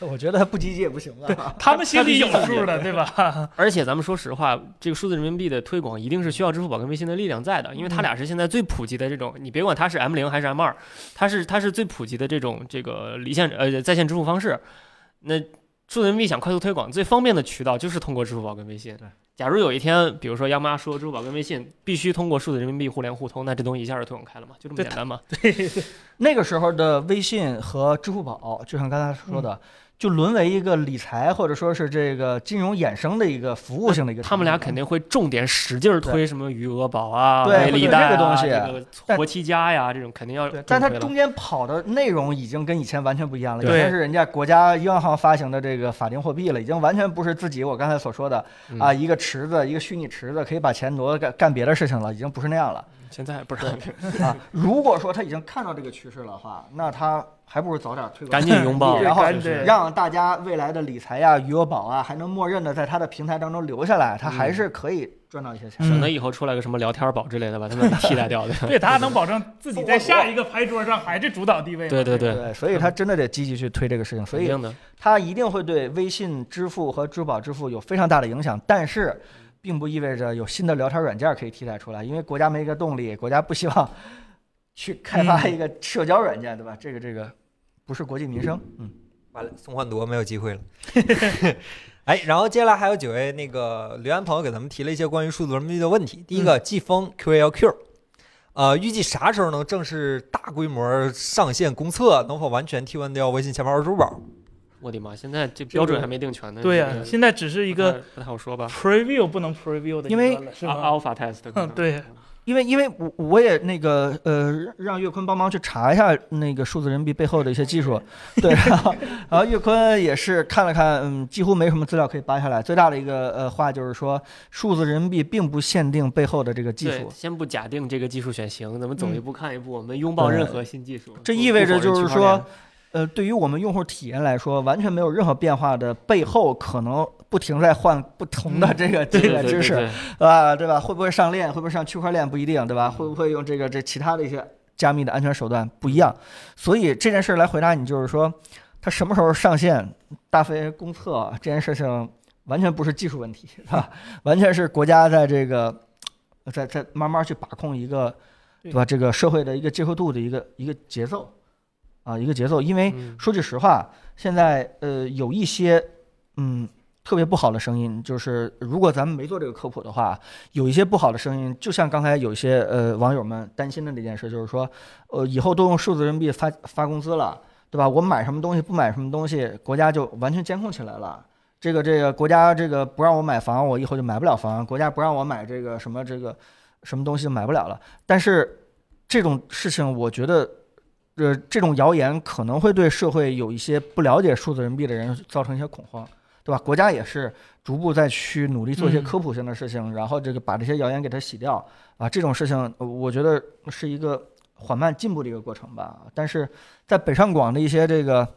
D: 我觉得不积极也不行了。
B: [laughs] 他们心里有数的，对
C: [laughs]
B: 吧？
C: 而且咱们说实话，这个数字人民币的推广一定是需要支付宝跟微信的力量在的，因为它俩是现在最普及的这种，你别管它是 M 零还是 M 二，它是它是最普及的这种这个离线呃在线支付方式。那数字人民币想快速推广，最方便的渠道就是通过支付宝跟微信
D: 对。
C: 假如有一天，比如说央妈说支付宝跟微信必须通过数字人民币互联互通，那这东西一下就推广开了嘛，就这么
B: 对
C: 简单嘛。
D: 那个时候的微信和支付宝，就像刚才说的，就沦为一个理财或者说是这个金融衍生的一个服务性的一个。
C: 他们俩肯。定会重点使劲儿推什么余额宝啊、
D: 对
C: 微利贷啊、
D: 对这个东西
C: 这个活期加呀，这种肯定要重
D: 对
C: 推，
D: 但它
C: 了
D: 中间跑的内容已经跟以前完全不一样了，以
B: 对
D: 前是人家国家央行发行的这个法定货币了，已经完全不是自己我刚才所说的
C: 嗯
D: 啊，一个池子，一个虚拟池子，可以把钱挪干干别的事情了，已经不是
B: [laughs]
D: 那样了。
C: 现在不知道， [laughs]
D: 啊，如果说他已经看到这个趋势了的话，那他还不如早点推广，
C: 赶
D: [laughs]
C: 紧拥抱，
B: 对
D: 然后
B: 赶紧
D: 让大家未来的理财呀、余额宝啊，还能默认的在他的平台当中留下来，他还是可以赚到一些钱。
B: 嗯
C: 省得以后出来个什么聊天宝之类的，把他们替代
D: [laughs]
C: 掉的。
B: 对，他能保证自己在下一个牌桌上还是主导地位吗。
C: 对对对，
D: 对，所以他真的得积极去推这个事情，所
C: 肯
D: 以
C: 定的。
D: 他一定会对微信支付和支付宝支付有非常大的影响，但是。并不意味着有新的聊天软件可以替代出来，因为国家没这个动力，国家不希望去开发一个社交软件，对吧？这个这个不是国计民生，嗯。
A: 完了，宋焕铎没有机会了。哎，然后接下来还有几位那个留言朋友给咱们提了一些关于数字人民币的问题。第一个，季风 QALQ，呃，预计啥时候能正式大规模上线公测？能否完全替换掉微信、钱包和支付宝？
C: 我的妈，现在这标准还没定全呢。
B: 对
C: 这
B: 呀，
C: 个
B: 现在只是一个
C: 不太不太好说吧
B: preview 不能 preview 的一
D: 因为
B: 个了，是
C: 啊
B: 吧？
C: ，alpha test 可能。
B: 嗯对
D: 因为因为我我也那个呃，让岳坤帮忙去查一下那个数字人民币背后的一些技术，对，然后然后岳坤也是看了看，嗯，几乎没什么资料可以扒下来。最大的一个呃话就是说，数字人民币并不限定背后的这个技
C: 对
D: 术，，
C: 先不假定这个技术选型，咱们走一步看一步，我们拥
D: 嗯
C: 抱任何新技术。
D: 这
C: 不
D: 意味着就
C: 不否
D: 是，
C: 认区块链
D: 说，呃，对于我们用户体验来说，完全没有任何变化的背后，可能不停在换不同的这个这
C: 对嗯对
D: 个
C: 对
D: 知
C: 对
D: 识，
C: 对
D: 啊，对吧？会不会上链？会不会上区块链？不一定，对吧？会不会用这个这其他的一些加密的安全手段？不一样。所以这件事儿来回答你，就是说，它什么时候上线？大飞公测这件事情完全不是技术问题， [laughs] 啊，完全是国家在这个在在慢慢去把控一个，对吧？这个社会的一个接受度的一个一个节奏啊，一个节奏。因为
C: 嗯
D: 说句实话，现在呃有一些嗯特别不好的声音，就是如果咱们没做这个科普的话，有一些不好的声音，就像刚才有一些呃网友们担心的那件事，就是说，呃以后都用数字人民币发发工资了，对吧？我买什么东西不买什么东西，国家就完全监控起来了。这个这个国家这个不让我买房，我以后就买不了房；国家不让我买这个什么这个什么东西就买不了了。但是这种事情，我觉得呃，这种谣言可能会对社会有一些不了解数字人民币的人造成一些恐慌，对吧？国家也是逐步在去努力做一些
B: 嗯
D: 科普性的事情，然后这个把这些谣言给它洗掉啊。这种事情，呃我觉得是一个缓慢进步的一个过程吧。但是在北上广的一些这个，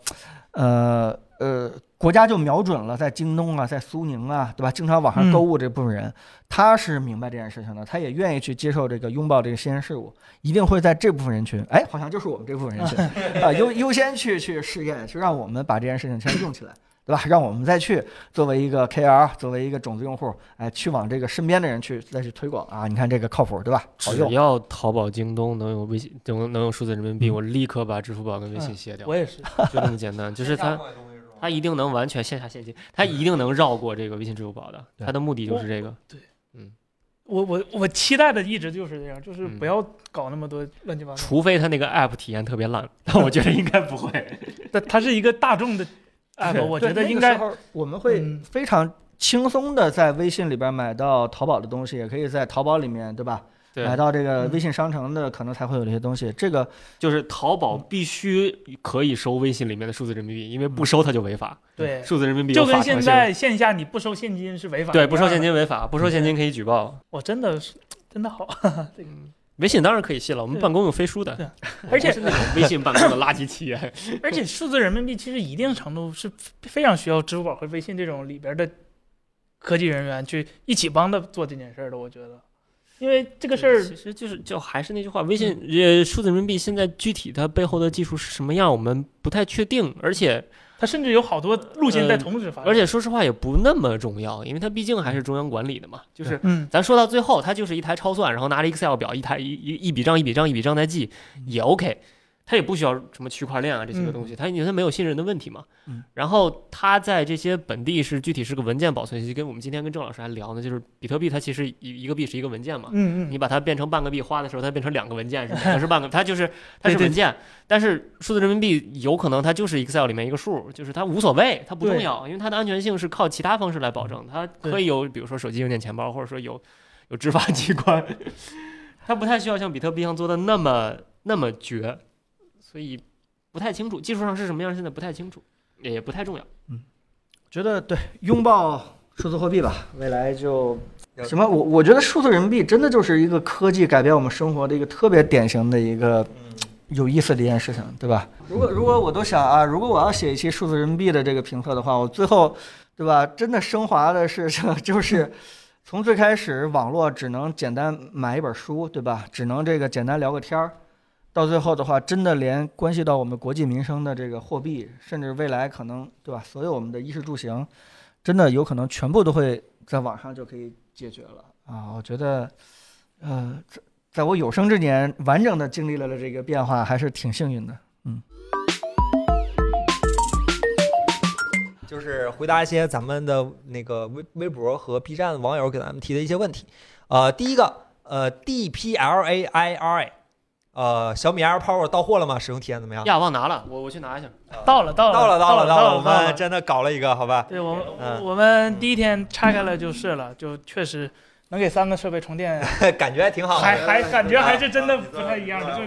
D: 呃呃，国家就瞄准了在京东啊，在苏宁啊，对吧？经常网上购物这部分人，他是明白这件事情的，他也愿意去接受这个拥抱这个新鲜事物，一定会在这部分人群，哎，好像就是我们这部分人群啊，优优先去去试验，去让我们把这件事情先用起来。对吧？让我们再去作为一个 KR，作为一个种子用户，哎，去往这个身边的人去再去推广啊！你看这个靠谱，对吧？好
C: 只
D: 用。
C: 要淘宝、京东能有微信，能能有数字人民币，
D: 嗯
C: 我立刻把支付宝跟微信卸掉，
B: 我也
C: [laughs]
B: 是，
C: 就这么简
D: [laughs]
C: 单。就是它，它一定能完全线下现金，它一定能绕过这个微信、支付宝的。
D: 对
C: 它的目的就是这个。
B: 我我我期待的一直就是这样，就是
C: 嗯
B: 不要搞那么多乱七八糟。
C: 除非他那个
B: 嗯
C: app 体验特别烂， [laughs] 但我觉得应该
B: [laughs]
C: 不会。
B: 但它是一个大众的 app，哎
D: 对
B: 我
D: 对
B: 觉得
D: 那
B: 应
D: 个
B: 该
D: 时候我们会
B: 嗯
D: 非常轻松的在微信里边买到淘宝的东西，也可以在淘宝里面，对吧？
C: 对
D: 买到这个
B: 嗯
D: 微信商城的可能才会有这些东西。这个
C: 就是淘宝必须可以收微信里面的数字人民币，因为不收它就违法。
B: 对，
C: 数字人民币有
B: 就跟
C: 法偿性
B: 现在嗯线下你不收现金是违法。
C: 对不收现，金违法，不收现金可以举报。
B: 我真的是真的好，这个
C: 微信当然可以卸了，我们
B: 对
C: 办公用飞书的 [laughs]
B: 对，
C: 我
B: 而且
C: 不是那种微信办公的垃圾企业。
B: 而且数字人民币其实一定程度是非常需要支付宝和微信这种里边的科技人员去一起帮他做这件事儿的，我觉得。因为 [laughs] 这个事儿
C: [laughs]
B: 嗯
C: 其实就是就还是那句话，微信呃数字人民币现在具体它背后的技术是什么样，我们不太确定，而且
B: 它甚至有好多路线在同时发展。
C: 而且说实话也不那么重要，因为它毕竟还是中央管理的嘛，就是
B: 嗯，
C: 咱说到最后，它就是一台超算，然后拿着 Excel 表一台一一一笔账一笔账一笔账在记，也 OK。它也不需要什么区块链啊这些个东西，它因为它没有信任的问题嘛。
D: 嗯
C: 然后它在这些本地是具体是个文件保存系，跟我们今天跟郑老师还聊呢，就是比特币它其实一一个币是一个文件嘛，
B: 嗯
C: 啊你
B: 嗯，
C: 把它变成半个币花的时候，它变成两个文件是 [laughs] 吧？它是半个，它就是它
B: 对
C: 是
B: 对
C: 文件，但是数字人民币有可能它就是 Excel 里面一个数，就是它无所谓，它不重
B: 对
C: 要，因为它的安全性是靠其他方式来保证，它可以有比如说手机硬件钱包，或者说有有执法机关， [laughs] 它不太需要像比特币上做的那么那么绝，所以不太清楚技术上是什么样，现在不太清楚，也也不太重要。
D: 觉得对，拥抱数字货币吧，未来就
A: 要
D: 什么？我我觉得数字人民币真的就是一个科技改变我们生活的一个特别典型的一个有意思的一件事情，对吧？嗯如果如果我都想啊，如果我要写一期数字人民币的这个评测的话，我最后对吧，真的升华的是 [laughs] 就是。从最开始，网络只能简单买一本书，对吧？只能这个简单聊个天儿，到最后的话，真的连关系到我们国计民生的这个货币，甚至未来可能对吧？所有我们的衣食住行，真的有可能全部都会在网上就可以解决了啊！我觉得，呃，在在我有生之年完整的经历了了这个变化，还是挺幸运的。
A: 就是回答一些咱们的那个微微博和 B 站网友给咱们提的一些问题。呃，第一个，呃，D P L A I R A，呃，小米 Air Power 到货了吗？使用体验怎么样？
C: 呀，忘拿了，我我去拿一下。
B: 到了到了
A: 到了，
B: 到
A: 了，
B: 到
A: 了！我
B: 到
A: 们真的搞了一个，好吧？ [laughs]
B: 对我们
A: 嗯
B: 我们第一天拆开了就是了，就确实能给三个设备充电，啊
A: 感觉还挺好的。
B: 还还感觉还是真的不太一样的，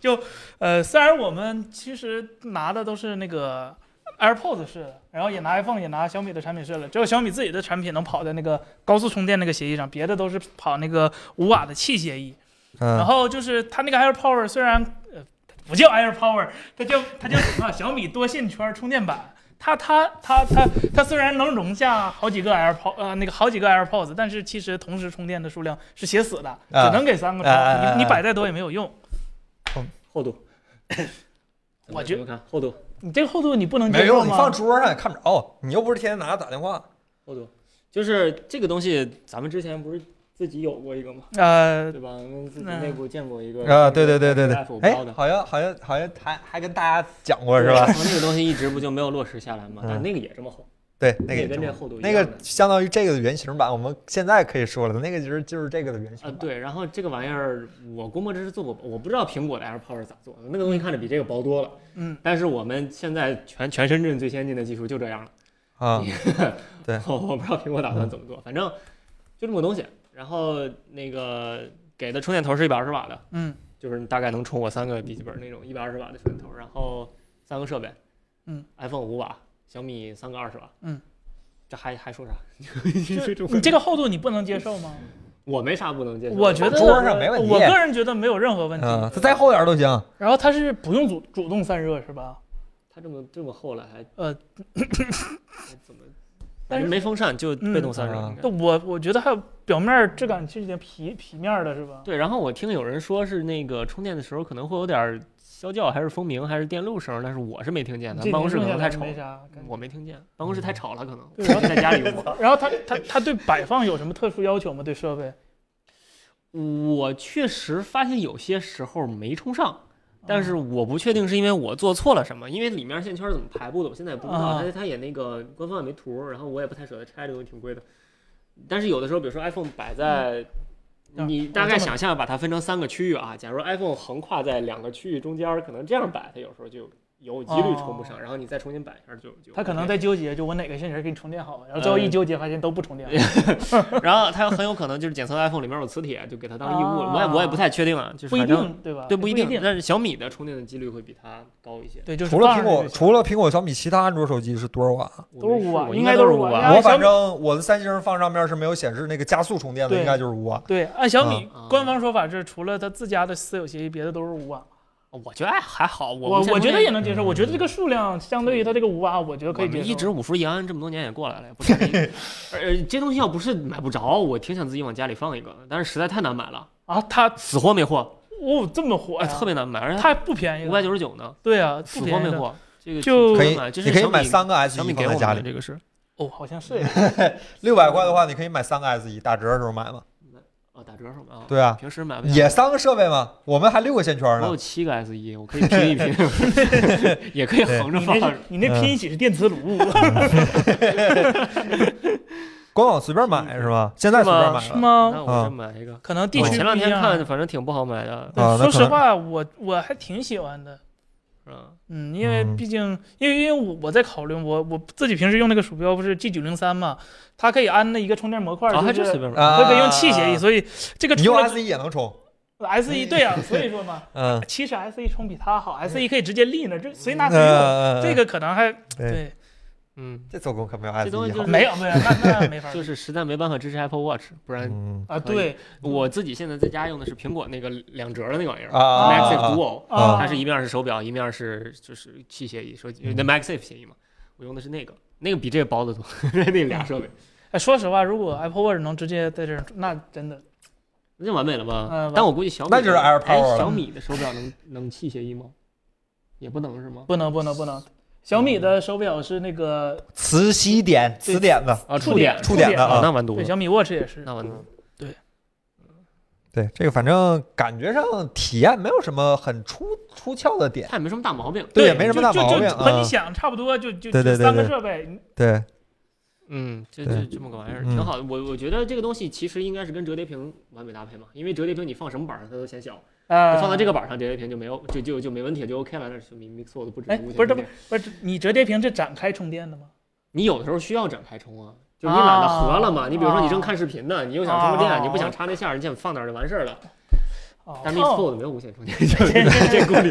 B: 就是呃，虽然我们其实拿的都是那个 AirPods 式的，然后也拿 iPhone 也拿小米的产品试了，只有小米自己的产品能跑在那个高速充电那个协议上，别的都是跑那个五瓦的气协议。然
A: 嗯，
B: 后就是它那个 Air Power 虽然呃不叫 Air Power，它叫它叫什么啊 [laughs] 小米多线圈充电板。它它它它它虽然能容下好几个 AirPod 呃那个好几个 AirPods，但是其实同时充电的数量是写死的，
A: 啊
B: 只能给三个充。
A: 啊啊啊啊
B: 你你摆再多也没有用。
C: 厚度， [coughs]
B: 我觉
C: 得看厚度，
B: 你这个厚度你不能接
A: 没
B: 受
A: 用，你
B: 吗？
A: 放桌上也看不着，哦你又不是天天拿着打电话。
C: 厚度，就是这个东西，咱们之前不是自己有过一个吗？
B: 呃，
C: 对吧？我们自己
B: 嗯
C: 内部见过一个
A: 啊，对对对对对
C: 那个 iPhone，包
A: 哎，
C: 的
A: 好像好像好像还还跟大家讲过是
C: 然
A: 吧？
C: 后那个东西一直不就没有落实下来吗？但那个也这么厚，
A: 对，那个
C: 那也
A: 也
C: 跟
A: 这
C: 这
A: 么
C: 厚度一
A: 那
C: 样
A: 个
C: 的。
A: 相当于这个的原型版，我们现在可以说了，那个就是就是这个的原型
C: 啊，
A: 版。
C: 对，然后这个玩意儿，我估摸这是做过，我不知道苹果的 AirPods 是咋做的，那个东西看着比这个薄多了。
B: 嗯，
C: 但是我们现在全全深圳最先进的技术就这样了。 [laughs]
A: 啊，对
C: 我我不知道苹果打算怎么做，反正就这么个东西。然后那个给的充电头是一百二十瓦的，
B: 嗯，
C: 就是大概能充我三个笔记本那种一百二十瓦的充电头，然后三个设备，
B: 嗯
C: ，iPhone 五瓦，小米三个二十瓦，
B: 嗯，
C: 这还还说啥？ [laughs]
B: 就你这个厚度你不能接受吗？
C: 我没啥不能接受的，
B: 我觉得
A: 桌上没问题
B: 我个人觉得没有任何问题。
A: 嗯，它再厚点儿都行。
B: 然后它是不用主主动散热是吧？
C: 它这么这么厚了还
B: 呃，
C: 还怎 [laughs] 么？
B: 但
C: 反
B: 是
C: 正没风扇就被动散热
A: 嗯啊
C: 应该。
B: 那我我觉得还有表面质感是有点皮皮面的是吧？
C: 对，然后我听有人说是那个充电的时候可能会有点啸叫，还是风鸣，还是电路声，但是我是没听见的，
B: 这
C: 办公室可
B: 用下
C: 能
B: 来
C: 太吵
B: 没
C: 了，
B: 啥感觉。嗯
C: 我没听见，办公室太吵了，可能我
B: 对然后
C: 在家里用过。
B: 然后它它它对摆放有什么特殊要求吗？对设备？
C: 我确实发现有些时候没充
B: 啊
C: 上，但
B: 嗯
C: 是我不确定是因为我做错了什么，因为里面线圈是怎么排布的，我现在也不知道。
B: 啊
C: 但是它也那个官方也没图，然后我也不太舍得拆，这东西挺贵的。但是有的时候，比如说 iPhone 摆在，
B: 嗯
C: 你
B: 哦
C: 大
B: 这
C: 概
B: 么
C: 想象把它分成三个区域啊，假如 iPhone 横跨在两个区域中间儿，可能这样摆，它有时候就有几率充不上，然后你再重新摆一下就就。
B: 哦它可能
C: 在。
B: 在纠结，就我哪个线圈给你充电好，然后最后一
C: 呃
B: 纠结发现都不充电。
C: 然后它很有可能就是检测 iPhone 里面有磁铁，就给它当异物了。我也我也不太确定啊，就是
B: 不一
C: 反正
B: 定，对吧？
C: 对，
B: 不
C: 一但是小米的充电的几率会比它高一些。
B: 对，就是
A: 除了
B: 放
A: 苹
B: 上
A: 果，
B: 就行
A: 除了苹果、小米，其他安卓手机是多少瓦？
C: 我
B: 都是
C: 没试
B: 五瓦
C: 过
B: 应
C: 应
B: 该
C: 该
B: 都是
C: 是
B: 五瓦
C: 瓦。
B: 哎
A: 我
B: 小
A: 反
B: 米
A: 正我的三星放上面是没有显示那个加速充电的，
B: 对
A: 应该就是五瓦。
B: 对，按小米
C: 啊啊
B: 官方说法是，除了它自家的私有协议，别的都是五瓦。啊
C: 我觉得哎还好，我
B: 我
C: 们现在
B: 我觉得
C: 目前
B: 也能接受，我觉得这个数量相对于它这个五啊，我觉得可
C: 嗯我
B: 以接
C: 们
B: 受。
C: 一直五叔一安这么多年也过来了，也不便宜。
B: [laughs]
C: 呃，这东西要不是买不着，我挺想自己往家里放一个，但是实在太难买了，
B: 啊，它
C: 死活没货，
B: 哦这么火
C: 哎，
B: 呀，
C: 特别难买，而且
B: 它不便宜，
C: 五百九十九呢，
B: 对啊，
C: 死
B: 不
C: 活
B: 便
C: 没
B: 宜的。
C: 货。这个
B: 就
A: 可以
C: 买这，是
A: 你可以
C: 小米
A: 买三个 S
C: 小
A: 一
C: 米
A: 放
C: 给我
A: 在
C: 们
A: 家
C: 的
A: 里，
C: 这个是
B: 哦，好像是呀，
A: 六百
B: 嗯
A: 块的话，你可以买三个 S 一，打折的时候买嘛。
C: 哦，打折是吧？啊，
A: 对啊，
C: 平时买不下
A: 也三个设备嘛，我们还六个线圈
C: 我有
B: 哦
A: 呢。
C: 七个 S 一，我可以拼一
A: [laughs]
C: 拼，也可以横着
B: 你
C: 放。
B: 那
C: [laughs]
B: 你那拼一起是电磁炉，
C: 嗯
A: 官网随便买是吗？现在随便买
B: 是
A: 了。
B: [laughs] 吗？
C: 那我这买一个，
B: 可能地
C: 我
B: 区
C: 哦前两
B: 不一
C: 天
B: 样
C: 看，反正挺不好买的，
A: 啊那
B: 说
A: 可
B: 实
A: 能
B: 话，我我还挺喜欢的，
C: 嗯，
B: 嗯，因为
A: 嗯
B: 毕竟，因为因为我我在考虑，我我自己平时用那个鼠标不是 G 九零三嘛，它可以安那一个充电模块，
C: 啊，还
B: 就
C: 真随
B: 是
C: 便买。
A: 啊，
B: 它可以用气协议，所以这个
A: 你用
B: 除了
A: S 一也能充。[laughs]
B: S E 对啊，所以说嘛，
A: 嗯，
B: 其实 S E 充比它好，S E 可以直接立那儿，这谁拿谁用，
A: 呃
B: 这个可能还
A: 对
B: 对
C: 嗯，
A: 这做工可没有
C: 这
A: S
C: 东
A: 一好
C: 西就。是
B: 没有没有那那没法
C: 就是实在没办法支持 Apple Watch，不然
A: 嗯
B: 啊，
C: 可以
B: 对
C: 我自己现在在家用的是苹果那个两折的那个玩意儿
A: 啊
C: ，Maxif Duo，
A: 啊
C: 它是一面是手表，一面是就是器协议，手
A: 嗯
C: 机那 Maxif 协议嘛，我用的是那个，那个比这个薄得多， [laughs] 那俩设备，
B: 哎，说实话，如果 Apple Watch 能直接在这儿，那真的
C: 那就完美了
B: 嗯
C: 吧
B: 完？
C: 但我估计小米
A: 那就是 AirPower
C: 哎
A: 了
C: 小米的手表能能器协议吗？也不能是吗？
B: 不能不能不能。小米的手表是那个
A: 磁吸点，磁点的，
C: 啊，
B: 触
C: 触点
A: 触点的
C: 啊，
A: 啊。
C: 那完犊
B: 对
C: 子，
B: 小米 Watch 也是，
C: 那完犊子。
A: 对，这个反正感觉上体验没有什么很出出窍的点。
C: 它也没什么大毛病。
A: 对
B: 对，
A: 也没什么大
B: 就就
A: 毛病
B: 就和
A: 嗯
B: 你想差不多，就就
A: 对对
B: 就
A: 对
B: 三个
A: 对
B: 设备，
A: 对，
C: 嗯，这
A: 对
C: 这这么个玩意儿
A: 嗯
C: 挺好的。我我觉得这个东西其实应该是跟折叠屏完美搭配嘛，因为折叠屏你放什么板上它都显小，
B: 啊，
C: 就放在这个板上折叠屏就没有就就就没问题了，就 OK 了。那是 Mix Fold 不止
B: 哎，
C: 无线
B: 不是，这
C: 充
B: 不
C: 电
B: 不是你折叠屏是展开充电的吗？
C: 你有的时候需要展开充啊，就是你懒得合了嘛。
B: 啊
C: 你比如说你正看视频呢，你又想充个电，你不想插那线儿，你想放哪儿就完事儿了。
B: 哦
C: 但 Mix Fold 没有无线充电，
B: [laughs]
C: [laughs] 就是这公
A: [laughs]
C: 里。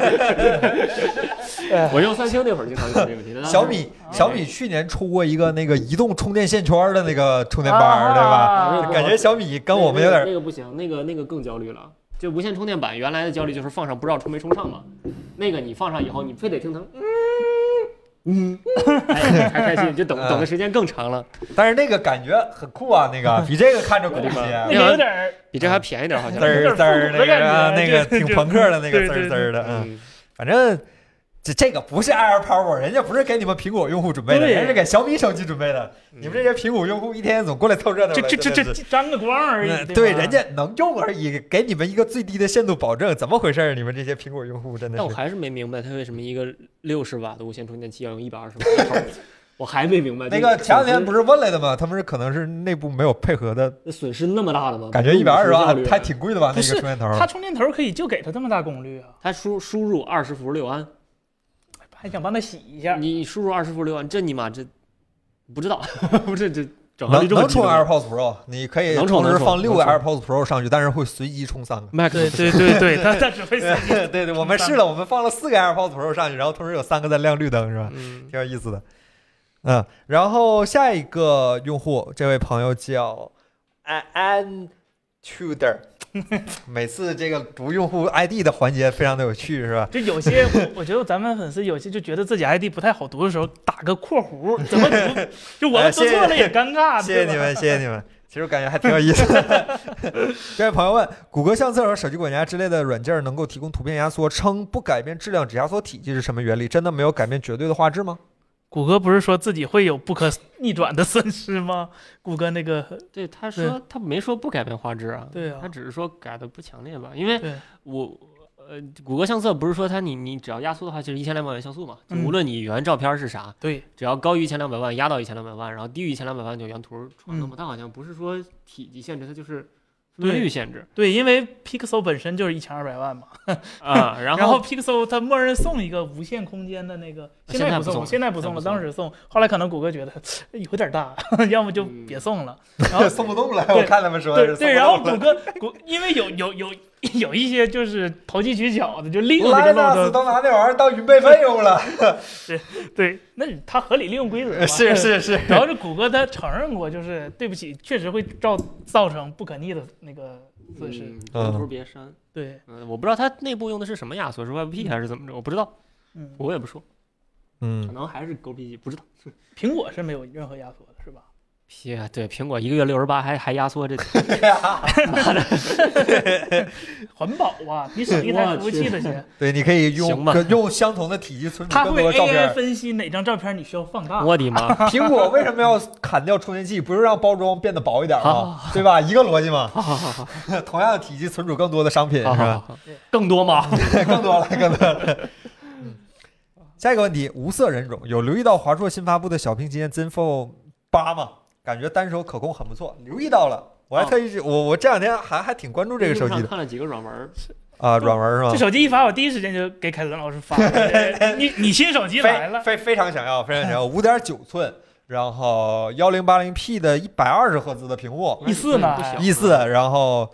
C: 我用三星那会儿经常有这个问题。
A: 小米
B: 啊
A: 小米去年出过一个那个移动充电线圈的那个充电板，
B: 啊
A: 对吧？
B: 啊
C: 啊
A: 感觉小米跟我们有
C: 那个
A: 点
C: 那个不行，那个那个更焦虑了。就无线充电板原来的焦虑就是放上不知道充没充上嘛，那个你放上以后你非得听它，嗯
A: [laughs]
C: 嗯，哎才开心，就等
A: 嗯
C: 等的时间更长了，
A: 但是那个感觉很酷啊，那个比这个看着酷一
C: 那
A: 些
B: 那，个有点儿
C: 比这
A: 嗯
C: 还便宜点儿好像
A: 滋。儿滋儿那个啊那个挺朋克的那个
B: 对
A: 滋
B: 对
A: 儿滋儿的，嗯，
C: 嗯，
A: 反正。这这个不是 AirPower，人家不是给你们苹果用户准备的，
B: 对
A: 人家是给小米手机准备的。
C: 嗯
A: 你们这些苹果用户一天总过来凑热闹
B: 这
A: 来，
B: 这这
A: 真
B: 这
A: 的是
B: 这沾个光而已
A: 嗯，
B: 对
A: 对，
B: 吧
A: 人家能用而已，给你们一个最低的限度保证，怎么回事儿？你们这些苹果用户真的
C: 但我
A: 是，
C: 还是没明白它为什么一个六十瓦的无线充电器要用一百二十瓦，我还没明白
A: 那个前两天不
C: 是
A: 是问来的吗？他们是可能是内部没有配合的，
C: 损失那么大的吗？
A: 感觉一百二十
C: 瓦
A: 万还挺贵的吧？那
B: 不
A: 个
B: 是
A: 充电头儿，
B: 它充电头可以就给它这么大功率啊，
C: 它输输入二十伏六安，
B: 还想帮它洗一
A: 嗯
B: 下，
C: 你输入二十伏六安，这你妈这不知道， [laughs] 不是这整合
A: 能
C: 力这么
A: 能
C: 低
A: 充
C: 吗
A: AirPods Pro，你可以
C: 能充
A: 同时
C: 能充
A: 放六个
C: 能充
A: AirPods Pro 上去，但是会随机充三个。
C: Mac
B: 对对对
C: [laughs]
B: 对， [laughs] 它它只会死。
A: 对 [laughs] 对，我们试了，我们放了四个 AirPods Pro 上去，然后同时有三个在亮绿灯，是吧？
C: 嗯，
A: 挺有意思的。嗯，然后下一个用户，这位朋友叫安安 Tudor，每次这个读用户 ID 的环节非常的有趣，是吧？
B: 就有些，我我觉得咱们粉丝有些就觉得自己 ID 不太好读的时候，打个括弧怎么读，就我
A: 哎
B: 们
A: 谢
B: 读
A: 谢
B: 错了也尴尬。
A: 谢谢你们，谢谢你们。其实我感觉还挺有意思的。这位朋友问：谷歌相册和手机管家之类的软件能够提供图片压缩，称不改变质量只压缩体积是什么原理？真的没有改变绝对的画质吗？
B: 谷歌不是说自己会有不可逆转的损失吗？谷歌那个
C: 对，他说他没说不改变画质啊，
B: 对啊
C: 他只是说改的不强烈吧，因为
B: 对
C: 我。呃，谷歌相册不是说它你你只要压缩的话，就是一千两百万像素嘛，就
B: 嗯
C: 无论你原照片是啥，
B: 对
C: 只要高于一千两百万，压到一千两百万，然后低于一千两百万就原图传动嘛。
B: 嗯
C: 它好像不是说体积限制，它就是分辨率限制
B: 对，因为 Pixel 本身就是一千二百万嘛，
C: 啊。 [laughs] 然
B: 然后
C: 后
B: Pixel 它默认送一个无限空间的那个，
C: 现
B: 现
C: 在
B: 在
C: 不送
B: 送，
C: 了
B: 现在不送了，
C: 现在不送了
B: 当时送，后来可能谷歌觉得 [laughs] 有点大，要么就别送了。然
A: [laughs]
B: 后
A: 送不动了，
B: 对
A: 我看他们说的
B: 对
A: 是
B: 对，然后
A: 送不
B: 谷
A: 动了。
B: 歌谷，因为有有有有一些就是投机取巧的，就利用这个
A: 莱
B: 漏
A: 纳斯都
B: 洞，
A: 拿那玩意儿当云备份用了，
B: 对，那你它合理利用规则嘛。
A: 呃是
B: [laughs]
A: 是是，
B: 主要是谷歌它承认过，就是对不起，确实会造造成不可逆的那个损失。
C: 嗯文图别删。
B: 对，
C: 嗯，我不知道它内部用的是什么压缩，是 YP 还是怎么着，我不知道，
B: 嗯，
C: 我也不说，可
A: 嗯，
C: 能还是狗屁，不知道。
B: 苹果是没有任何压缩的，是
A: [laughs]
B: 吧？
C: 屁啊，对，苹果一个月六十八，还还压缩这，
B: 环保啊，比手机台服务器的钱，
A: 对，你可以用
C: 行吧
A: 跟用相同的体积存储
B: 它
A: 更
B: 会
A: 多的照
B: AI
A: 片。
B: 分析哪张照片你需要放大。
C: 我的 [laughs] 妈！
A: 苹果为什么要砍掉充电器？不是让包装变得薄一点
C: 好好
A: 吗？对吧？一个逻辑嘛。
C: 好好好好
A: [laughs] 同样的体积存储更多的商品是
C: 好好
A: 吧？
C: 好
B: 对，
C: [laughs] 更多吗？
A: [laughs] 更多了，更多了。嗯下一个问题，无色人种有留意到华硕新发布的小屏旗舰 Zen Fold 八吗？感觉单手可控很不错，留意到了。我还
B: 哦
C: 啊
A: 特意去，我我这两天还还挺关注这个手机
C: 路上
A: 的
C: 看了几个软文 [laughs] 儿，
A: 啊，软文
B: 这
A: 是吗？
B: 手机一发，我第一时间就给凯伦
A: [laughs]
B: 老师发了。你你新手机来
A: 非
B: 了，
A: 非非常想要，非常想 [laughs] 要，五点九寸，然后幺零八零 P 的一百二十赫兹的屏幕，
B: E4 呢
C: 不小
A: 一四，然后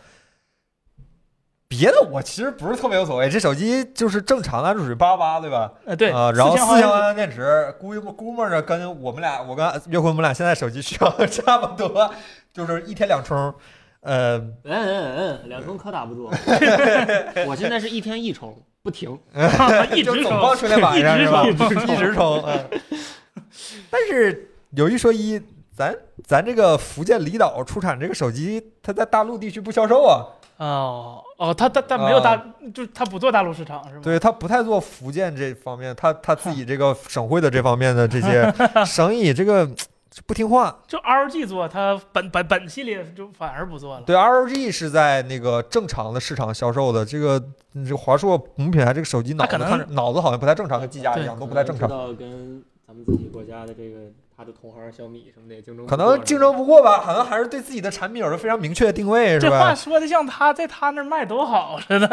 A: 别的我其实不是特别有所谓，这手机就是正常的，安卓八八对吧？
B: 呃，对
A: 啊、然后四千
B: 4000毫
A: 万
B: 安
A: 安电池，估计估摸着跟我们俩，我跟岳坤我们俩现在手机需要差不多，就是一天两充。呃，
C: 嗯嗯嗯，两充可打不 [laughs] 住。我现在是一天一充，不停。
A: [laughs]
B: [laughs] 一
A: 就
B: 直
A: 总放充
B: 充，
A: 电板上是吧？
B: [laughs] 一直充
A: [laughs] 一直充。嗯但是有一说一，咱咱这个福建离岛出产这个手机，它在大陆地区不销售啊，
B: 哦哦，他他他没有大
A: 啊，
B: 就是他不做大陆市场是吗？
A: 对，它不太做福建这方面，它它自己这个省会的这方面的这 [laughs] 些生意，这个不听话。
B: 就 ROG 做，它本本本系列就反而不做了。
A: 对，ROG 是在那个正常的市场销售的。这个嗯这个华硕母品牌这个手机脑子
B: 它可能
A: 看着脑子好像不太正常，跟技嘉
B: 对
A: 一样都不太正常
C: 知，道跟咱们自己国家的这个它的同行小米什么的也竞争不
A: 可
C: 过，
A: 能竞争不过吧，好像还是对自己的产品有着非常明确的定位，是
B: 这话
A: 吧？
B: 说的像他在他那儿卖多好似的，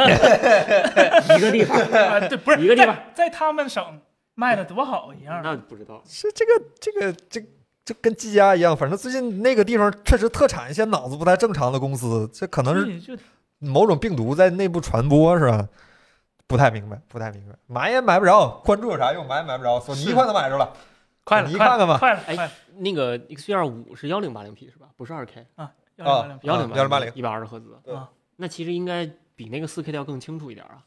C: [laughs] 一个地方。
B: 啊对，不是
C: [laughs] 一个地方
B: 在在他们省卖的多好一样。
C: 那不知道，
A: 是这个这个这这跟技嘉一样，反正最近那个地方确实特产一些脑子不太正常的公司，这可 [laughs] 能是
B: 嗯就
A: 某种病毒在内部传播，是吧？不太明白，不太明白，买也买不着，关注有啥用？买也买不着，索尼
B: 是
A: 快能买着了，
B: 快了，
A: 你
B: 快
A: 看看吧
B: 了快了，
C: 哎
B: 快了
C: 那个 Xperia 五是幺零八零 P 是吧？不是二 K，
B: 要两万
C: 幺
A: 啊
C: 零
A: 1080
C: 一百二十赫兹
A: 对
B: 啊。
C: 那其实应该比那个四 K 的要更清楚一点啊。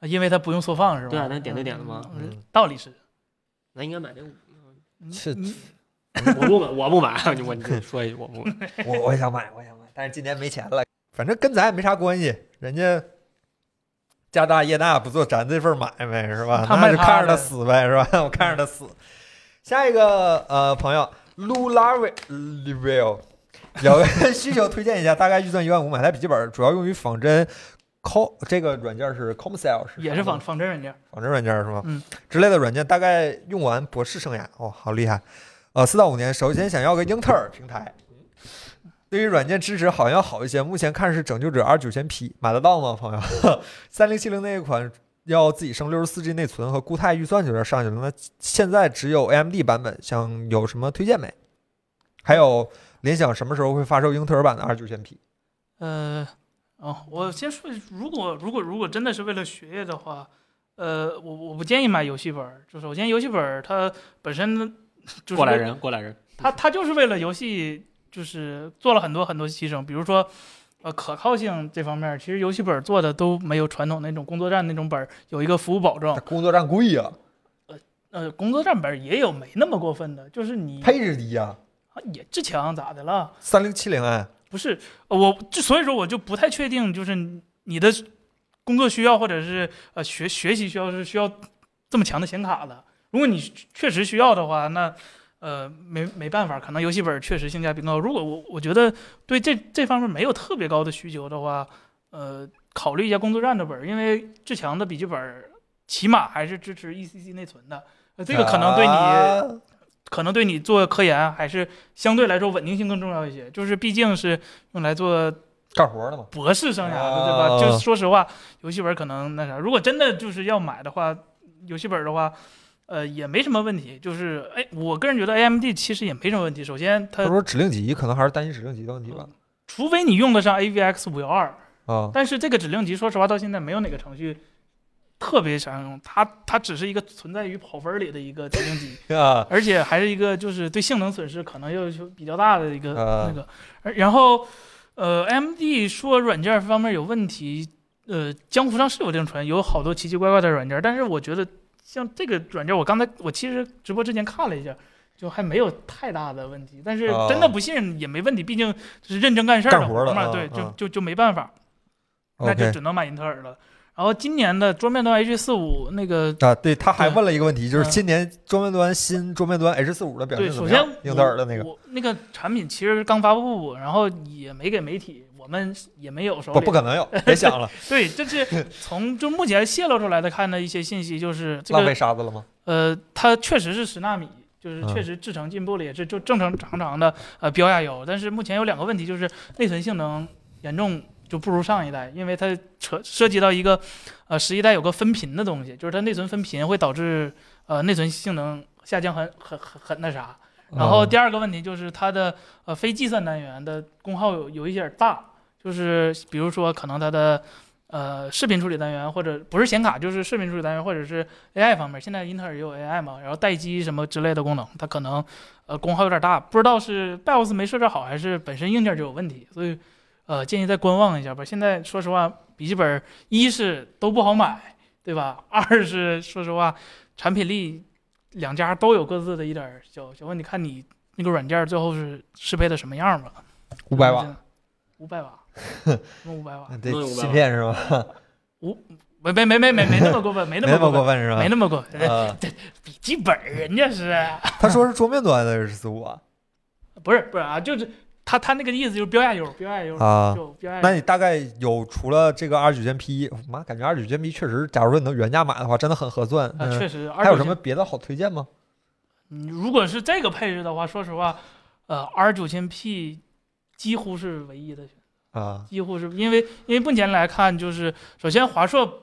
B: 两，因为它不用缩放是吧？
C: 对啊那点对点的嘛
B: 嗯
A: 嗯
B: 道理是。
C: 那应该买这五。
D: 是
B: 嗯
C: 我不买，我不买，我你说一句，我不买。
A: [laughs] 我我也想买，我也想买，但是今年没钱了。反正跟咱也没啥关系，人家家大业大，不做咱这份买卖是吧？
B: 他卖
A: 那就
B: 他
A: 看着他
B: 的
A: 死呗是吧？我看着他死。下一个呃，朋友 Lu Lavi Livio 有个需求推荐一下，大概预算一万五买台笔记本，主要用于仿真。Co 这个软件是 Comcell 是
B: 也
A: 啥
B: 是
A: 吗
B: 仿仿真软件，
A: 仿真软件是吗？
B: 嗯，
A: 之类的软件大概用完博士生涯，哦，好厉害。呃，四到五年，首先想要个英特尔平台。对于软件支持好像要好一些，目前看是拯救者 R 九千 P 买得到吗，朋友？三零七零那一款要自己升六十四 G 内存和固态预算有点上去了，那现在只有 AMD 版本，想有什么推荐没？还有联想什么时候会发售英特尔版的 R 九千 P？
B: 呃，哦，我先说，如果如果如果真的是为了学业的话，呃，我我不建议买游戏本儿，就首先游戏本儿它本身就是
C: 过来
B: 为
C: 人，过来人，
B: 他他就是为了游戏，就是做了很多很多牺牲，比如说，呃，可靠性这方面，其实游戏本做的都没有传统那种工作站那种本儿有一个服务保证
A: 那。工作站贵啊，
B: 呃，工作站本儿也有没那么过分的，就是你
A: 配置低啊，
B: 啊也至强咋的了？
A: 三零七零哎，
B: 不是，呃我就所以说我就不太确定，就是你的工作需要或者是呃学学习需要是需要这么强的显卡的。如果你确实需要的话，那呃没没办法，可能游戏本确实性价比更高。如果我我觉得对这这方面没有特别高的需求的话，呃，考虑一下工作站的本儿，因为至强的笔记本儿起码还是支持 ECC 内存的，呃，这个可能对你。
A: 啊
B: 可能对你做科研啊还是相对来说稳定性更重要一些，就是毕竟是用来做
A: 干活的嘛。
B: 博士生涯的，对
A: 啊
B: 吧？就是说实话，游戏本可能那啥，如果真的就是要买的话，游戏本的话，呃，也没什么问题。就是哎，我个人觉得 AMD 其实也没什么问题。首先
A: 他
B: 它，呃
A: 说指令集可能还是担心指令集的问题吧。
B: 除非你用得上 AVX 五幺二，
A: 啊，
B: 但是这个指令集，说实话，到现在没有哪个程序特别想用它，它只是一个存在于跑分里的一个指令集。
A: 啊，
B: 而且还是一个就是对性能损失可能要求比较大的一个
A: 啊
B: 那个，而然后呃，AMD 说软件方面有问题，呃，江湖上是有这种传言，有好多奇奇怪怪的软件，但是我觉得像这个软件，我刚才我其实直播之前看了一下。就还没有太大的问题，但是
A: 哦
B: 真的不信任也没问题，毕竟是认真干事儿
A: 干
B: 的
A: 活儿了
B: 嘛，
A: 啊
B: 对，就
A: 啊
B: 就就没办法，那就
A: OK
B: 只能买英特尔了。然后今年的桌面端 H 四五那个，
A: 啊，对，他还
B: 对
A: 问了一个问题，就是
B: 嗯
A: 今年桌面端新桌面端 H 四五的表
B: 对，
A: 现怎
B: 首
A: 么
B: 先
A: 样？英特尔的那个
B: 我那个产品其实刚发布，然后也没给媒体，我们也没有手
A: 不
B: 里
A: 不可能有，别想了，
B: 对，这是
A: [laughs]
B: 从就目前泄露出来的看的一些信息，就是 [laughs] 这
A: 浪费
B: 个
A: 沙子了吗？
B: 呃，它确实是十纳米，就是
A: 嗯
B: 确实制程进步了，也是就正常常常的呃标下游。但是目前有两个问题，就是内存性能严重就不如上一代，因为它扯涉及到一个呃十一代有个分频的东西，就是它内存分频会导致呃内存性能下降很很很很那啥。然
A: 哦嗯
B: 后第二个问题就是它的呃非计算单元的功耗有有一点大，就是比如说可能它的呃视频处理单元或者不是显卡就是视频处理单元或者是 AI 方面，现在英特尔也有 AI 嘛，然后待机什么之类的功能，它可能呃功耗有点大，不知道是 BIOS 没设置好还是本身硬件就有问题，所以呃建议再观望一下吧。现在说实话，笔记本一是都不好买，对吧？二是说实话，产品力两家都有各自的一点儿小小问题，看你那个软件最后是适配的什么样吧。
A: 五百瓦，，
B: 五百瓦，什么嗯五百瓦？
A: 对
C: 弄500
A: 芯片是吧？
B: 没没没没没没那么过分，没那
A: 没那
B: 么
A: 么
B: 过
A: 过
B: 分，
A: 分是吧
B: 没？那么过分。
A: 啊，
B: 笔记本儿人家是
A: 他说是桌面端的 H 四五啊
B: 不是不是啊？就是他他那个意思就是标下优，标下优，
A: 啊。
B: 嗯就标下
A: 那
B: 优。
A: 你大概有除了这个 R 九键 P 一，妈感觉 R 九键 P 确实，假如说你能原价买的话，真的很合算。
B: 啊，
A: 嗯
B: 确实，
A: 还有什么别的好推荐吗？
B: 嗯，如果是这个配置的话，说实话，呃，R 九千 P 几乎是唯一的选择，
A: 啊，
B: 几乎是因为因为目前来看，就是首先华硕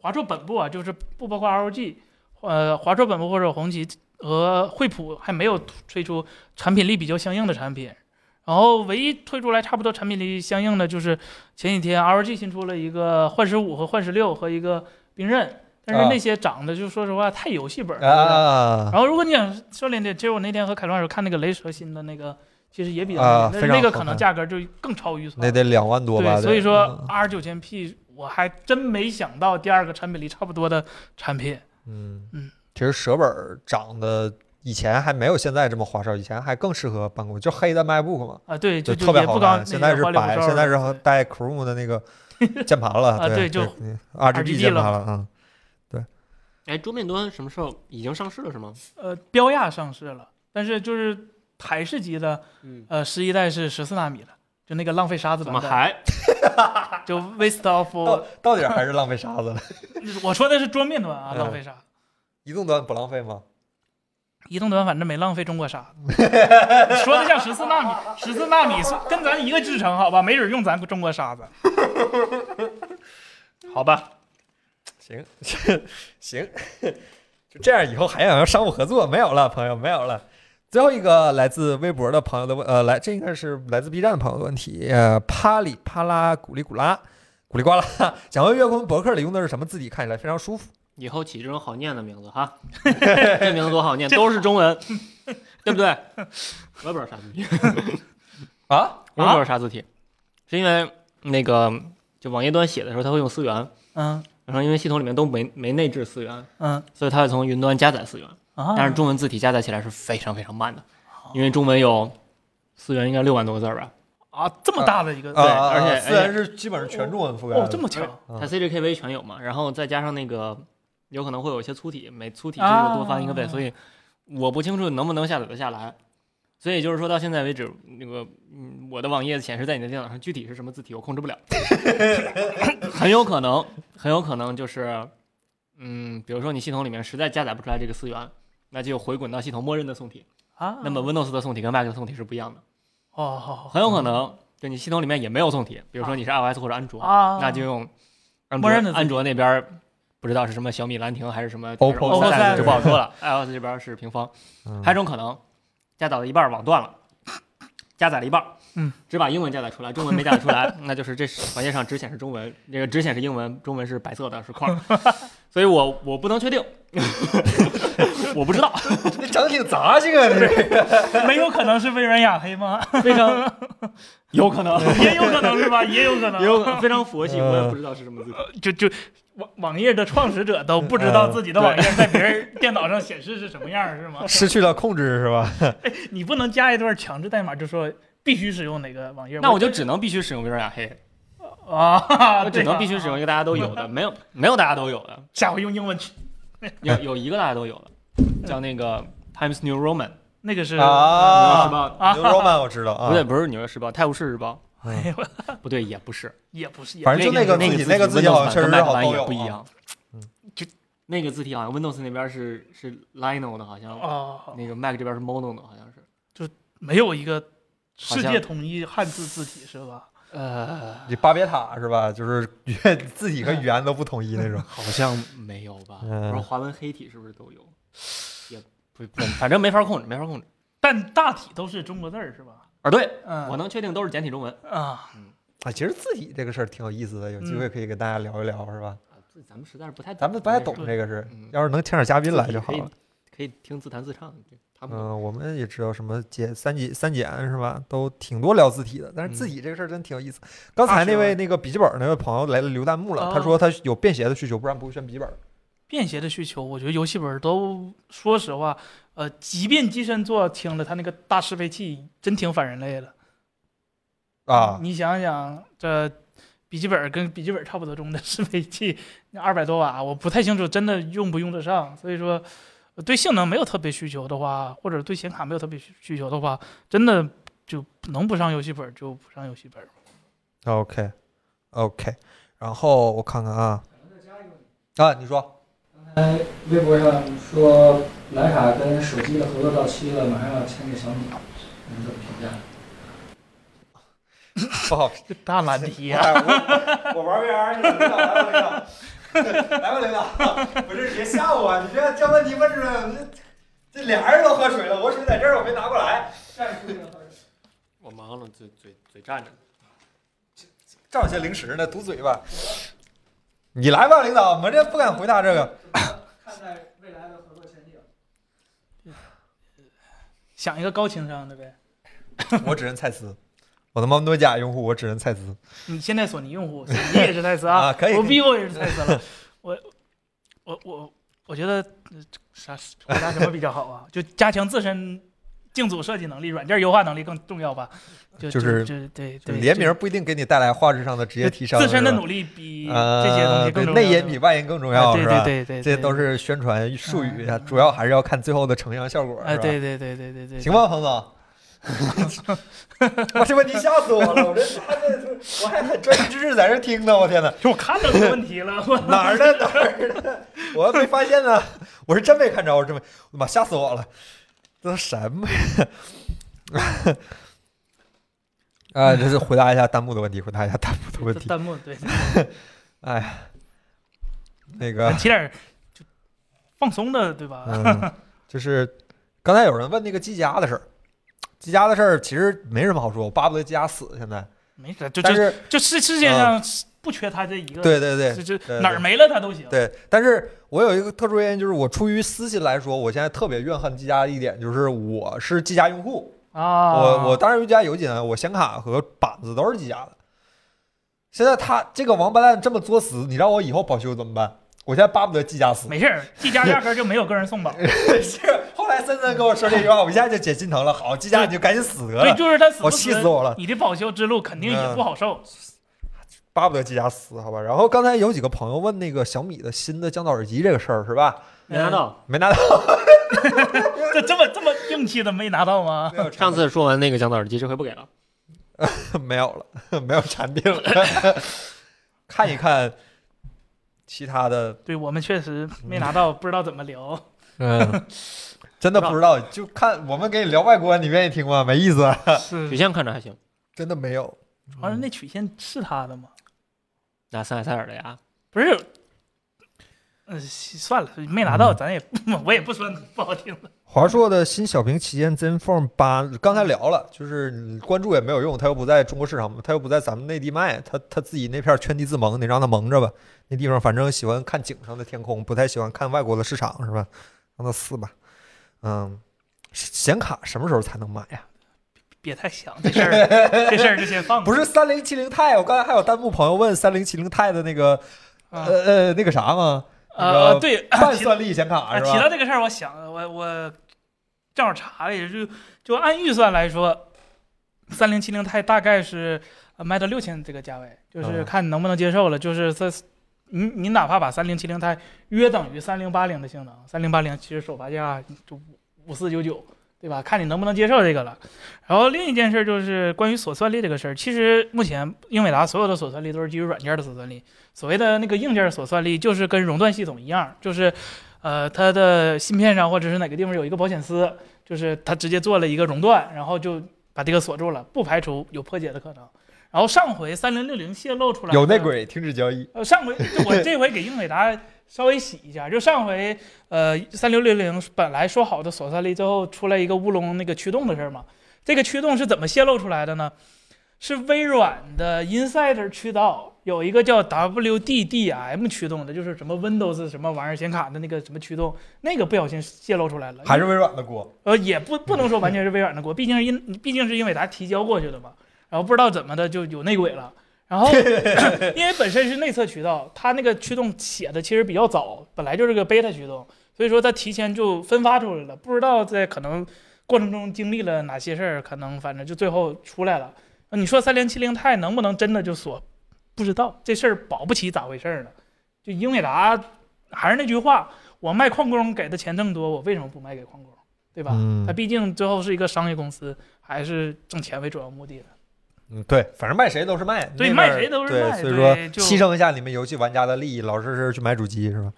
B: 华硕本部啊，就是不包括 ROG，呃，华硕本部或者红旗和惠普还没有推出产品力比较相应的产品。然后唯一推出来差不多产品力相应的就是前几天 ROG 新出了一个幻十五和幻十六和一个冰刃，但是
A: 啊
B: 那些长得就说实话太游戏本儿了。
A: 啊，
B: 然后如果你想收敛点，其实我那天和凯龙老师看那个雷蛇新的那个，其实也比较
A: 啊非
B: 那个那
A: 常
B: 那个
A: 好
B: 可能
A: 看
B: 价格就更超预算
A: 那
B: 了。
A: 得两万多吧？
B: 啊
A: 嗯
B: 对，所以
A: 得
B: 说 R 九千 P 我还真没想到第二个产品力差不多的产品。
A: 嗯
B: 嗯，
A: 其实舍本儿长得以前还没有现在这么花哨，以前还更适合办公，就黑的 MacBook 嘛，
B: 啊，对，就
A: 特
B: 就
A: 别
B: 也
A: 好
B: 不高，
A: 看。现在是白，现在是
B: 啊
A: 带 Chrome 的那个键盘了，
B: [laughs] 啊
A: 对，
B: 对就
A: 嗯 RGB
B: RGB
A: 键盘了，嗯，
C: 哎，桌面端什么时候已经上市了是吗？
B: 呃标亚上市了，但是就是台式机的
C: 嗯，
B: 呃十一代是十四纳米的，就那个浪费沙子
C: 怎
B: 版
C: 么
B: 本，
C: 还？
B: 就 waste of
A: 到到底还是浪费沙子了。 [laughs]
B: 我说的是桌面端啊，
A: 嗯
B: 浪费沙子。
A: 移动端不浪费吗？
B: 移动端反正没浪费中国沙子，说的像十四纳米，十四纳米是跟咱一个制程，好吧，没准用咱中国沙子， [laughs] 好吧，
A: 行行，就这样，以后还想要商务合作没有了，朋友没有了。最后一个来自微博的朋友的问，呃，来，这应该是来自 B 站的朋友的问题。呃，啪里啪啦古里古拉古里呱啦，想问岳坤博客里用的是什么字体，看起来非常舒服？
C: 以后起这种好念的名
B: [laughs]
C: 字哈，这名字多好念，都是中文，对不对？我也不知道啥字体，
A: 啊
C: 我也不知道啥字体，是因为那个就网页端写的时候，它会用思源，
B: 嗯
C: 然后因为系统里面都没没内置思源，
B: 嗯
C: 所以它会从云端加载思源，
B: 啊，哦
C: 但是中文字体加载起来是非常非常慢的，因为中文有思源应该六万多个字儿吧，
B: 啊这么大的一个，
A: 啊啊！
C: 而且而且
A: 虽然是基本上全中文覆盖的，
B: 哦这么强，
A: 嗯
C: 它 CJKV 全有嘛，然后再加上那个有可能会有一些粗体，每粗体
B: 啊
C: 就是多翻一个倍，所以我不清楚能不能下载得下来。所以就是说到现在为止，那个嗯，我的网页显示在你的电脑上具体是什么字体我控制不了， [laughs] 很有可能，很有可能就是，嗯，比如说你系统里面实在加载不出来这个思源，那就回滚到系统默认的宋体。
B: 啊，
C: 那么 Windows 的宋体跟 Mac 的宋体是不一样的，
B: 哦好好
C: 很有可能就你系统里面也没有宋体，比如说你是 iOS 或者安卓，
B: 啊，
C: [laughs] 那就用安
B: 默
C: 卓
B: 认的字体
C: 安卓那边儿不知道是什么小米兰亭还是什么
A: OPPO
C: 三
B: 三
C: 就不好说了。iOS 这边儿是平方，
A: 嗯 [laughs]
C: 还有一种可能加载到一半儿网断了，加载了一半儿，
B: 嗯，
C: 只把英文加载出来，中文没加载出来，那就是这网页上只显示中文，这个只显示英文，中文是白色的，是框儿。所以我我不能确定，我不知道，
A: 这整挺杂性啊，这是。
B: 没有可能是微软雅黑吗？
C: 非常有可能，
B: [laughs] 也有可能是吧？也有可能，
C: 也 [laughs] 有可能非常佛系，我也不知道是什么字
B: [laughs]
C: 体。
B: 就就网网页的创始者都不知道自己
C: [laughs]
B: 的网页在别人电脑上显示是什么样儿，是吗？
A: [laughs] 失去了控制是吧？
B: 你不能加一段强制代码，就说必须使用哪个网页。
C: 那我就只能必须使用微软雅黑，
B: [laughs] 啊，
C: 我只
B: 对
C: 能
B: 啊
C: 必须使用一个大家都有的，没有没有大家都有的，
B: 下回用英文去。
C: 有有一个大家都有的，叫那个 Times New Roman，
B: 那个是
C: 纽约时
A: 啊，
C: 报，
B: 啊
A: 牛肉漫我知道啊
C: 不，对，不是纽约时报，泰晤士日报
A: 哎，
C: [laughs] 不对，也不是，
B: 也不是，也
A: 反正就
C: 那
A: 那个字体，那个字体好像确实好像
C: 版
A: 都
C: 也
A: 有
C: 不一
A: 啊。
C: 样
A: 嗯，
C: 就那个字体好像 Windows 那边是是 Lino 的，好像
B: 哦，
C: 那个 Mac 这边是 Mono 的，好像是，
B: 没有一个世
C: 好
B: 界
C: 像
B: 统一汉字字体是吧？
C: 呃，
A: 你巴别塔是吧？就是语言字体和语言都不统一那种。
C: 好像没有吧？
A: 嗯
C: 我说华文黑体是不是都有？也不不，反正没法控制，没法控制。
B: 但大体都是中国字儿是吧？
C: 啊，对，
B: 嗯，
C: 我能确定都是简体中文。
B: 啊，
A: 啊，其实字体这个事儿挺有意思的，有机
C: 嗯
A: 会可以跟大家聊一聊，是吧？
C: 啊这咱们实在是不太，
A: 咱们不太懂这个事儿，
C: 嗯，
A: 要是能请点嘉宾来就好
C: 可以
A: 了。，
C: 可以听自弹自唱。这他们
A: 嗯，我们也知道什么简三简三简是吧？都挺多聊字体的，但是字体这个事儿真挺有意思。刚才那位那个笔记本那位朋友来了留弹幕了，
C: 啊哦
A: 他说他有便携的需求，不然不会选笔记本。
B: 便携的需求，我觉得游戏本儿都，说实话，呃，即便机身座听了它那个大适配器，真挺反人类的
C: 哦
A: 啊，
B: 你想想，这笔记本儿跟笔记本儿差不多重的适配器，二百多瓦，我不太清楚真的用不用得上。所以说，呃对性能没有特别需求的话，或者对显卡没有特别需需求的话，真的就能不上游戏本儿就不上游戏本儿。
A: OK OK，然后我看看啊，啊，你说
E: 刚才微博上说徕卡跟手机的合作到期了，马上要签给小米，你怎么评价？
A: 不好评
B: 这大难
C: [laughs]
B: 题呀、
A: 价，哎我我玩 VR，你领导来吧领导，来吧领导，不是别吓我，啊你这这问题问出来了，这这俩人都喝水了，我水在这儿，我没拿过来。
C: 我忙了，嘴嘴嘴站着。
A: 正好些零食呢，堵嘴吧。你来吧，领导，我们这不敢回答这个。
E: 看待未来的合作前景。
B: 想一个高情商的呗。
A: 我只认蔡司，我他妈诺基亚用户，我只认蔡司。
B: 你现在索尼用户，索尼也是蔡司
A: [laughs]
B: 啊，
A: 啊可以
B: 我
A: 可以
B: 逼我也是蔡司
A: [laughs]
B: 了。我我我我觉得呃这啥回答什么比较好啊？就加强自身镜组设计能力、软件优化能力更重要吧？就
A: 就是
B: 就对
A: 就
B: 对，
A: 联
B: 就
A: 名不一定给你带来画质上的直接提升，
B: 自身的
A: 是吧
B: 努力比
A: 呃
B: 这些东西更
A: 对
B: 重要。
A: 内因比外因更重
B: 重
A: 要，
B: 对
A: 是
B: 对
A: 吧？
B: 对对，
A: 这都
B: 是
A: 是宣传术语啊，
B: 嗯
A: 主要还是要看最后的成像效果，
B: 哎，
A: 是吧？
B: 对对对对对对，
A: 行吧，彭 [laughs] 总。我这问题吓死我了！我这他这我还很专心致志在这听呢，我天哪，
B: [laughs] 就我看到这个问题了，我
A: [laughs] 哪儿呢哪儿呢？我还没发现呢，我是真没看着，我真没，我的妈，吓死我了！这都什么呀？ [laughs] 啊，这是回答一下弹幕的问题，回答一下弹幕的问
B: 这
A: 题。
B: 弹幕对， [laughs] 对
A: 哎呀，那个
B: 起点儿就放松的对吧？
A: 嗯，就是刚才有人问那个机甲的事儿，机甲的事儿其实没什么好说，我巴不得机甲死现在。
B: 没事，就
A: 但，
B: 就是就是世界上不缺他这一个。
A: 对对 [laughs] 对
B: 这这
A: 对
B: 哪儿没了他都行。
A: 对，但是我有一个特殊原因，就是我出于私心来说，我现在特别怨恨机甲的一点就是我是机甲用户，
B: 啊，
A: 我我当然用机甲有几呢，我显卡和板子都是机甲的。现在他这个王八蛋这么作死，你让我以后保修怎么办？我现在巴不得机甲 [laughs] 死。
B: 没事儿，G 加压根儿就没有个
A: [laughs]
B: 人送保，
A: 是，后来森森跟我说这句话，我一下就解心疼了。好，机甲你就赶紧死得
B: 对，
A: 了，
B: 就是他死不
A: 我气死我了。嗯
B: 你的保修之路肯定也不好受。
A: 巴不得机甲死，好吧。然后刚才有几个朋友问那个小米的新的降噪耳机这个事儿是吧？
C: 没拿到，
A: 没拿到，
B: 这这么这么硬气的没拿到吗？
A: 没有
C: 上次说完那个降噪耳机，这回不给了。
A: [laughs] 没有了，没有产品了。 [laughs] 看一看其他的，
B: [laughs] 对我们确实没拿到，不知道怎么聊。
A: [laughs] 嗯，真的不知道，就看我们给你聊外观，你愿意听吗？没意思，啊
B: 是
C: 曲，线看着还行，
A: 真的没有。
B: 完了那曲线是他的吗？
C: 拿森海塞尔的呀，
B: 不是，嗯，算了，没拿
A: 嗯
B: 到，咱也我也不 [laughs] 说不好听了。
A: 华硕的新小屏旗舰 Zen Phone 八，刚才聊了，就是你关注也没有用，它又不在中国市场，它又不在咱们内地卖，它它自己那片圈地自萌，你让它萌着吧。那地方反正喜欢看井上的天空，不太喜欢看外国的市场，是吧？让它死吧。嗯，显卡什么时候才能买呀？
B: 别太想这
A: [laughs]
B: 事儿，这事儿就先放。
A: 不是，三零七零 i 我刚才还有弹幕朋友问三零七零 i 的那个呃
B: 啊
A: 呃那个啥吗？那
B: 呃，
A: 个
B: 对，
A: 半
B: 提
A: 算力显卡
B: 啊，
A: 是
B: 提到
A: 吧？
B: 这个事儿，我想我我正好查了一下，就就按预算来说，三零七零钛大概是呃卖到六千这个价位，就是
A: 嗯
B: 看能不能接受了。就是这，你你哪怕把三零七零钛约等于三零八零的性能，三零八零其实首发价就五五四九九。对吧？看你能不能接受这个了。然后另一件事就是关于锁算力这个事儿。其实目前英伟达所有的锁算力都是基于软件的锁算力，所谓的那个硬件锁算力就是跟熔断系统一样，就是呃，它的芯片上或者是哪个地方有一个保险丝，就是它直接做了一个熔断，然后就把这个锁住了，不排除有破解的可能。然后上回三零六零泄露出来
A: 有内
B: 那
A: 鬼，停止交易。
B: 呃，上回就我这回给英伟达稍微洗一下，就上回呃三六六零本来说好的索算力，最后出来一个乌龙那个驱动的事儿嘛。这个驱动是怎么泄露出来的呢？是微软的 Insider 渠道有一个叫 WDDM 驱动的，就是什么 Windows 什么玩意儿显卡的那个什么驱动，那个不小心泄露出来了。
A: 还是微软的锅，
B: 呃，也不不能说完全是微软的锅，毕竟是因毕竟是英伟达提交过去的嘛，然后不知道怎么的就有内鬼了。然后， [coughs] 因为本身是内测渠道，它那个驱动写的其实比较早，本来就是个 beta 驱动，所以说它提前就分发出来了，不知道在可能过程中经历了哪些事儿，可能反正就最后出来了。那你说三零七零钛能不能真的就锁？不知道这事儿保不齐咋回事儿呢？就英伟达还是那句话，我卖矿工给的钱更多，我为什么不卖给矿工？对吧？
A: 嗯
B: 它毕竟最后是一个商业公司，还是挣钱为主要目的的。
A: 嗯，对，反正卖谁都是卖，
B: 对，
A: 那边
B: 卖谁都是
A: 对
B: 卖，
A: 所以说
B: 对就
A: 牺牲一下你们游戏玩家的利益，老实实去买主机是吧？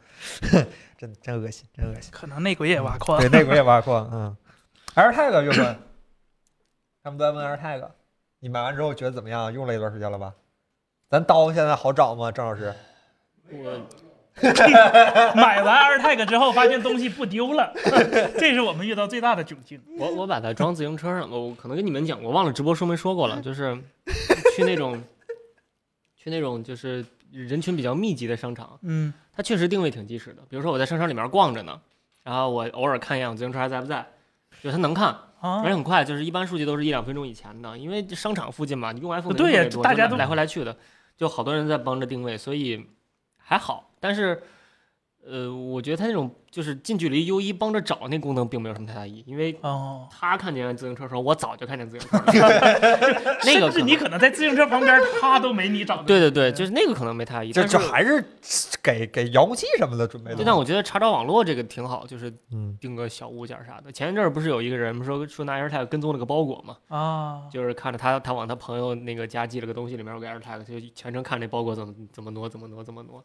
B: [laughs]
A: 真真恶心，真恶心。
B: 可能内鬼也挖矿
A: 嗯对，。内鬼也挖矿，嗯。AirTag 又问，他们都在问 AirTag，你买完之后觉得怎么样？用了一段时间了吧？咱刀现在好找吗？郑老师，
C: 我
B: [laughs] 买完 AirTag 之后，发现东西不丢了， [laughs] 这是我们遇到最大的窘境。
C: 我我把它装自行车上了，我可能跟你们讲过，忘了直播说没说过
A: [laughs]
C: 了，就是去那种去那种就是人群比较密集的商场，
B: 嗯
C: 它确实定位挺及时的。比如说我在商场里面逛着呢，然后我偶尔看一眼我自行车还在不在，就它能看，
B: 啊
C: 而且，很快，就是一般数据都是一两分钟以前的，因为这商场附近嘛，你用 iPhone 的
B: 呃对呀
C: 人特别多
B: 大家
C: 就
B: 都
C: 来回来去的，就好多人在帮着定位，所以还好。但是，呃，我觉得它那种就是近距离 U 一帮着找那功能并没有什么太大意义，因为
B: 哦，
C: 他看见自行车的时候，我早就看见自行车
B: [laughs]
C: 了。那
B: 甚至
C: 个可
B: 你
C: 能
B: 可能在自行车旁边，他都没你找的。
C: 对对对，就是那个可能没太大意义。
A: 这
C: 但是
A: 这，还是给给遥控器什么的准备
C: 就
A: 的
C: 但
A: 吗。
C: 我觉得查找网络这个挺好，就是
A: 嗯，
C: 定个小物件儿啥的。前一阵儿不是有一个人说说拿 AirTag 跟踪了个包裹嘛，
B: 啊，
C: 就是看着他他往他朋友那个家寄了个东西，里面有个 AirTag，就全程看这包裹怎么怎么挪怎么挪怎么挪。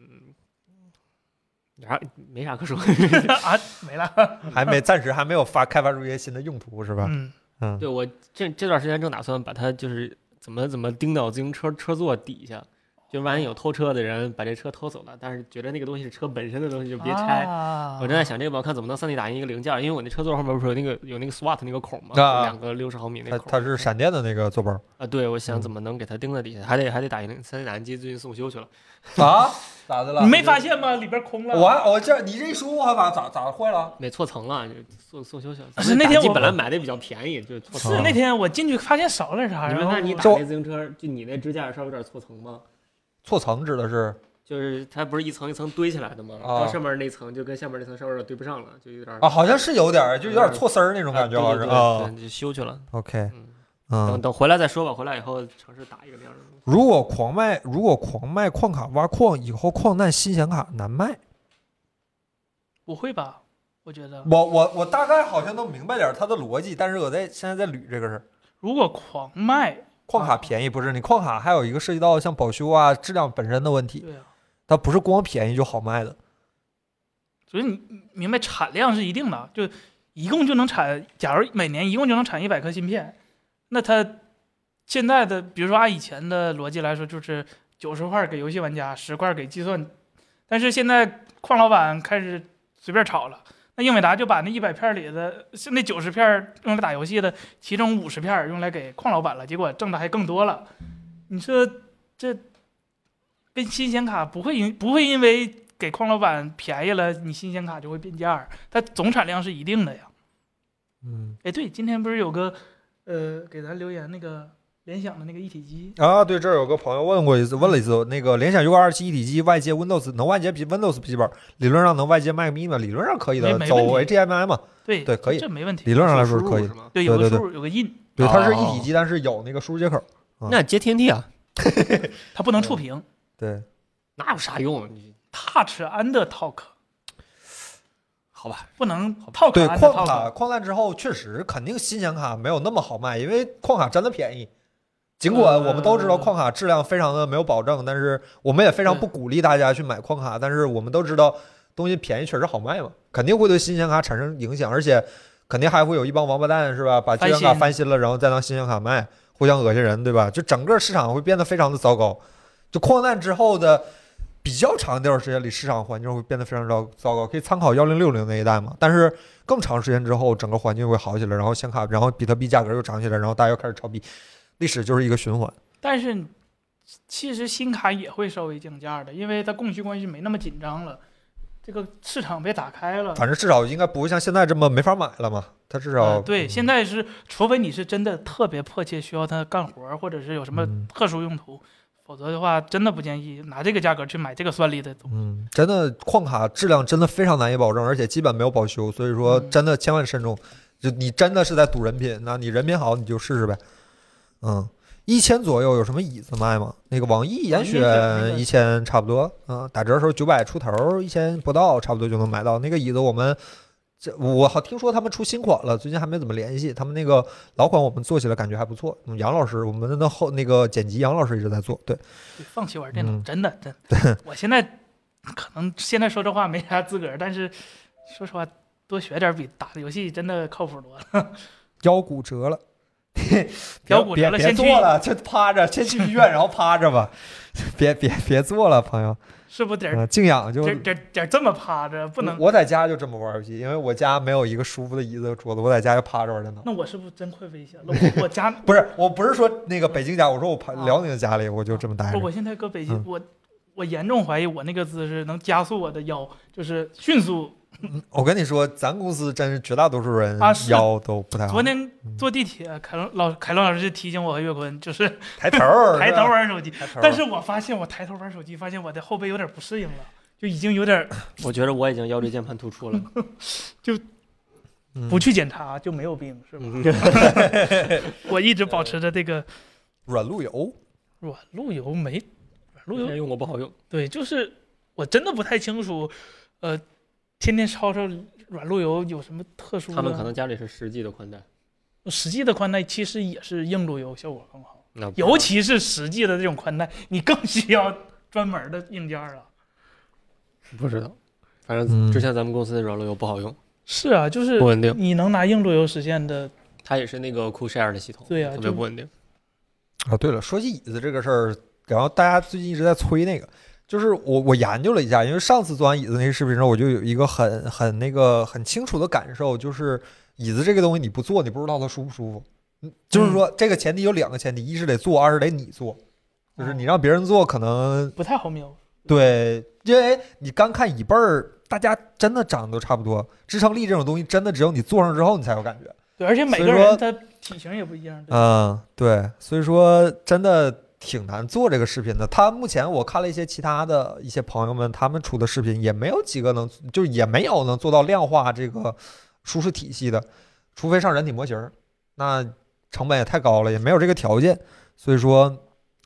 C: 嗯，然后没啥可说。
B: 啊，没了。
C: 嗯
A: 还没暂时还没有发开发出一些新的用途是吧？
B: 嗯，
A: 嗯，
C: [laughs] 对我这这段时间正打算把它就是怎么怎么钉到自行车车座底下，就万一有偷车的人把这车偷走了，但是觉得那个东西是车本身的东西就别拆。
B: 啊
C: 我正在想这个，我看怎么能 3D 打印一个零件儿，因为我那车座后面不是有那个有那个 SWAT 那个孔嘛，
A: 啊
C: 有两个六十毫米那
A: 它
C: 孔。
A: 它嗯是闪电的那个坐 [laughs] 包
C: 啊，对，我想怎么能给它钉在底下，还得还得打印 3D 打印机最近送修去了。
A: 啊？咋的了
B: 你没发现吗？里边空了。
C: 啊
A: 我我这你这一说，我咋咋咋坏了？
C: 没错层了，就送送修去了。
B: 是那天
C: 打击
B: 我
C: 本来买的比较便宜，就错层。
B: 是那天我进去发现少了啥，
C: 你
B: 啊然
C: 们
B: 后
C: 那你打
A: 就
C: 那自行车，就你那支架稍微有点错层吗？
A: 错层指的是
C: 就是它不是一层一层堆起来的吗？
A: 啊
C: 到上面那层就跟下面那层稍微有点对不上了，就有点
A: 啊，，好像是有点儿，就有点儿错丝儿那种
C: 啊
A: 感觉，
C: 对
A: 好像
C: 对
A: 是
C: 对
A: 啊。
C: 对就修去了。
A: OK，
C: 嗯，等
A: 嗯，
C: 等回来再说吧，回来以后尝试打一个那样的东西。
A: 如果狂卖，如果狂卖矿卡挖矿，以后矿难新显卡难卖。
B: 不会吧？我觉
C: 嗯
B: 得
A: 我我我大概好像能明白点儿它的逻辑，但是我在现在在捋这个事儿。
B: 如果狂卖，
A: 矿卡便宜不是你矿卡还有一个涉及到像保修啊、质量本身的问题，
B: 对啊，
A: 它不是光便宜就好卖的。
B: 所以你你明白产量是一定的，就一共就能产，假如每年一共就能产一百颗芯片，那它现在的，比如说按以前的逻辑来说，就是九十块给游戏玩家，十块给计算，但是现在矿老板开始随便炒了。那英伟达就把那一百片里的，是那九十片用来打游戏的，其中五十片用来给矿老板了，结果挣的还更多了。你说这跟新显卡不会因不会因为给矿老板便宜了，你新显卡就会变价儿，它总产量是一定的呀。
A: 嗯
B: 哎，对，今天不是有个呃给咱留言那个联想的那个一体机，
A: 啊，对，这儿有个朋友问过一次，问了一次那个联想 U 二七一体机外接 Windows 能外接笔 Windows 笔记本，理论上能外接 Mac mini 吗？理论上可以的，
B: 没没
A: 走哎
B: 问题
A: HDMI 嘛，
B: 对
A: 对可以
B: 这没问题。
A: 理论上来说是可以
C: 是
A: 的。
C: 吗？
B: 对，有
A: 对
B: 个
A: 对
B: 数，有个啊印，
A: 对，它是一
C: 哦
A: 体机，但是有那个输入接口。啊
C: 那接天地啊，
B: 它不能触
A: 嗯
B: 屏。
A: 对，
C: 哪有啥用啊？你
B: Touch and Talk
C: 好吧，
B: 不能 Talk
A: 对，
B: and
A: 矿卡
B: Talk。
A: 矿难之后，确实肯定新显卡没有那么好卖，因为矿卡真的便宜。尽管我们都知道
B: 呃
A: 矿卡质量非常的没有保证，但是我们也非常
C: 对
A: 不鼓励大家去买矿卡。但是我们都知道东西便宜确实好卖嘛，肯定会对新显卡产生影响，而且肯定还会有一帮王八蛋是吧？把旧
B: 翻
A: 显卡
B: 新
A: 翻新了，然后再当新显卡卖，互相恶心人，对吧？就整个市场会变得非常的糟糕。就矿难之后的比较长一段时间里，市场环境会变得非常糟糟糕，可以参考幺零六零那一代嘛。但是更长时间之后，整个环境会好起来，然后显卡，然后比特币价格又涨起来，然后大家又开始炒币，历史就是一个循环。
B: 但是其实新卡也会稍微降价的，因为它供需关系没那么紧张了，这个市场被打开了。
A: 反正至少应该不会像现在这么没法买了嘛。它至少、
B: 呃对，现在是，除非你是真的特别迫切需要它干活儿，或者是有什么
A: 嗯
B: 特殊用途，否则的话，真的不建议拿这个价格去买这个算力的东西。
A: 嗯，真的矿卡质量真的非常难以保证，而且基本没有保修，所以说
B: 嗯
A: 真的千万慎重。就你真的是在赌人品，那你人品好你就试试呗。嗯，一千左右有什么椅子卖吗？那个网易严选
B: 那个
A: 一千差不多，啊、打折的时候九百出头，一千不到差不多就能买到。那个椅子我们这我好听说他们出新款了，最近还没怎么联系。他们那个老款我们做起来感觉还不错。嗯，杨老师，我们的后那个剪辑杨老师一直在做，对。
B: 对放弃玩电脑，
A: 嗯
B: 真的真
A: [laughs]
B: 的。我现在可能现在说这话没啥资格，但是说实话，多学点儿比打游戏真的靠谱多了。
A: 腰骨折
B: [laughs]
A: 了，
B: 腰骨折了
A: 别别
B: 先去
A: 坐了， [laughs] 就趴着，先去医院，然后趴着吧，别别别坐了，朋友，
B: 是不得
A: 嗯、静养就
B: 得得得这么趴着，不能。
A: 我在家就这么玩游戏，因为我家没有一个舒服的椅子和桌子，我在家就趴着玩电脑。
B: 那我是不是真快
A: [laughs]
B: 危险了？我我家
A: 不是，我不是说那个北京家，我说我趴
B: 啊
A: 辽宁家里，我就这么待
B: 不
A: 着
B: 是，。我现在搁北
A: 嗯
B: 京，我我严重怀疑我那个姿势能加速我的腰，就是迅速。
A: 嗯我跟你说，咱公司真是绝大多数人
B: 啊是
A: 腰都不太好
B: 昨，天坐地铁，凯龙老凯龙老师就提醒我和岳坤，就是
A: 抬头儿
B: 抬
A: 是
B: 头
A: 吧
B: 玩手机。
A: 抬头儿
B: 但是我发现我抬头玩手机，发现我的后背有点不适应了，就已经有点
C: 我觉得我已经腰椎间盘突出 [laughs] 了。
A: 嗯
B: 不去检查就没有病，是吧？
C: 嗯 [laughs]
B: 我一直保持着这个
A: 软路由，
B: 软路由没软路
C: 之前
B: 由，
C: 用过不好用，
B: 对，就是我真的不太清楚，呃，天天吵吵软路由有什么特殊的？
C: 他们可能家里是实际的宽带，
B: 实际的宽带其实也是硬路由效果更好，
C: 那
B: 尤其是实际的这种宽带，你更需要专门的硬件啊。
C: 不知道，反
A: 嗯
C: 正之前咱们公司的软路由不好用，
B: 是啊，就是
C: 不稳定。
B: 你能拿硬路由实现的，
C: 它也是那个 CoolShare 的系统，
B: 对呀
C: 特
B: 就
C: 别不稳定。
A: 啊，对了，说起椅子这个事儿，然后大家最近一直在催那个，就是我我研究了一下，因为上次做完椅子那个视频之后，我就有一个很很那个很清楚的感受，就是椅子这个东西你不坐，你不知道它舒不舒服。嗯就是说，这个前提有两个前提，一是得坐，二是得你坐。就是你让别人坐，可能
B: 不太好瞄。
A: 对，因为你刚看椅背儿，大家真的长得都差不多，支撑力这种东西真的只有你坐上之后你才有感觉。
B: 对，而且每
A: 所
B: 个
A: 以说
B: 人他体型也不一样。对
A: 嗯，对，所以说真的挺难做这个视频的。他目前我看了一些其他的一些朋友们他们出的视频，也没有几个能，就是也没有能做到量化这个舒适体系的，除非上人体模型儿，那成本也太高了，也没有这个条件。所以说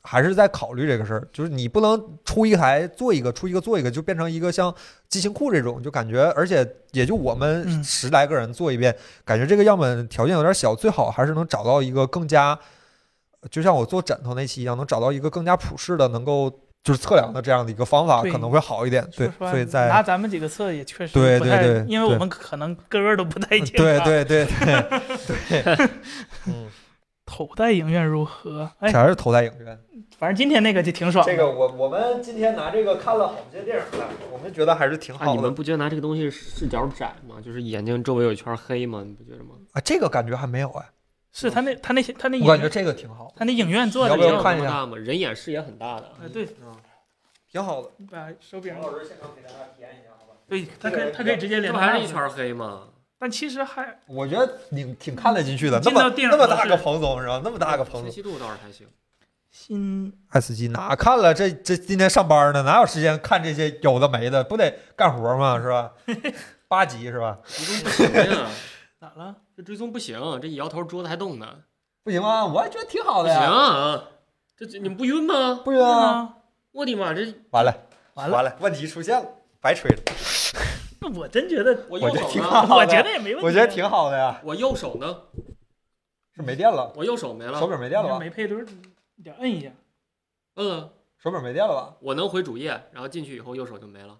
A: 还是在考虑这个事儿，就是你不能出一台做一个，出一个做一个，就变成一个像机型库这种，就感觉，而且也就我们
B: 嗯
A: 十来个人做一遍，感觉这个样本条件有点小，最好还是能找到一个更加，就像我做枕头那期一样，能找到一个更加普适的，能够就是测量的这样的一个方法，
B: 对
A: 可能会好一点。对，
B: 说实话
A: 所以
B: 拿
A: 在
B: 咱们几个测也确实
A: 对
B: 不太，
A: 对对
B: 因为我
A: 对嗯
B: 们可能个个都不太
A: 对
B: 健康。
A: 对对对
B: [laughs]
A: 对，嗯，
B: 头戴影院如何？哎，
A: 全是头戴影院。
B: 反正今天那个就挺 [laughs] 爽的。
A: 这个我我们今天拿这个看了好些电影了，我们觉得还是挺
C: 啊，
A: 好
C: 你
A: 的
C: 们。不觉得拿这个东西视角窄吗？就是眼睛周围有一圈黑吗？你不觉得吗？
A: 啊，这个感觉还没有哎，
B: 是他那他那些他那影
A: 我感觉
B: 院
A: 这个挺好。
B: 他那影院做
A: 要
B: 的
A: 不要
B: 也有哎
A: 看一嗯
C: 这么
A: 下
C: 大吗？人眼视野很大的，
B: 呃对，
A: 挺好的。
B: 你把手柄，
A: 老师现场给大家体验一下，好吧？
B: 对，它可以它可以直接
C: 这
B: 连
C: 不
B: 到
C: 还是
B: Mac
C: 一
B: 上
C: 圈黑吗？
B: 但其实还
A: 我觉得你挺看得进去的，那
B: 进到
A: 么
B: 电
A: 那
B: 影
A: 么大
B: 模式
A: 个彭总是吧？那么大个彭
C: 清
A: 总，
C: 晰度倒是还行。
B: 新
A: S 级哪看了？这这今天上班呢，哪有时间看这些有的没的？不得干活吗？是吧？八级是吧？
C: 追踪不行呀，
B: 咋了？
C: 这追踪不行，啊这一摇头桌子还动呢，
A: 不行吗？我也觉得挺好
C: 不
A: 的
C: 行
A: 呀。
C: 啊，这这你们不晕吗？
A: 不行啊！
B: 啊，
C: 我的妈，这
A: 完了
B: 完了
A: 问题出现了，白吹了。
B: 那我真觉得，
A: 我
C: 我右
A: 觉得
C: 手
A: 挺
C: 呢？
A: [laughs] 好的，
B: 我觉得也没问题啊。
A: 我觉得挺好的呀，
C: 我右手呢？
A: 是没电了，
C: 我右手没
A: 手
C: 了。
A: 柄没电了吧？
B: 啊没配对儿，你得摁一下。
C: 嗯，
A: 手柄没电了吧？
C: 我能回主页，然后进去以后右手就没了。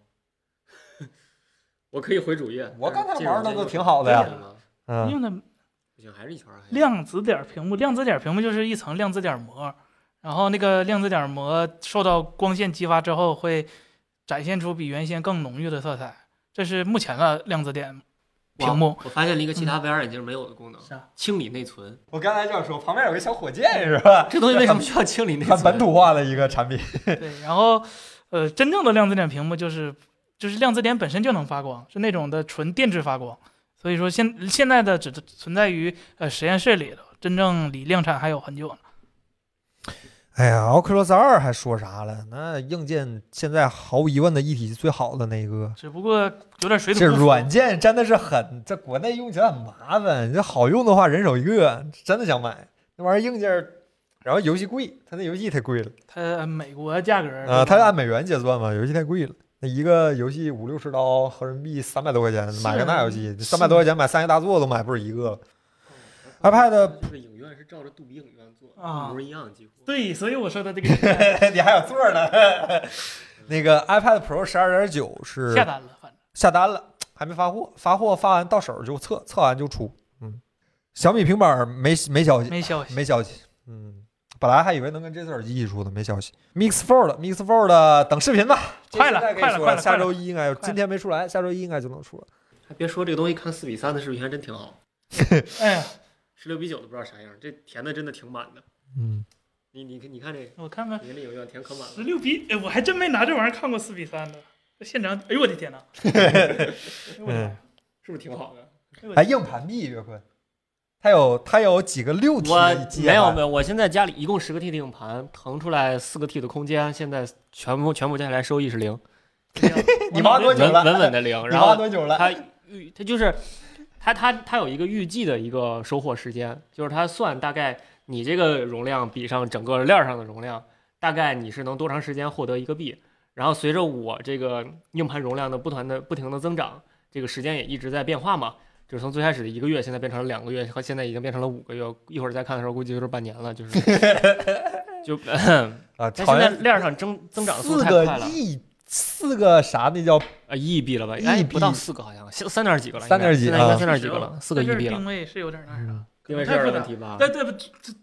C: 我可以回主页。
A: 我刚才
C: 但是
A: 玩的
C: 进入
A: 都
C: 这个
A: 挺好的
B: 呀
C: 可以吗
A: 嗯，
B: 用的
C: 不行，还是一圈儿黑。
B: 量子点屏幕，量子点屏幕就是一层量子点膜，然后那个量子点膜受到光线激发之后，会展现出比原先更浓郁的色彩。这是目前的量子点
C: 哇
B: 屏幕。嗯
C: 我发现了一个其他 VR 眼镜没有的功能，
B: 啥？
C: 清理内存。
A: 我刚才就想说，旁边有个小火箭是 [laughs] 吧？
C: 这东西为什么需要清理内
A: 很
C: 存？啊
A: 本土化的一个产品。
B: 对，然后呃，真正的量子点屏幕就是就是量子点本身就能发光，是那种的纯电致发光。所以说现现在的只存在于呃实验室里头，真正离量产还有很久呢。
A: 哎呀，Oculus 二还说啥了？那硬件现在毫无疑问的一体是最好的那一个。
B: 只不过有点水土
A: 这
B: 不服
A: 软件真的是很，在国内用起来很麻烦。这好用的话，人手一个，真的想买那玩意儿硬件儿。然后游戏贵，它那游戏太贵 [laughs] 了
B: 它按美国价格
A: 啊、它是按美元结算嘛，游戏太贵了。那一个游戏五六十刀，合人民币三百多块钱，
B: 是
A: 买个那游戏
B: 是
A: 三百多块钱买三 A 大作都买不是一个了。iPad
C: 就是影院是照着杜比影院做，
B: 啊
C: 一模一样，几乎。
B: [laughs] 对，所以我说它这 [laughs] 个
A: [laughs] 你还有座儿呢。 [laughs] 那个 iPad Pro 十二点九是
B: 下单了，反正
A: 下单了，还没发货，发货发完到手就测，测完就出。嗯，小米平板儿没没消息，
B: 没消息。
A: 没消息。嗯，本来还以为能跟这次耳机一起出呢，没消息。Mix Fold Mix Fold 等视频吧，
B: 快了
A: 这现在可以
B: 快了
A: 说
B: 快了
A: 下周一应该，
B: 快了
A: 今天没出来，下周一应该就能出了。
C: 还哎别说这个东西，看四比三的视频还真挺好，
B: 哎呀，
C: 十六比九都不知道啥样，这填的真的挺满的。
A: 嗯，
C: 你你你看这个，
B: 我看看
C: 你看这影院填可满
B: 十
C: 了。
B: 六比，哎我还真没拿这玩意儿看过四比三的。这现场，哎呦我的
A: [laughs]
B: 天哪！哎呦我
A: 嗯
B: 的妈呀
C: 是不是挺好的？
A: 还硬盘币，岳坤，它有它有几个六 T
C: 我
A: 接
C: 没有没
A: 有，
C: 有，我现在家里一共十个 T 的硬盘，腾出来四个 T 的空间，现在全部全部加起来收益是
A: [laughs]
C: 零，
A: 你挖多久
C: 稳
A: 了？
C: 稳稳的零。
A: 你
C: 然
A: 挖
C: 后
A: 多久
C: [laughs]
A: 了？
C: 它预它就是它它它有一个预计的一个收获时间，就是它算大概你这个容量比上整个链儿上的容量，大概你是能多长时间获得一个币。然后随着我这个硬盘容量的不断的不停的增长，这个时间也一直在变化嘛。就是从最开始的一个月，现在变成了两个月，和现在已经变成了五个月。一会儿再看的时候，估计就是半年
A: [laughs]
C: 了。就是就， [coughs]
A: 啊，
C: 但
A: 好
C: 现在
A: 像
C: 链儿上增增长速度
A: 四
C: 太
A: 个
C: 快了，
A: 亿，四个啥那叫
C: 啊，一亿币了吧？
A: 亿
C: 哎，不
A: 币
C: 到四个好像，三三点几个了，
A: 三点几
C: 应该现在应
A: 啊
C: 该三点几个了，四个亿
B: 在这儿
C: 币了。
B: 定位是有点那啥，
C: 定位是有点问题吧？
B: 在在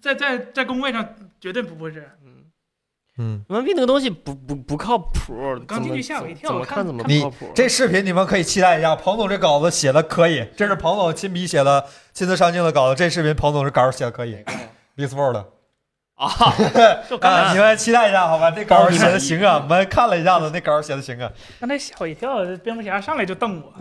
B: 在在在工位上绝对不会这样。
C: 嗯，
A: 嗯。
C: 文币那个东西不不不靠谱，
B: 刚进去吓我一跳
C: 怎么
B: 我看
C: 看怎么
A: 你
C: 不靠谱？ [laughs]
A: 这视频你们可以期待一下，彭总这稿子写的可以，这是彭总亲笔写的、亲自上镜的稿子。这视频彭总这稿儿写的可以
C: 哪个呀
A: b i s w o r d
C: [laughs] 啊，
B: 就刚
A: 啊，
B: 才
A: 你们期待一下好吧？这稿儿写的行啊，我们看了一下子，那稿儿写的行啊，
B: 刚才吓我一跳，这蝙蝠侠上来就瞪我。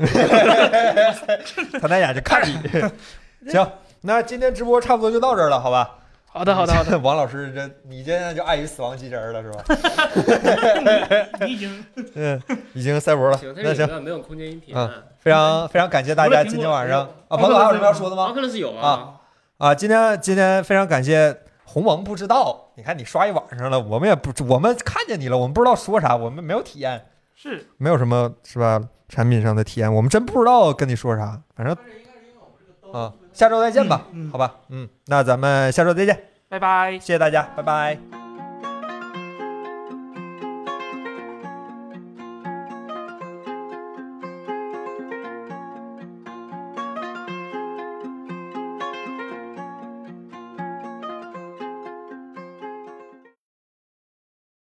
A: 他那眼睛看你。
C: [laughs]
A: 行，那今天直播差不多就到这儿了，好吧？ [laughs]
B: 好的好的好的，
A: 的。王老师，这你现在就碍于死亡机器人了是吧？
B: 你已经
A: [laughs] 嗯，已经赛博了
C: 行，。它
A: 那
C: 是有
A: 行，
C: 的没有空间音频。啊
A: 嗯非常非常感谢大家今天晚上啊，彭总还有什么要说的吗？
C: Oculus 有
A: 啊，啊，今天今天非常感谢鸿蒙不知道，你看你刷一晚上了，我们也不知，我们看见你了，我们不知道说啥，我们没有体验，
B: 是
A: 没有什么是吧？产品上的体验，我们真不知道跟你说啥，反正啊，下周再见吧，
B: 嗯嗯
A: 好吧，嗯，那咱们下周再见，
B: 拜拜。
A: 谢谢大家，拜拜。